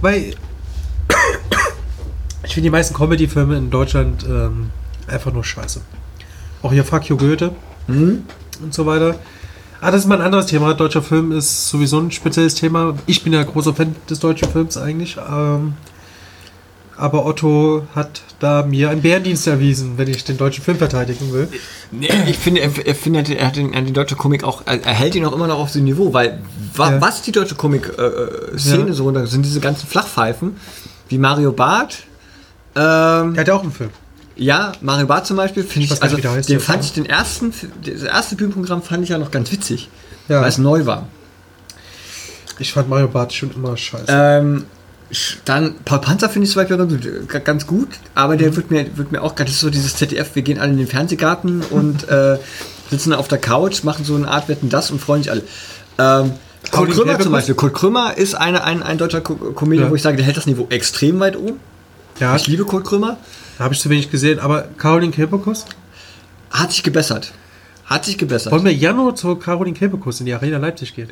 Speaker 2: weil. ich finde die meisten Comedy-Filme in Deutschland ähm, einfach nur scheiße. Auch hier Fuck You Goethe.
Speaker 1: Mhm.
Speaker 2: und so weiter. Ah, das ist mal ein anderes Thema. Deutscher Film ist sowieso ein spezielles Thema. Ich bin ja großer Fan des deutschen Films eigentlich. Ähm, aber Otto hat da mir einen Bärendienst erwiesen, wenn ich den deutschen Film verteidigen will.
Speaker 1: Nee, ich finde, er, er findet, er hat den, er hat die deutsche Komik auch, er, er hält ihn auch immer noch auf dem Niveau, weil wa,
Speaker 2: Ja.
Speaker 1: was die deutsche Komik-Szene
Speaker 2: Ja.
Speaker 1: so runter sind diese ganzen Flachpfeifen, wie Mario Barth. Ähm,
Speaker 2: Er hat ja auch einen Film.
Speaker 1: ja, Mario Barth zum Beispiel finde
Speaker 2: Ich
Speaker 1: ich,
Speaker 2: weiß gar
Speaker 1: also
Speaker 2: nicht, wie der heißt
Speaker 1: den
Speaker 2: jetzt,
Speaker 1: fand
Speaker 2: aber-
Speaker 1: ich den ersten, das erste Bühnenprogramm fand ich ja noch ganz witzig,
Speaker 2: Ja.
Speaker 1: weil es neu war.
Speaker 2: Ich fand Mario Barth schon immer scheiße.
Speaker 1: Ähm, sch- dann Paul Panzer finde ich zum Beispiel ganz gut, g- ganz gut aber
Speaker 2: Mhm.
Speaker 1: der wird mir, wird mir auch gerade das ist so dieses ZDF, wir gehen alle in den Fernsehgarten und äh, sitzen auf der Couch, machen so eine Art Wetten das und freuen sich alle. Ähm, Kurt
Speaker 2: Pauli
Speaker 1: Krümmer
Speaker 2: Werbekuss?
Speaker 1: zum Beispiel. Kurt Krümmer ist eine, ein, ein deutscher Ko Comedian,
Speaker 2: Ja.
Speaker 1: wo ich sage, der hält das Niveau extrem weit oben.
Speaker 2: ja,
Speaker 1: Äh, Ich liebe Kurt Krümmer.
Speaker 2: da habe ich zu wenig gesehen. Aber Caroline Kebekus?
Speaker 1: Hat sich gebessert. Hat sich gebessert.
Speaker 2: Wollen wir Januar zu Caroline Kebekus in die Arena Leipzig gehen?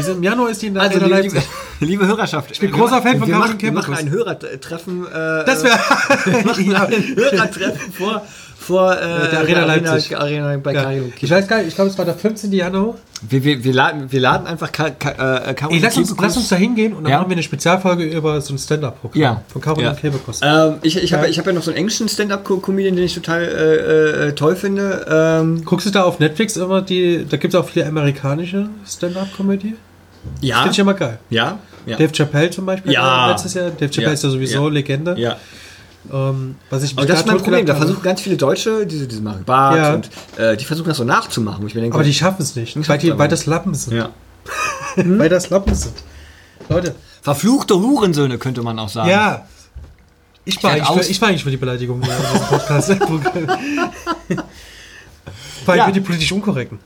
Speaker 2: sind, Im Januar ist die in der
Speaker 1: Also,
Speaker 2: Arena
Speaker 1: liebe,
Speaker 2: Leipzig.
Speaker 1: liebe, liebe Hörerschaft. Ich
Speaker 2: bin großer Fan von
Speaker 1: wir
Speaker 2: Caroline
Speaker 1: machen, wir machen
Speaker 2: Kebekus.
Speaker 1: ein Hörertreffen. Äh,
Speaker 2: Das wäre...
Speaker 1: machen ein Hörertreffen vor, vor äh,
Speaker 2: Der Arena Leipzig.
Speaker 1: Arena, Arena bei
Speaker 2: Ja.
Speaker 1: Karin und
Speaker 2: Ich
Speaker 1: Kiel.
Speaker 2: weiß gar nicht, ich glaube, es war der 15. Januar.
Speaker 1: wir, wir, wir, laden, wir laden einfach Ka Ka äh, Karin
Speaker 2: Ey, lass, uns, lass uns da hingehen und dann
Speaker 1: Ja.
Speaker 2: machen wir eine Spezialfolge über so ein Stand-Up-Programm
Speaker 1: Ja.
Speaker 2: von Caroline
Speaker 1: Ja.
Speaker 2: Kebekus.
Speaker 1: ähm, ich ich habe
Speaker 2: Ja.
Speaker 1: ich hab ja noch so einen englischen Stand-Up-Comedian, den ich total äh, äh, toll finde. Ähm,
Speaker 2: Guckst du da auf Netflix immer die, da gibt es auch viele amerikanische Stand-Up-Comedy?
Speaker 1: ja.
Speaker 2: Finde ich immer geil.
Speaker 1: Ja. Ah. Ja.
Speaker 2: Dave Chappelle zum Beispiel
Speaker 1: Ja.
Speaker 2: war letztes Jahr. Dave Chappelle
Speaker 1: Ja.
Speaker 2: ist ja sowieso
Speaker 1: Ja.
Speaker 2: Legende.
Speaker 1: ja.
Speaker 2: Ähm, was ich
Speaker 1: Aber
Speaker 2: mich
Speaker 1: das
Speaker 2: da
Speaker 1: ist mein
Speaker 2: totgelacht
Speaker 1: Problem. Da
Speaker 2: habe.
Speaker 1: versuchen ganz viele Deutsche, diese, diese Mario Barth,
Speaker 2: Ja.
Speaker 1: und, äh, die versuchen das so nachzumachen. wo Ich mir denke,
Speaker 2: Aber die schaffen es nicht, weil,
Speaker 1: schaffen's
Speaker 2: die,
Speaker 1: aber
Speaker 2: weil
Speaker 1: nicht.
Speaker 2: das Lappen sind. Hm?
Speaker 1: ja.
Speaker 2: Weil das Lappen sind. Leute,
Speaker 1: Verfluchte Hurensöhne könnte man auch sagen.
Speaker 2: ja. Ich war,
Speaker 1: werd
Speaker 2: eigentlich
Speaker 1: Ah. aus-
Speaker 2: für, ich war eigentlich für die Beleidigung in diesem Podcast. Weil
Speaker 1: Ja.
Speaker 2: für die politisch Unkorrekten.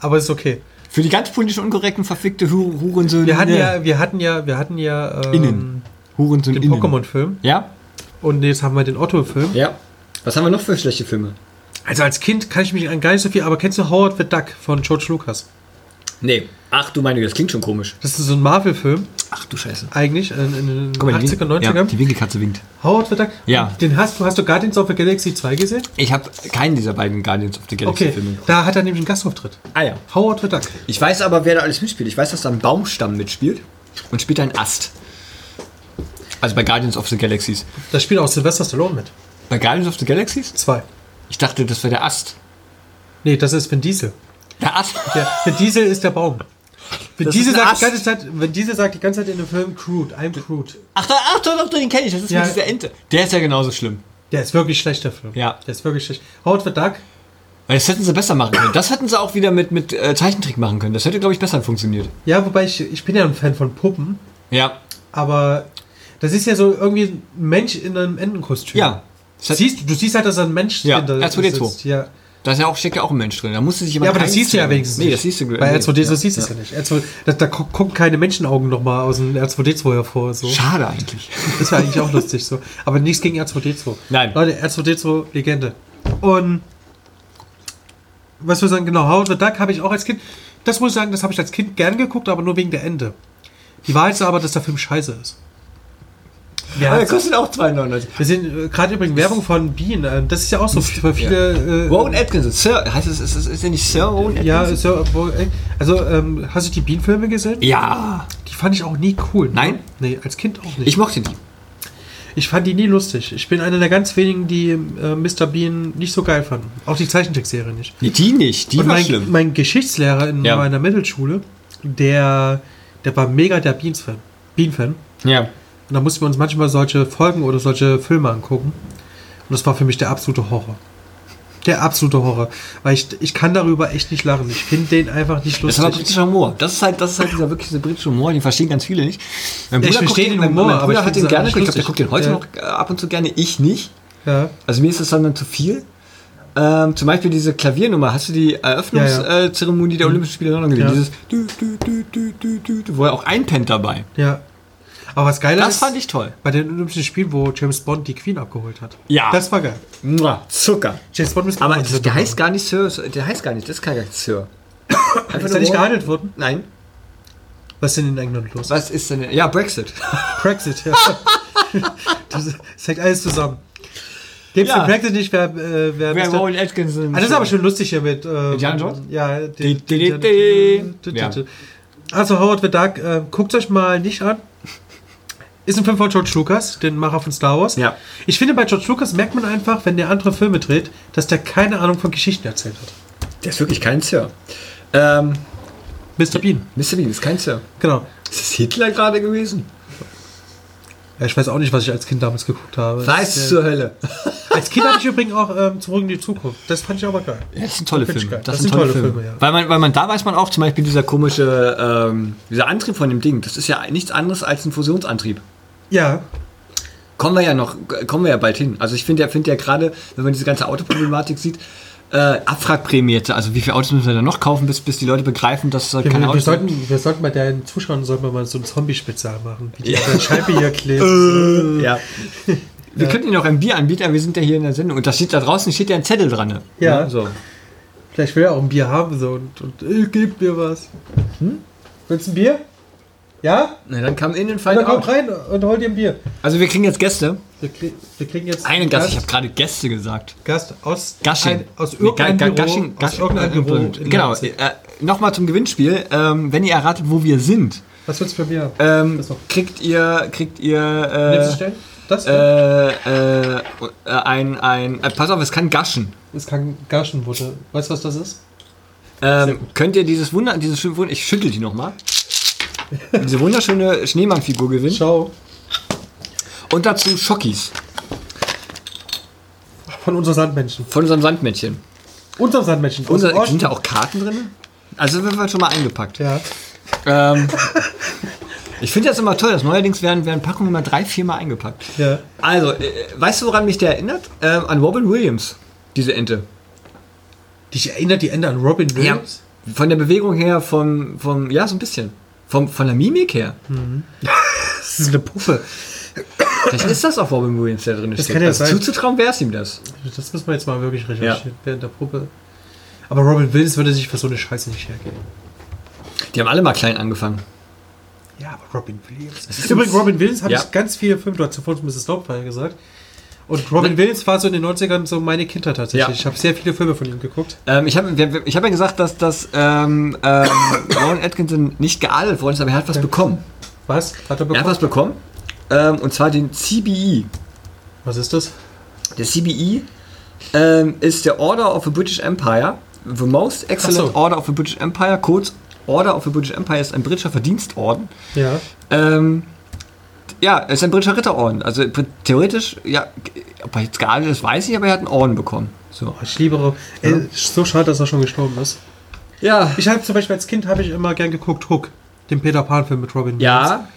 Speaker 2: Aber ist okay.
Speaker 1: Für die ganz politisch unkorrekten, verfickte Hu- Hurensöhne.
Speaker 2: Wir hatten ja, wir hatten ja, wir hatten ja ähm,
Speaker 1: Innen. Hurensöhne.
Speaker 2: den
Speaker 1: innen.
Speaker 2: Pokémon-Film
Speaker 1: Ja?
Speaker 2: und jetzt haben wir den Otto-Film.
Speaker 1: Ja. Was haben wir noch für schlechte Filme?
Speaker 2: Also als Kind kann ich mich an gar nicht so viel, aber kennst du Howard the Duck von George Lucas?
Speaker 1: Nee. Ach du meine, Güte, das klingt schon komisch.
Speaker 2: Das ist so ein Marvel-Film
Speaker 1: Ach du Scheiße.
Speaker 2: eigentlich in, in den
Speaker 1: Guck mal, die,
Speaker 2: 80er,
Speaker 1: Win- Ja,
Speaker 2: 90er.
Speaker 1: die Winkelkatze winkt.
Speaker 2: Howard the Duck?
Speaker 1: Ja.
Speaker 2: Den hast du, hast du Guardians of the Galaxy 2 gesehen?
Speaker 1: Ich habe keinen dieser beiden Guardians of the Galaxy
Speaker 2: Okay,
Speaker 1: Filme.
Speaker 2: da hat er nämlich einen Gastauftritt.
Speaker 1: Ah ja.
Speaker 2: Howard the Duck.
Speaker 1: Ich weiß aber, wer da alles mitspielt. Ich weiß, dass da ein Baumstamm mitspielt und spielt ein Ast. Also bei Guardians of the Galaxies.
Speaker 2: Da spielt auch Sylvester Stallone mit.
Speaker 1: Bei Guardians of the Galaxies?
Speaker 2: Zwei.
Speaker 1: Ich dachte, das wäre der Ast.
Speaker 2: Nee, das ist Vin Diesel.
Speaker 1: Der Ast?
Speaker 2: Der, Vin Diesel ist der Baum. Vin
Speaker 1: Das
Speaker 2: Diesel,
Speaker 1: ist ein
Speaker 2: sagt die
Speaker 1: Ast.
Speaker 2: ganze Zeit, Vin Diesel sagt die ganze Zeit in dem Film Crude, I'm Crude.
Speaker 1: Ach, da, ach doch, doch, den kenne ich. Das ist
Speaker 2: Ja.
Speaker 1: mit dieser Ente. Der ist ja genauso schlimm.
Speaker 2: Der ist wirklich schlecht, der Film.
Speaker 1: Ja.
Speaker 2: Der ist wirklich schlecht. Howard the Duck,
Speaker 1: Weil das hätten sie besser machen können. Das hätten sie auch wieder mit, mit äh, Zeichentrick machen können. Das hätte, glaube ich, besser funktioniert.
Speaker 2: ja, wobei ich, ich bin ja ein Fan von Puppen,
Speaker 1: Ja.
Speaker 2: aber das ist ja so irgendwie ein Mensch in einem Entenkostüm.
Speaker 1: Ja. Das, hat,
Speaker 2: Siehst, du- du siehst halt, dass da ein Mensch
Speaker 1: Ja, R2D2.
Speaker 2: sitzt. Ja,
Speaker 1: da ist ja auch, steckt ja auch ein Mensch drin. Da musste sich jemand
Speaker 2: ja aber das siehst du ja
Speaker 1: reinziehen.
Speaker 2: wenigstens
Speaker 1: Nee, das siehst du
Speaker 2: Bei
Speaker 1: nee.
Speaker 2: R2D2 siehst du es ja nicht. R2, da, da gu- gucken keine Menschenaugen nochmal aus dem R2D2 hervor. So.
Speaker 1: Schade eigentlich.
Speaker 2: Das war eigentlich auch lustig so. Aber nichts gegen R2D2.
Speaker 1: Nein.
Speaker 2: Leute, R2D2, Legende. Und was wir sagen, genau, How the Duck habe ich auch als Kind, das muss ich sagen, das habe ich als Kind gern geguckt, aber nur wegen der Ende. Die Wahrheit ist aber, dass der Film scheiße ist. Wer
Speaker 1: Aber der
Speaker 2: hat's-
Speaker 1: kostet auch 2,99.
Speaker 2: wir sehen äh, gerade übrigens Werbung von Bean. ähm, Das ist ja auch so für viele. äh,
Speaker 1: Rowan Atkinson. Sir, heißt es, ist, ist, ist er nicht Sir Rowan Atkinson?
Speaker 2: Ja, so, obwohl, äh, also ähm, hast du die Bean-Filme gesehen?
Speaker 1: Ja.
Speaker 2: Die fand ich auch nie cool. ne?
Speaker 1: Nein?
Speaker 2: Nee, als Kind auch nicht.
Speaker 1: Ich mochte die.
Speaker 2: Ich fand die nie lustig. Ich bin einer der ganz wenigen, die äh, Mr. Bean nicht so geil fanden. Auch die Zeichentrickserie nicht.
Speaker 1: Nee, die nicht. Die
Speaker 2: Und
Speaker 1: war
Speaker 2: mein,
Speaker 1: schlimm.
Speaker 2: mein Geschichtslehrer in
Speaker 1: Ja.
Speaker 2: meiner Mittelschule, der, der war mega der Beans-Fan. Bean-Fan.
Speaker 1: Ja.
Speaker 2: Und da mussten wir uns manchmal solche Folgen oder solche Filme angucken. Und das war für mich der absolute Horror. Der absolute Horror. Weil ich, ich kann darüber echt nicht lachen. Ich finde den einfach nicht
Speaker 1: Das ist aber
Speaker 2: lustig.
Speaker 1: britischer Humor. Das ist halt, das ist halt dieser wirkliche britische Humor, den verstehen ganz viele nicht. Mein
Speaker 2: Ich
Speaker 1: guckt
Speaker 2: verstehe den
Speaker 1: mein-
Speaker 2: Humor,
Speaker 1: mein
Speaker 2: aber
Speaker 1: Bruder
Speaker 2: ich
Speaker 1: hat
Speaker 2: find's
Speaker 1: den gerne
Speaker 2: einfach
Speaker 1: geguckt. Ich glaube, der
Speaker 2: nicht
Speaker 1: guckt den heute
Speaker 2: lustig.
Speaker 1: noch äh, ab und zu gerne. Ich nicht.
Speaker 2: Ja.
Speaker 1: Also mir ist das dann, dann zu viel. Ähm, zum Beispiel diese Klaviernummer. Hast du die
Speaker 2: Ja, Mhm.
Speaker 1: Eröffnungszeremonie äh, Zeremonie der Olympischen Spiele in London gesehen?
Speaker 2: Ja.
Speaker 1: Dieses du, du, du, du, du, du, du, wo er auch einpennt dabei.
Speaker 2: ja. Aber was geiler
Speaker 1: Das
Speaker 2: ist,
Speaker 1: fand ich toll.
Speaker 2: bei den Olympischen Spielen, wo James Bond die Queen abgeholt hat.
Speaker 1: Ja.
Speaker 2: Das war geil.
Speaker 1: Mua, Zucker.
Speaker 2: James Bond Oh, ist
Speaker 1: Aber
Speaker 2: auch
Speaker 1: das,
Speaker 2: dieser
Speaker 1: der
Speaker 2: Dumme.
Speaker 1: heißt gar nicht Sir. Der heißt gar nicht. Das ist kein Sir. Einfach nur
Speaker 2: Ist er nicht
Speaker 1: Rowan-
Speaker 2: gehandelt worden?
Speaker 1: Nein.
Speaker 2: Was ist denn in England los?
Speaker 1: Was ist denn? Ja, Brexit.
Speaker 2: Brexit, ja. das, das hängt alles zusammen. Gibt's
Speaker 1: Ja.
Speaker 2: den Brexit nicht, wer, äh, wer, Mr.
Speaker 1: Atkinson?
Speaker 2: Ah, das ist aber schon lustig hier mit. Ähm,
Speaker 1: Indiana Jones?
Speaker 2: Ja.
Speaker 1: Di-
Speaker 2: die-
Speaker 1: di- di- di.
Speaker 2: di- di-
Speaker 1: Ja.
Speaker 2: di- Also, Howard the Duck, äh, guckt euch mal nicht an. Ist ein Film von George Lucas, den Macher von Star Wars.
Speaker 1: Ja.
Speaker 2: Ich finde, bei George Lucas merkt man einfach, wenn der andere Filme dreht, dass der keine Ahnung von Geschichten erzählt hat.
Speaker 1: Der ist wirklich kein Sir. Ähm,
Speaker 2: Mr. Bean,
Speaker 1: Mr. Bean ist kein Sir.
Speaker 2: genau.
Speaker 1: Ist das Hitler gerade gewesen?
Speaker 2: Ja, ich weiß auch nicht, was ich als Kind damals geguckt habe.
Speaker 1: Weiß
Speaker 2: Das, äh,
Speaker 1: zur Hölle.
Speaker 2: Als Kind hatte ich übrigens auch ähm, Zurück in die Zukunft. Das fand ich aber geil.
Speaker 1: Ja, das sind tolle
Speaker 2: Finde ich
Speaker 1: Filme.
Speaker 2: geil. Das sind tolle Filme, ja.
Speaker 1: Weil, man, weil man da weiß man auch zum Beispiel dieser komische, ähm, dieser Antrieb von dem Ding, das ist ja nichts anderes als ein Fusionsantrieb.
Speaker 2: Ja,
Speaker 1: Kommen wir ja noch, kommen wir ja bald hin. Also ich finde ja, finde ja gerade, wenn man diese ganze Autoproblematik sieht, äh, Abwrackprämierte, also wie viele Autos müssen wir dann noch kaufen, bis, bis die Leute begreifen, dass da
Speaker 2: wir,
Speaker 1: keine
Speaker 2: wir,
Speaker 1: Autos
Speaker 2: sollten, wir sollten bei den Zuschauern sollten wir mal so ein Zombie-Spezial machen, wie die auf der Scheibe hier kleben.
Speaker 1: Ja. Wir könnten Ihnen auch ein Bier anbieten, aber wir sind ja hier in der Sendung. Und da steht da draußen steht ja ein Zettel dran. Ne?
Speaker 2: Ja.
Speaker 1: so.
Speaker 2: Vielleicht will er auch ein Bier haben so und, und äh, gib mir was. Hm? Willst du ein Bier? Ja?
Speaker 1: Na, dann kam in den
Speaker 2: Na,
Speaker 1: Fall
Speaker 2: dann komm rein und hol dir ein Bier.
Speaker 1: Also wir kriegen jetzt Gäste.
Speaker 2: Wir, krie- wir kriegen jetzt
Speaker 1: Einen Gast, ich habe
Speaker 2: Gast,
Speaker 1: gerade Gäste gesagt.
Speaker 2: Gast aus,
Speaker 1: Gasching.
Speaker 2: ein, aus
Speaker 1: Nee,
Speaker 2: irgendeinem
Speaker 1: Ga- Ga-
Speaker 2: Büro.
Speaker 1: Gasching-
Speaker 2: aus
Speaker 1: Gasching-
Speaker 2: irgendeinem
Speaker 1: äh,
Speaker 2: Büro. in
Speaker 1: Genau.
Speaker 2: Leipzig.
Speaker 1: Äh, Nochmal zum Gewinnspiel. Ähm, wenn ihr erratet, wo wir sind,
Speaker 2: Was willst du für ein Bier haben?
Speaker 1: ähm,
Speaker 2: Das noch.
Speaker 1: kriegt ihr, kriegt
Speaker 2: Nimmst du
Speaker 1: ihr
Speaker 2: schnell? Das
Speaker 1: äh, äh, äh, ein, ein, äh, pass auf, es kann gaschen.
Speaker 2: ist kein Gaschenbutter. Weißt du, was das ist?
Speaker 1: Ähm, könnt ihr dieses Wunder, dieses schöne Wunder, ich schüttel die nochmal, diese wunderschöne Schneemann-Figur gewinnen
Speaker 2: Ciao.
Speaker 1: und dazu Schockis
Speaker 2: Von unserem Sandmännchen.
Speaker 1: von unserem Sandmännchen.
Speaker 2: Unserem Sandmännchen. aus dem
Speaker 1: Unser,
Speaker 2: Osten.
Speaker 1: sind da auch Karten drin? Also sind wir schon mal eingepackt.
Speaker 2: Ja.
Speaker 1: Ähm, ich finde das immer toll, dass neuerdings werden, werden Packungen immer drei, viermal eingepackt.
Speaker 2: Ja.
Speaker 1: Also, äh, weißt du, woran mich der erinnert? Ähm, an Robin Williams, diese Ente.
Speaker 2: Dich erinnert die Ende an Robin Williams?
Speaker 1: Von der Bewegung her, vom, vom ja, so ein bisschen. Vom, von der Mimik her.
Speaker 2: Hm. Das ist eine Puffe.
Speaker 1: Vielleicht ist das auch Robin Williams, der drin ist.
Speaker 2: kann ja sein.
Speaker 1: zuzutrauen wäre es ihm das.
Speaker 2: Das müssen wir jetzt mal wirklich recherchieren während der Probe. Aber Robin Williams würde sich für so eine Scheiße nicht hergeben.
Speaker 1: Die haben alle mal klein angefangen.
Speaker 2: Ja, aber Robin Williams.
Speaker 1: ist
Speaker 2: Übrigens,
Speaker 1: jetzt-
Speaker 2: Robin Williams habe
Speaker 1: Ja.
Speaker 2: ich ganz viele Filme, du hast zuvor schon Mrs. Doubtfire gesagt. Und Robin Williams war so in den 90ern so meine Kindheit tatsächlich.
Speaker 1: Ne- Ja.
Speaker 2: Ich habe sehr viele Filme von ihm geguckt.
Speaker 1: Ähm, ich habe wir- ich hab ja gesagt, dass, dass ähm, ähm, Rowan Atkinson nicht geadelt worden ist, aber er hat was bekommen.
Speaker 2: Was? Hat er
Speaker 1: Er hat
Speaker 2: bekommen?
Speaker 1: was bekommen. Ähm, und zwar den E. CBE.
Speaker 2: Was ist das?
Speaker 1: Der CBE ähm, ist der Order of the British Empire. The Most Excellent
Speaker 2: Ach so.
Speaker 1: Order of the British Empire. Kurz, Order of the British Empire ist ein britischer Verdienstorden.
Speaker 2: Ja.
Speaker 1: Ähm, ja, ist ein britischer Ritterorden. Also pr- theoretisch, ja, ob er jetzt geadelt ist, weiß ich, aber er hat einen Orden bekommen. So.
Speaker 2: Ich liebe Rob. Ey, Äh, so schade, dass er schon gestorben ist.
Speaker 1: Ja.
Speaker 2: Ich habe zum Beispiel als Kind habe ich immer gern geguckt Hook, den Peter Pan Film mit Robin Williams.
Speaker 1: Ja.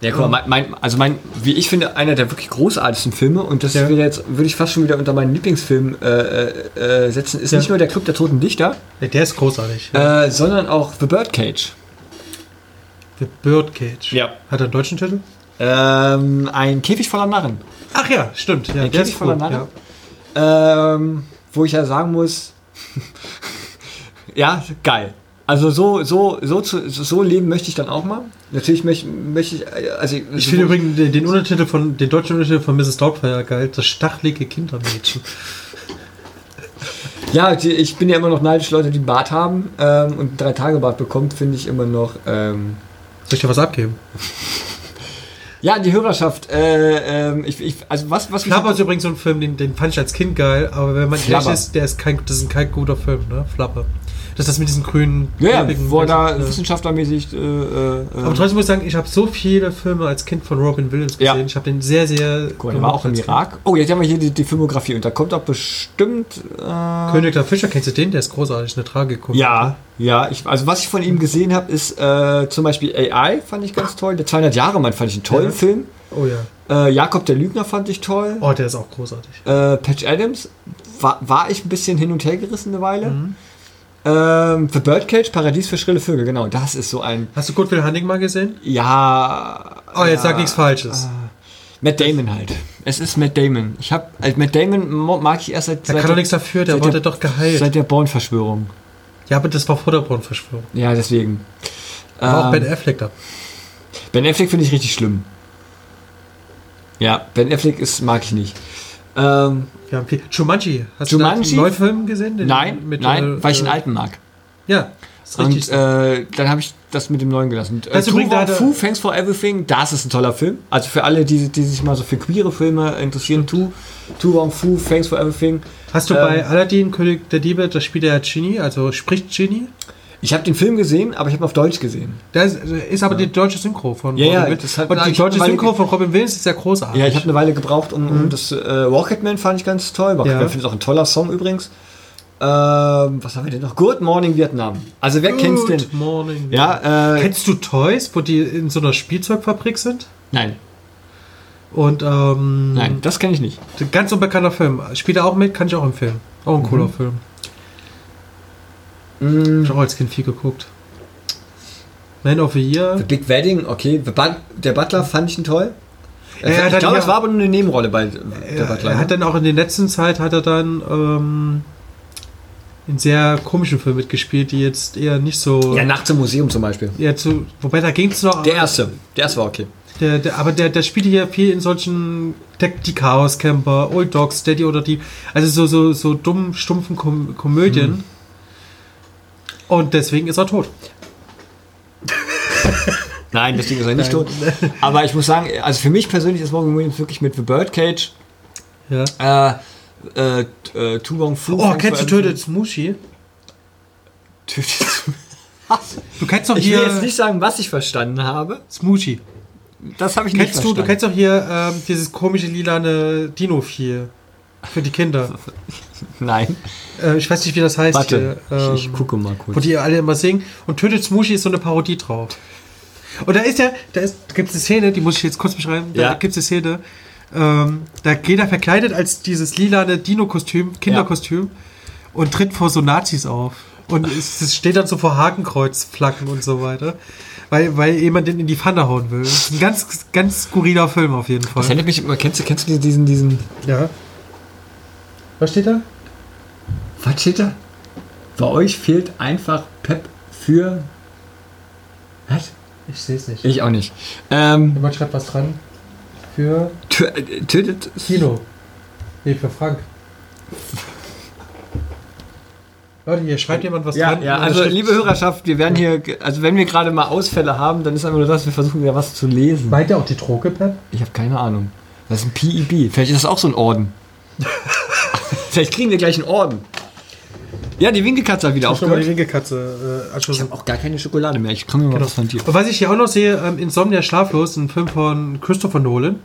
Speaker 1: Ja, guck mal, mein, mein, also mein, wie ich finde, einer der wirklich großartigsten Filme, und das
Speaker 2: Ja.
Speaker 1: wäre jetzt, würde ich fast schon wieder unter meinen Lieblingsfilm äh, äh, äh, setzen, ist
Speaker 2: Ja.
Speaker 1: nicht nur der Club der Toten Dichter,
Speaker 2: Ja. Der ist großartig.
Speaker 1: äh, sondern auch The Birdcage.
Speaker 2: The Birdcage.
Speaker 1: Ja.
Speaker 2: Hat er einen deutschen Titel?
Speaker 1: Ähm, ein Käfig voller Narren.
Speaker 2: Ach ja, stimmt. Ja,
Speaker 1: Käfig voller Narren? Ähm, wo ich ja sagen muss, Ja, geil. Also so, so, so, zu, so leben möchte ich dann auch mal. Natürlich möchte, möchte ich, äh, also
Speaker 2: Ich finde übrigens den, den Untertitel von, den deutschen Untertitel von Mrs. Doubtfire geil, das stachelige Kindermädchen.
Speaker 1: Ja, die, ich bin ja immer noch neidisch, Leute, die einen Bart haben ähm, und einen Drei-Tage-Bart bekommt, finde ich immer noch. Ähm,
Speaker 2: Soll ich dir was abgeben?
Speaker 1: ja, die Hörerschaft. Äh, ähm, ich, ich, also was, was mich-
Speaker 2: Flapper ist übrigens so ein Film, den, den fand ich als Kind geil, aber wenn man ehrlich
Speaker 1: Flapper.
Speaker 2: ist, der ist kein, das ist kein guter Film, ne? Flapper. Das ist das mit diesen grünen...
Speaker 1: Ja, ja,
Speaker 2: klebrigen-
Speaker 1: wo er da
Speaker 2: Ja.
Speaker 1: wissenschaftlermäßig. Äh, äh,
Speaker 2: Aber trotzdem muss ich sagen, ich habe so viele Filme als Kind von Robin Williams
Speaker 1: Ja.
Speaker 2: gesehen. Ich habe den sehr, sehr.
Speaker 1: Guck mal, der war auch im
Speaker 2: als
Speaker 1: Irak. Oh, jetzt haben wir hier die, die Filmografie und da kommt auch bestimmt. Äh,
Speaker 2: Kind. König der Fischer, kennst du den? Der ist großartig, eine Tragikomödie.
Speaker 1: Ja, ja. Ich, also was ich von ihm gesehen habe, ist äh, zum Beispiel AI fand ich ganz toll. Der 200 Jahre Mann fand ich einen tollen
Speaker 2: Ja.
Speaker 1: Film.
Speaker 2: Oh ja.
Speaker 1: Äh, Jakob der Lügner fand ich toll.
Speaker 2: Oh, der ist auch großartig.
Speaker 1: Äh, Patch Adams war, war ich ein bisschen hin und her gerissen eine Weile. Ähm, The Birdcage, Paradies für schrille Vögel, genau. Das ist so ein.
Speaker 2: Hast du Goodwill Hunting mal gesehen?
Speaker 1: Ja.
Speaker 2: Oh, jetzt
Speaker 1: ja, Ah.
Speaker 2: sag nichts Falsches.
Speaker 1: Matt Damon halt. Es ist Matt Damon. Ich hab, also Matt Damon mo- mag ich erst seit.
Speaker 2: Da
Speaker 1: seit
Speaker 2: kann doch nichts dafür, der
Speaker 1: seit
Speaker 2: wurde doch geheilt.
Speaker 1: Seit der Born-Verschwörung.
Speaker 2: ja, aber das war vor der Braunverschwörung.
Speaker 1: Ja, deswegen.
Speaker 2: War auch
Speaker 1: Ähm,
Speaker 2: Ben Affleck da.
Speaker 1: Ben Affleck finde ich richtig schlimm. Ja, Ben Affleck ist, mag ich nicht. Ähm,
Speaker 2: Wir haben viel. Jumanji. Hast du
Speaker 1: Jumanji?
Speaker 2: den neuen Film gesehen? Den
Speaker 1: nein,
Speaker 2: mit,
Speaker 1: nein,
Speaker 2: äh,
Speaker 1: weil ich den
Speaker 2: äh,
Speaker 1: alten mag.
Speaker 2: Ja, ist
Speaker 1: Und
Speaker 2: richtig.
Speaker 1: äh, dann habe ich das mit dem neuen gelassen. Und, äh,
Speaker 2: Also
Speaker 1: Two
Speaker 2: bringt
Speaker 1: Wrong
Speaker 2: da-
Speaker 1: Fu, Thanks for Everything, das ist ein toller Film. Also für alle, die, die sich mal so für queere Filme interessieren, Two, Two Wrong Fu, Thanks for Everything.
Speaker 2: Hast du
Speaker 1: ähm,
Speaker 2: bei Aladdin, König der Diebe, da spielt er Genie, also spricht Genie?
Speaker 1: Ich habe den Film gesehen, aber ich habe ihn auf Deutsch gesehen.
Speaker 2: Da ist, äh, ist aber die deutsche Synchro von
Speaker 1: Ja, ja,
Speaker 2: Robin Williams.
Speaker 1: das hat-
Speaker 2: Und die
Speaker 1: ich-
Speaker 2: deutsche
Speaker 1: weil-
Speaker 2: Synchro von Robin Williams ist ja großartig.
Speaker 1: Ja, ich habe eine Weile gebraucht, um, um das äh, Rocketman fand ich ganz toll. Rocketman
Speaker 2: Mhm. Ja.
Speaker 1: finde ich auch ein toller Song übrigens. Ähm, was haben wir denn noch? Good Morning Vietnam. Also wer kennt's denn?
Speaker 2: Good Morning.
Speaker 1: Ja, äh,
Speaker 2: Kennst du Toys, wo die in so einer Spielzeugfabrik sind?
Speaker 1: nein,
Speaker 2: Und ähm,
Speaker 1: nein, das kenne ich nicht.
Speaker 2: ein ganz unbekannter Film. Spielt er auch mit? Kann ich auch empfehlen. Auch
Speaker 1: Mhm.
Speaker 2: ein cooler Film. Hab Ich auch als Kind viel geguckt. Man of the
Speaker 1: The
Speaker 2: Year.
Speaker 1: Big Wedding, okay. The Bud- der Butler fand ich ihn toll.
Speaker 2: er hat
Speaker 1: ich
Speaker 2: dann
Speaker 1: glaube,
Speaker 2: ja-
Speaker 1: es war aber nur eine Nebenrolle bei der
Speaker 2: Er,
Speaker 1: Butler.
Speaker 2: er hat
Speaker 1: ne?
Speaker 2: dann auch in der letzten Zeit hat er dann ähm, in sehr komischen Filmen mitgespielt, die jetzt eher nicht so.
Speaker 1: ja, Nachts im Museum zum Beispiel.
Speaker 2: Ja, zu, wobei da ging es noch.
Speaker 1: Der erste. Der erste war okay.
Speaker 2: Der, der, aber der, der spielte ja viel in solchen der, die Chaos Camper, Old Dogs, Daddy oder die. Also so, so, so dummen, stumpfen Kom Komödien.
Speaker 1: Mhm.
Speaker 2: Und deswegen ist er tot.
Speaker 1: Nein, deswegen ist er nicht
Speaker 2: Nein.
Speaker 1: tot. Aber ich muss sagen, also für mich persönlich ist Morgan Williams wirklich mit The Birdcage, äh,
Speaker 2: Ja.
Speaker 1: äh, äh, Tu Wong Fu.
Speaker 2: Oh, kennst du Tötet Smushi?
Speaker 1: Tötet.
Speaker 2: Du kennst doch
Speaker 1: Ich will
Speaker 2: hier.
Speaker 1: jetzt nicht sagen, was ich verstanden habe.
Speaker 2: Smushi.
Speaker 1: Das habe ich nicht
Speaker 2: Kennst du, du
Speaker 1: verstanden.
Speaker 2: kennst doch hier ähm, dieses komische lilane Dino-Vieh. Für die Kinder.
Speaker 1: Nein.
Speaker 2: äh, ich weiß nicht, wie das heißt.
Speaker 1: Warte,
Speaker 2: hier. Ähm,
Speaker 1: ich, ich gucke mal
Speaker 2: wo
Speaker 1: kurz.
Speaker 2: die alle immer singen. Und Tötet Smushi ist so eine Parodie drauf. Und da ist ja, da, ist- da gibt es eine Szene, die muss ich jetzt kurz beschreiben. Da
Speaker 1: Ja.
Speaker 2: gibt es eine Szene, ähm, da geht er verkleidet als dieses lilane Dino-Kostüm, Kinderkostüm und tritt vor so Nazis auf. Und es, es steht dann so vor Hakenkreuzflaggen und so weiter. Weil, weil jemand den in die Pfanne hauen will. Das ist ein ganz, ganz skurriler Film auf jeden
Speaker 1: Das
Speaker 2: Fall.
Speaker 1: erinnert mich immer, kennst du, kennst du diesen, diesen,
Speaker 2: Ja. Was steht da?
Speaker 1: was steht da? Bei euch fehlt einfach Pep für, was?
Speaker 2: Ich sehe es nicht.
Speaker 1: Ich auch nicht. Ähm,
Speaker 2: Jemand schreibt was dran. Für
Speaker 1: tö- äh, tötet,
Speaker 2: Kino. Nee, für Frank. Leute, hier schreibt jemand was
Speaker 1: ja,
Speaker 2: dran.
Speaker 1: ja,
Speaker 2: Und
Speaker 1: also
Speaker 2: da steht-
Speaker 1: liebe Hörerschaft, wir werden hier, ge- also wenn wir gerade mal Ausfälle haben, dann ist einfach nur das, wir versuchen ja was zu lesen.
Speaker 2: Meint ihr auch die Droge, Pep?
Speaker 1: Ich habe keine Ahnung. Das ist ein PIB. Vielleicht ist das auch so ein Orden. Vielleicht kriegen wir gleich einen Orden. Ja, die Winkelkatze hat wieder
Speaker 2: Auch schon mal die
Speaker 1: aufgehört.
Speaker 2: linke Katze äh,
Speaker 1: Ich
Speaker 2: anschauen.
Speaker 1: habe auch gar keine Schokolade mehr. Ich komme mal
Speaker 2: Genau.
Speaker 1: was von dir.
Speaker 2: Und was ich hier auch noch sehe, ähm, Insomnia Schlaflos, ein Film von Christopher Nolan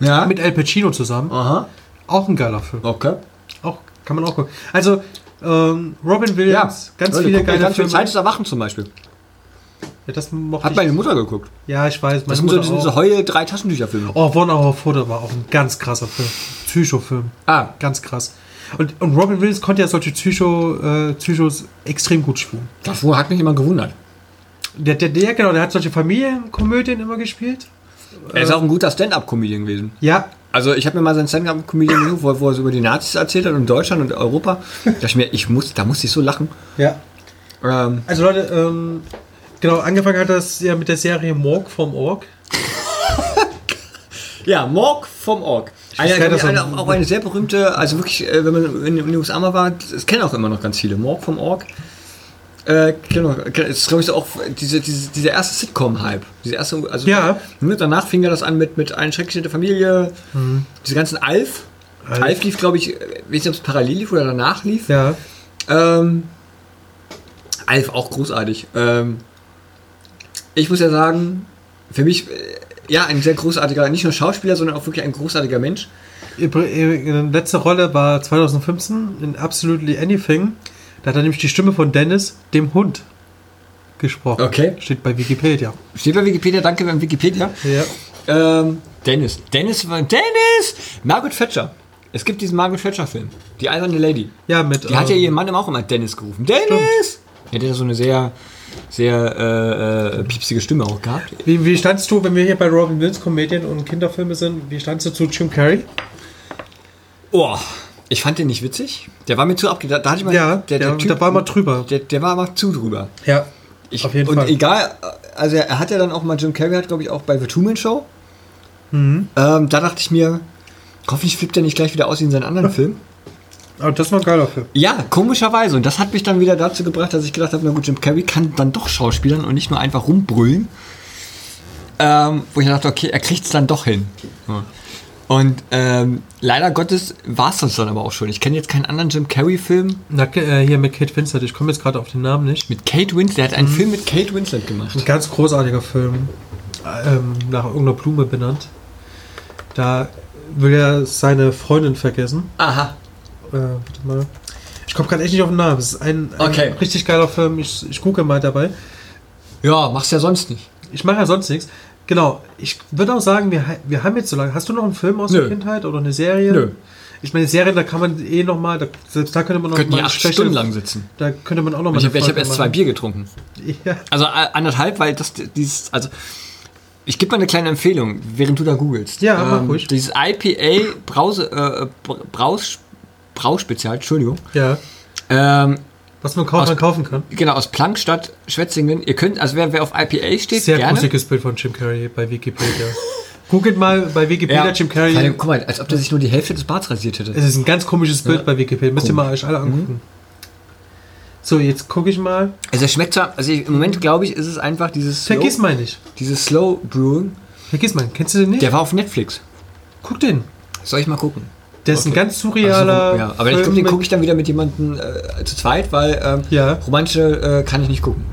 Speaker 1: Ja.
Speaker 2: mit Al Pacino zusammen.
Speaker 1: Aha.
Speaker 2: Auch ein geiler Film.
Speaker 1: Okay.
Speaker 2: Auch, kann man auch gucken. Also, ähm, Robin
Speaker 1: Ja,
Speaker 2: Williams, ganz
Speaker 1: Leute,
Speaker 2: viele
Speaker 1: guckt euch
Speaker 2: geile
Speaker 1: ganz viel
Speaker 2: Filme.
Speaker 1: Zeit des Erwachen zum Beispiel.
Speaker 2: Ja, das mochte
Speaker 1: Hat
Speaker 2: ich.
Speaker 1: meine Mutter geguckt.
Speaker 2: Ja, ich weiß.
Speaker 1: Das
Speaker 2: Meine
Speaker 1: sind so
Speaker 2: Mutter
Speaker 1: diese, diese
Speaker 2: auch.
Speaker 1: Heul drei Taschentücherfilme.
Speaker 2: Oh, One Hour Photo war auch ein ganz krasser Film. Psycho-Film.
Speaker 1: Ah,
Speaker 2: Ganz krass. Und, und Robin Williams konnte ja solche Psycho, äh, Psychos extrem gut spielen.
Speaker 1: das hat mich immer gewundert.
Speaker 2: Der, der, der, genau, der hat solche Familienkomödien immer gespielt.
Speaker 1: Er ist auch ein guter Stand-up-Comedian gewesen.
Speaker 2: Ja,
Speaker 1: Also ich habe mir mal seinen Stand-up-Comedian geguckt, wo, wo er so über die Nazis erzählt hat und Deutschland und Europa. Da dachte ich mir, ich muss, da muss ich so lachen.
Speaker 2: ja.
Speaker 1: Ähm,
Speaker 2: Also Leute, ähm, genau, angefangen hat das ja mit der Serie Morg vom Org.
Speaker 1: ja, Morg vom Org.
Speaker 2: weiß
Speaker 1: Eine,
Speaker 2: gar nicht,
Speaker 1: eine,
Speaker 2: dass man-
Speaker 1: auch eine sehr berühmte, also wirklich, äh, wenn man in in den USA mal war, das kennen auch immer noch ganz viele. Morg vom Org. Äh, genau, das ist, glaube ich, so auch diese, diese, dieser erste Sitcom-Hype. Diese erste, also
Speaker 2: Ja.
Speaker 1: ne, danach fing ja das an mit, mit Ein Schreckchen in der Familie, diese ganzen Alf. Alf,
Speaker 2: Mhm. Alf.
Speaker 1: lief, glaube ich, äh, ich weiß nicht, ob es parallel lief oder danach lief.
Speaker 2: Ja.
Speaker 1: Ähm, Alf, auch großartig. Ähm, ich muss ja sagen, für mich, äh, ja, ein sehr großartiger, nicht nur Schauspieler, sondern auch wirklich ein großartiger Mensch.
Speaker 2: Ihre, ihre letzte Rolle war 2015 in Absolutely Anything. Da hat er nämlich die Stimme von Dennis, dem Hund, gesprochen.
Speaker 1: Okay.
Speaker 2: Steht bei Wikipedia.
Speaker 1: Steht bei Wikipedia, danke beim Wikipedia.
Speaker 2: Ja.
Speaker 1: Ähm, Dennis, Dennis, war- Dennis! Margaret Thatcher. Es gibt diesen Margaret Thatcher-Film, die eiserne Lady.
Speaker 2: Ja, mit.
Speaker 1: Die hat ja
Speaker 2: ähm,
Speaker 1: ihren Mann immer auch immer Dennis gerufen. Dennis! Er hätte so eine sehr, sehr äh, äh, piepsige Stimme auch gehabt.
Speaker 2: Wie, wie standst du, wenn wir hier bei Robin Williams Komödien und Kinderfilme sind, wie standst du zu Jim Carrey?
Speaker 1: Oh, ich fand den nicht witzig. Der war mir zu abgedreht. Da hatte ich mal,
Speaker 2: Ja,
Speaker 1: der,
Speaker 2: der-
Speaker 1: Typ-
Speaker 2: der war mal drüber.
Speaker 1: Der, der war mal zu drüber.
Speaker 2: Ja.
Speaker 1: Ich,
Speaker 2: Auf jeden
Speaker 1: und
Speaker 2: Fall.
Speaker 1: egal, also er hat ja dann auch mal, Jim Carrey hat glaube ich auch bei The Truman Show.
Speaker 2: Mhm.
Speaker 1: Ähm, da dachte ich mir, hoffentlich flippt er nicht gleich wieder aus wie in seinen anderen Filmen.
Speaker 2: Aber das war ein geiler Film.
Speaker 1: Ja, komischerweise. Und das hat mich dann wieder dazu gebracht, dass ich gedacht habe, na gut, Jim Carrey kann dann doch schauspielern und nicht nur einfach rumbrüllen. Ähm, wo ich dann dachte, okay, er kriegt es dann doch hin. Und ähm, leider Gottes war es das dann aber auch schon. Ich kenne jetzt keinen anderen Jim Carrey-Film
Speaker 2: Na, äh, hier mit Kate Winslet, ich komme jetzt gerade auf den Namen nicht.
Speaker 1: mit Kate Winslet. Er hat einen Film mit Kate Winslet gemacht.
Speaker 2: Ein ganz großartiger Film, ähm, nach irgendeiner Blume benannt. Da will er seine Freundin vergessen.
Speaker 1: Aha.
Speaker 2: Äh, warte mal. Ich komme gerade echt nicht auf den Namen. Es ist ein, ein
Speaker 1: Okay.
Speaker 2: richtig geiler Film. Ich, ich gucke mal dabei.
Speaker 1: Ja, machst ja sonst nicht.
Speaker 2: Ich mache ja sonst nichts. Genau. Ich würde auch sagen, wir, ha- wir haben jetzt so lange. Hast du noch einen Film aus
Speaker 1: Nö.
Speaker 2: der Kindheit oder eine Serie?
Speaker 1: Nö.
Speaker 2: Ich meine, Serien, da kann man eh nochmal, da, selbst da könnte man noch
Speaker 1: Könnten
Speaker 2: mal
Speaker 1: die
Speaker 2: ein
Speaker 1: acht
Speaker 2: Special-
Speaker 1: Stunden lang sitzen.
Speaker 2: Da könnte man auch nochmal.
Speaker 1: Ich habe hab erst zwei Bier getrunken.
Speaker 2: Ja.
Speaker 1: Also äh, anderthalb, weil das dieses, also ich gebe mal eine kleine Empfehlung, während du da googelst. Ähm,
Speaker 2: Ja, mach ruhig.
Speaker 1: Dieses IPA Brause, äh, Bra- Braus, Brauspezial, Entschuldigung.
Speaker 2: ja.
Speaker 1: Ähm,
Speaker 2: Was man kaufen,
Speaker 1: Aus-
Speaker 2: man kaufen kann.
Speaker 1: genau, aus Plankstadt, Schwetzingen. Ihr könnt, also wer, wer auf IPA steht,
Speaker 2: Sehr
Speaker 1: gerne.
Speaker 2: gruseliges Bild von Jim Carrey bei Wikipedia. Gucket mal bei Wikipedia Jim
Speaker 1: Vor
Speaker 2: Carrey.
Speaker 1: allem, guck mal, als ob der sich nur die Hälfte des Barts rasiert hätte.
Speaker 2: Es ist ein ganz komisches Bild bei Wikipedia. Müsst ihr mal euch
Speaker 1: Mhm.
Speaker 2: alle angucken. So, jetzt gucke ich mal.
Speaker 1: Also er schmeckt zwar, also ich, im Moment glaube ich, ist es einfach dieses Slow,
Speaker 2: Vergiss mal nicht.
Speaker 1: dieses Slow Brewing.
Speaker 2: Vergiss mal. Kennst du den nicht?
Speaker 1: Der war auf Netflix.
Speaker 2: Guck den.
Speaker 1: Soll ich mal gucken?
Speaker 2: Der ist ein
Speaker 1: Okay.
Speaker 2: ganz surrealer.
Speaker 1: Also, ja, aber ich
Speaker 2: Film
Speaker 1: glaube, den
Speaker 2: mit-
Speaker 1: gucke ich dann wieder mit jemandem äh, zu zweit, weil ähm,
Speaker 2: Ja.
Speaker 1: romantische äh, kann ich nicht gucken.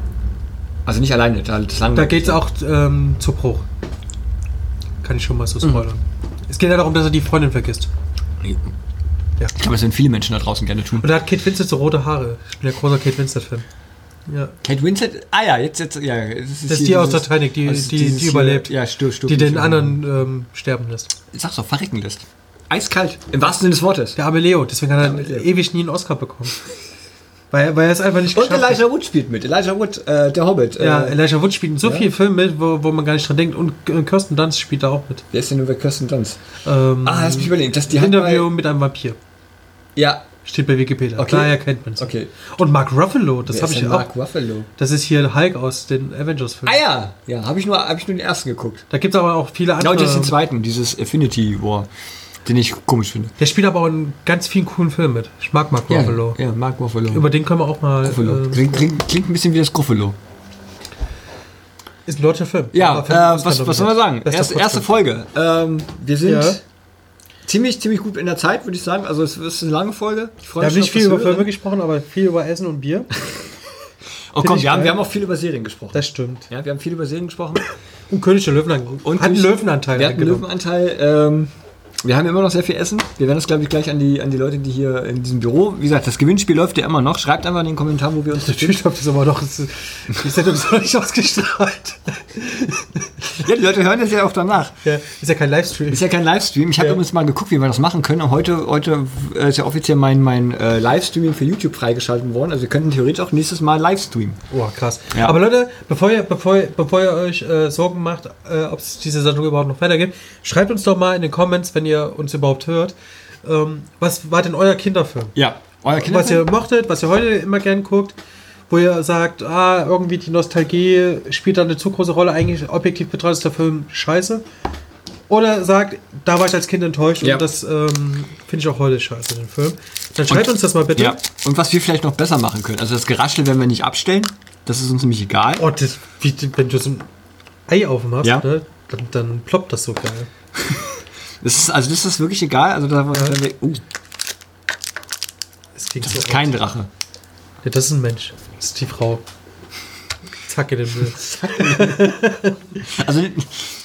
Speaker 1: Also nicht alleine, da, das
Speaker 2: Da
Speaker 1: langweilig.
Speaker 2: geht es auch ähm, zu Bruch. Kann ich schon mal so
Speaker 1: Mhm.
Speaker 2: spoilern. Es geht ja darum, dass er die Freundin vergisst.
Speaker 1: Ich
Speaker 2: Ja.
Speaker 1: glaube, das werden viele Menschen da draußen gerne tun.
Speaker 2: Und da hat Kate Winslet so rote Haare. Ich bin ja großer Kate Winslet-Fan. Ja.
Speaker 1: Kate Winslet, ah ja, jetzt, jetzt, ja. Das
Speaker 2: Das ist
Speaker 1: hier
Speaker 2: die aus
Speaker 1: dieses-
Speaker 2: Titanic, die,
Speaker 1: also
Speaker 2: die,
Speaker 1: dieses
Speaker 2: die
Speaker 1: hier-
Speaker 2: überlebt.
Speaker 1: Ja, stur, stur,
Speaker 2: die den anderen ähm, sterben lässt.
Speaker 1: Sag's doch, verrecken lässt. Eiskalt, im wahrsten Sinne des Wortes.
Speaker 2: Der arme Leo, deswegen hat er
Speaker 1: arme Leo.
Speaker 2: ewig nie einen Oscar bekommen. weil, er- weil er es einfach nicht
Speaker 1: Und
Speaker 2: geschafft hat.
Speaker 1: Elijah Wood spielt mit. Elijah Wood, äh, der Hobbit.
Speaker 2: Ja,
Speaker 1: äh,
Speaker 2: Elijah Wood spielt in so
Speaker 1: ja.
Speaker 2: vielen Filmen mit, wo, wo man gar nicht dran denkt. Und K- Kirsten Dunst spielt da auch mit.
Speaker 1: der ist ja nur bei Kirsten Dunst.
Speaker 2: Ähm,
Speaker 1: Ah, lass mich überlegen. Das, die hat
Speaker 2: Interview
Speaker 1: Mal,
Speaker 2: mit einem Vampir.
Speaker 1: ja,
Speaker 2: Steht bei Wikipedia.
Speaker 1: Okay.
Speaker 2: Daher kennt man es.
Speaker 1: okay.
Speaker 2: Und Mark Ruffalo, das
Speaker 1: Wer
Speaker 2: habe
Speaker 1: ist
Speaker 2: ich
Speaker 1: denn
Speaker 2: auch.
Speaker 1: Mark Ruffalo.
Speaker 2: Das ist hier Hulk aus den Avengers-Filmen.
Speaker 1: Ah ja, ja, habe ich, nur- hab ich nur den ersten geguckt. Ähm.
Speaker 2: Da gibt es aber auch viele
Speaker 1: Ja,
Speaker 2: andere. ähm,
Speaker 1: und jetzt den zweiten, dieses Affinity War, den ich komisch finde.
Speaker 2: der spielt aber auch in ganz vielen coolen Filmen mit. Ich mag Mark Ruffalo.
Speaker 1: Ja, ja Mark Ruffalo.
Speaker 2: Über den können wir auch mal.
Speaker 1: Ruffalo.
Speaker 2: ähm,
Speaker 1: Klingt, klingt, klingt ein bisschen wie das Gruffalo.
Speaker 2: Ist ein deutscher Film.
Speaker 1: Ja,
Speaker 2: Aber Film
Speaker 1: äh, was, was soll man sagen?
Speaker 2: Bester
Speaker 1: Erste, erste
Speaker 2: Kurzfilm.
Speaker 1: Folge. Ähm, wir sind
Speaker 2: Ja.
Speaker 1: ziemlich, ziemlich gut in der Zeit, würde ich sagen. Also es ist eine lange Folge. Ich freue
Speaker 2: Wir haben nicht
Speaker 1: auf
Speaker 2: viel
Speaker 1: das
Speaker 2: über
Speaker 1: Hören.
Speaker 2: Filme gesprochen, aber viel über Essen und Bier.
Speaker 1: Oh komm,
Speaker 2: ich
Speaker 1: wir haben,
Speaker 2: geil.
Speaker 1: wir haben auch viel über Serien gesprochen.
Speaker 2: Das stimmt.
Speaker 1: Ja, wir haben viel über Serien gesprochen.
Speaker 2: Und König der Löwen und hat einen
Speaker 1: durch-
Speaker 2: Löwenanteil
Speaker 1: Wir hatten einen
Speaker 2: eingenommen.
Speaker 1: Löwenanteil. Ähm, wir haben immer noch sehr viel Essen. Wir werden das, glaube ich, gleich an die, an die Leute, die hier in diesem Büro, wie gesagt, das Gewinnspiel läuft ja immer noch. Schreibt einfach in den Kommentaren, wo wir uns befinden.
Speaker 2: Natürlich läuft das aber noch. es ist- Die Sendung ist noch nicht ausgestrahlt.
Speaker 1: Ja, die Leute hören das ja auch danach.
Speaker 2: Ja, ist ja kein Livestream.
Speaker 1: Ist ja kein Livestream. Ich habe
Speaker 2: Ja.
Speaker 1: übrigens mal geguckt, wie wir das machen können. Und heute, heute äh, ist ja offiziell mein, mein äh, Livestreaming für YouTube freigeschalten worden. Also wir könnten theoretisch auch nächstes Mal Livestreamen.
Speaker 2: Oh, krass.
Speaker 1: Ja.
Speaker 2: Aber Leute, bevor ihr, bevor, ihr- bevor ihr euch äh, Sorgen macht, äh, ob es diese Sendung überhaupt noch weitergeht, schreibt uns doch mal in den Comments, wenn ihr uns überhaupt hört, ähm, was war denn euer Kinderfilm?
Speaker 1: Ja. Euer
Speaker 2: was
Speaker 1: Kinderfilm?
Speaker 2: ihr mochtet, was ihr heute immer gern guckt, wo ihr sagt, ah, irgendwie die Nostalgie spielt da eine zu große Rolle, eigentlich objektiv betrachtet ist der Film scheiße. Oder sagt, da war ich als Kind enttäuscht
Speaker 1: Ja.
Speaker 2: und das ähm, finde ich auch heute scheiße, den Film. Dann schreibt uns das mal bitte.
Speaker 1: Ja. Und was wir vielleicht noch besser machen können. Also das Geraschel werden wir nicht abstellen. Das ist uns nämlich egal.
Speaker 2: Oh, das, wie, wenn du so ein Ei auf dem hast,
Speaker 1: Ja.
Speaker 2: ne, dann, dann ploppt das so geil.
Speaker 1: Das ist, also das ist wirklich egal. Also da, da oh,
Speaker 2: Das, klingt
Speaker 1: das
Speaker 2: so
Speaker 1: ist kein Drache.
Speaker 2: Ja, das ist ein Mensch. Das ist die Frau. Zack in den Müll.
Speaker 1: Also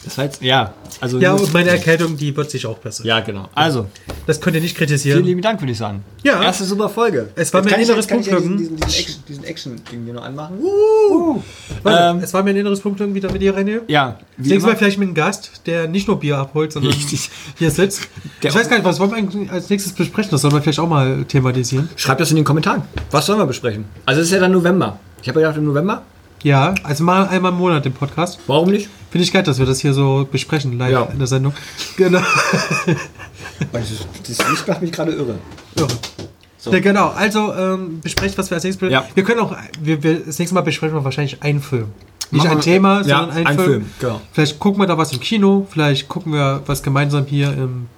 Speaker 1: das war jetzt, ja. Also,
Speaker 2: Ja, und meine Erkältung, die wird sich auch besser.
Speaker 1: ja, genau. Also,
Speaker 2: Das könnt ihr nicht kritisieren.
Speaker 1: vielen lieben Dank, würde ich sagen.
Speaker 2: Ja.
Speaker 1: Erste super Folge.
Speaker 2: Es war mir ein
Speaker 1: kann ich-
Speaker 2: inneres
Speaker 1: kann ich ja
Speaker 2: Punktwirken.
Speaker 1: Diesen, diesen, diesen Action- diesen Action-Ding hier noch anmachen.
Speaker 2: Warte,
Speaker 1: Ähm,
Speaker 2: es war mir ein inneres Punkt irgendwie damit ihr reinnehmen.
Speaker 1: Ja. Wie
Speaker 2: Nächstes
Speaker 1: immer,
Speaker 2: Mal vielleicht mit einem Gast, der nicht nur Bier abholt, sondern
Speaker 1: Richtig.
Speaker 2: hier sitzt.
Speaker 1: Der-
Speaker 2: ich weiß gar nicht, was wollen wir eigentlich als nächstes besprechen? Das sollen wir vielleicht auch mal thematisieren.
Speaker 1: schreibt das in den Kommentaren. Was sollen wir besprechen? Also es ist ja dann November. Ich habe ja gedacht, im November.
Speaker 2: Ja, also mal einmal im Monat im Podcast.
Speaker 1: Warum nicht?
Speaker 2: Finde ich geil, dass wir das hier so besprechen, live
Speaker 1: Ja.
Speaker 2: in der Sendung. Genau.
Speaker 1: Das, das Licht macht mich gerade irre.
Speaker 2: Ja. Ja, genau. Also ähm, besprecht, was wir als nächstes
Speaker 1: Ja.
Speaker 2: Wir können auch, wir, wir, das nächste Mal besprechen wir wahrscheinlich einen Film. Nicht
Speaker 1: Machen
Speaker 2: ein
Speaker 1: wir-
Speaker 2: Thema,
Speaker 1: ja,
Speaker 2: sondern einen
Speaker 1: Also ein
Speaker 2: Film.
Speaker 1: Film, genau.
Speaker 2: Vielleicht gucken wir da was im Kino, vielleicht gucken wir was gemeinsam hier im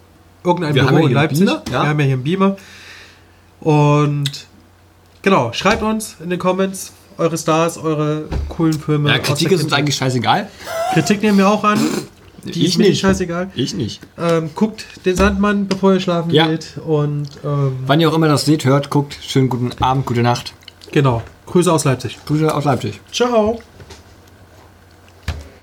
Speaker 2: irgendeinem
Speaker 1: Wir haben ja
Speaker 2: Büro in
Speaker 1: hier einen
Speaker 2: Leipzig.
Speaker 1: Beamer, ja.
Speaker 2: Wir haben ja hier einen Beamer. Und genau, schreibt uns in den Comments eure Stars, eure coolen Filme.
Speaker 1: Ja,
Speaker 2: aus
Speaker 1: Kritik
Speaker 2: der
Speaker 1: ist uns
Speaker 2: Kindheit.
Speaker 1: eigentlich scheißegal.
Speaker 2: Kritik nehmen wir auch an. Die
Speaker 1: Ich
Speaker 2: ist mir
Speaker 1: nicht.
Speaker 2: nicht scheißegal.
Speaker 1: Ich nicht.
Speaker 2: Ähm, guckt den Sandmann, bevor ihr schlafen
Speaker 1: Ja.
Speaker 2: geht. Und ähm,
Speaker 1: Wann ihr auch immer das seht, hört, guckt. Schönen guten Abend, gute Nacht.
Speaker 2: genau. Grüße aus Leipzig.
Speaker 1: Grüße aus Leipzig.
Speaker 2: Ciao.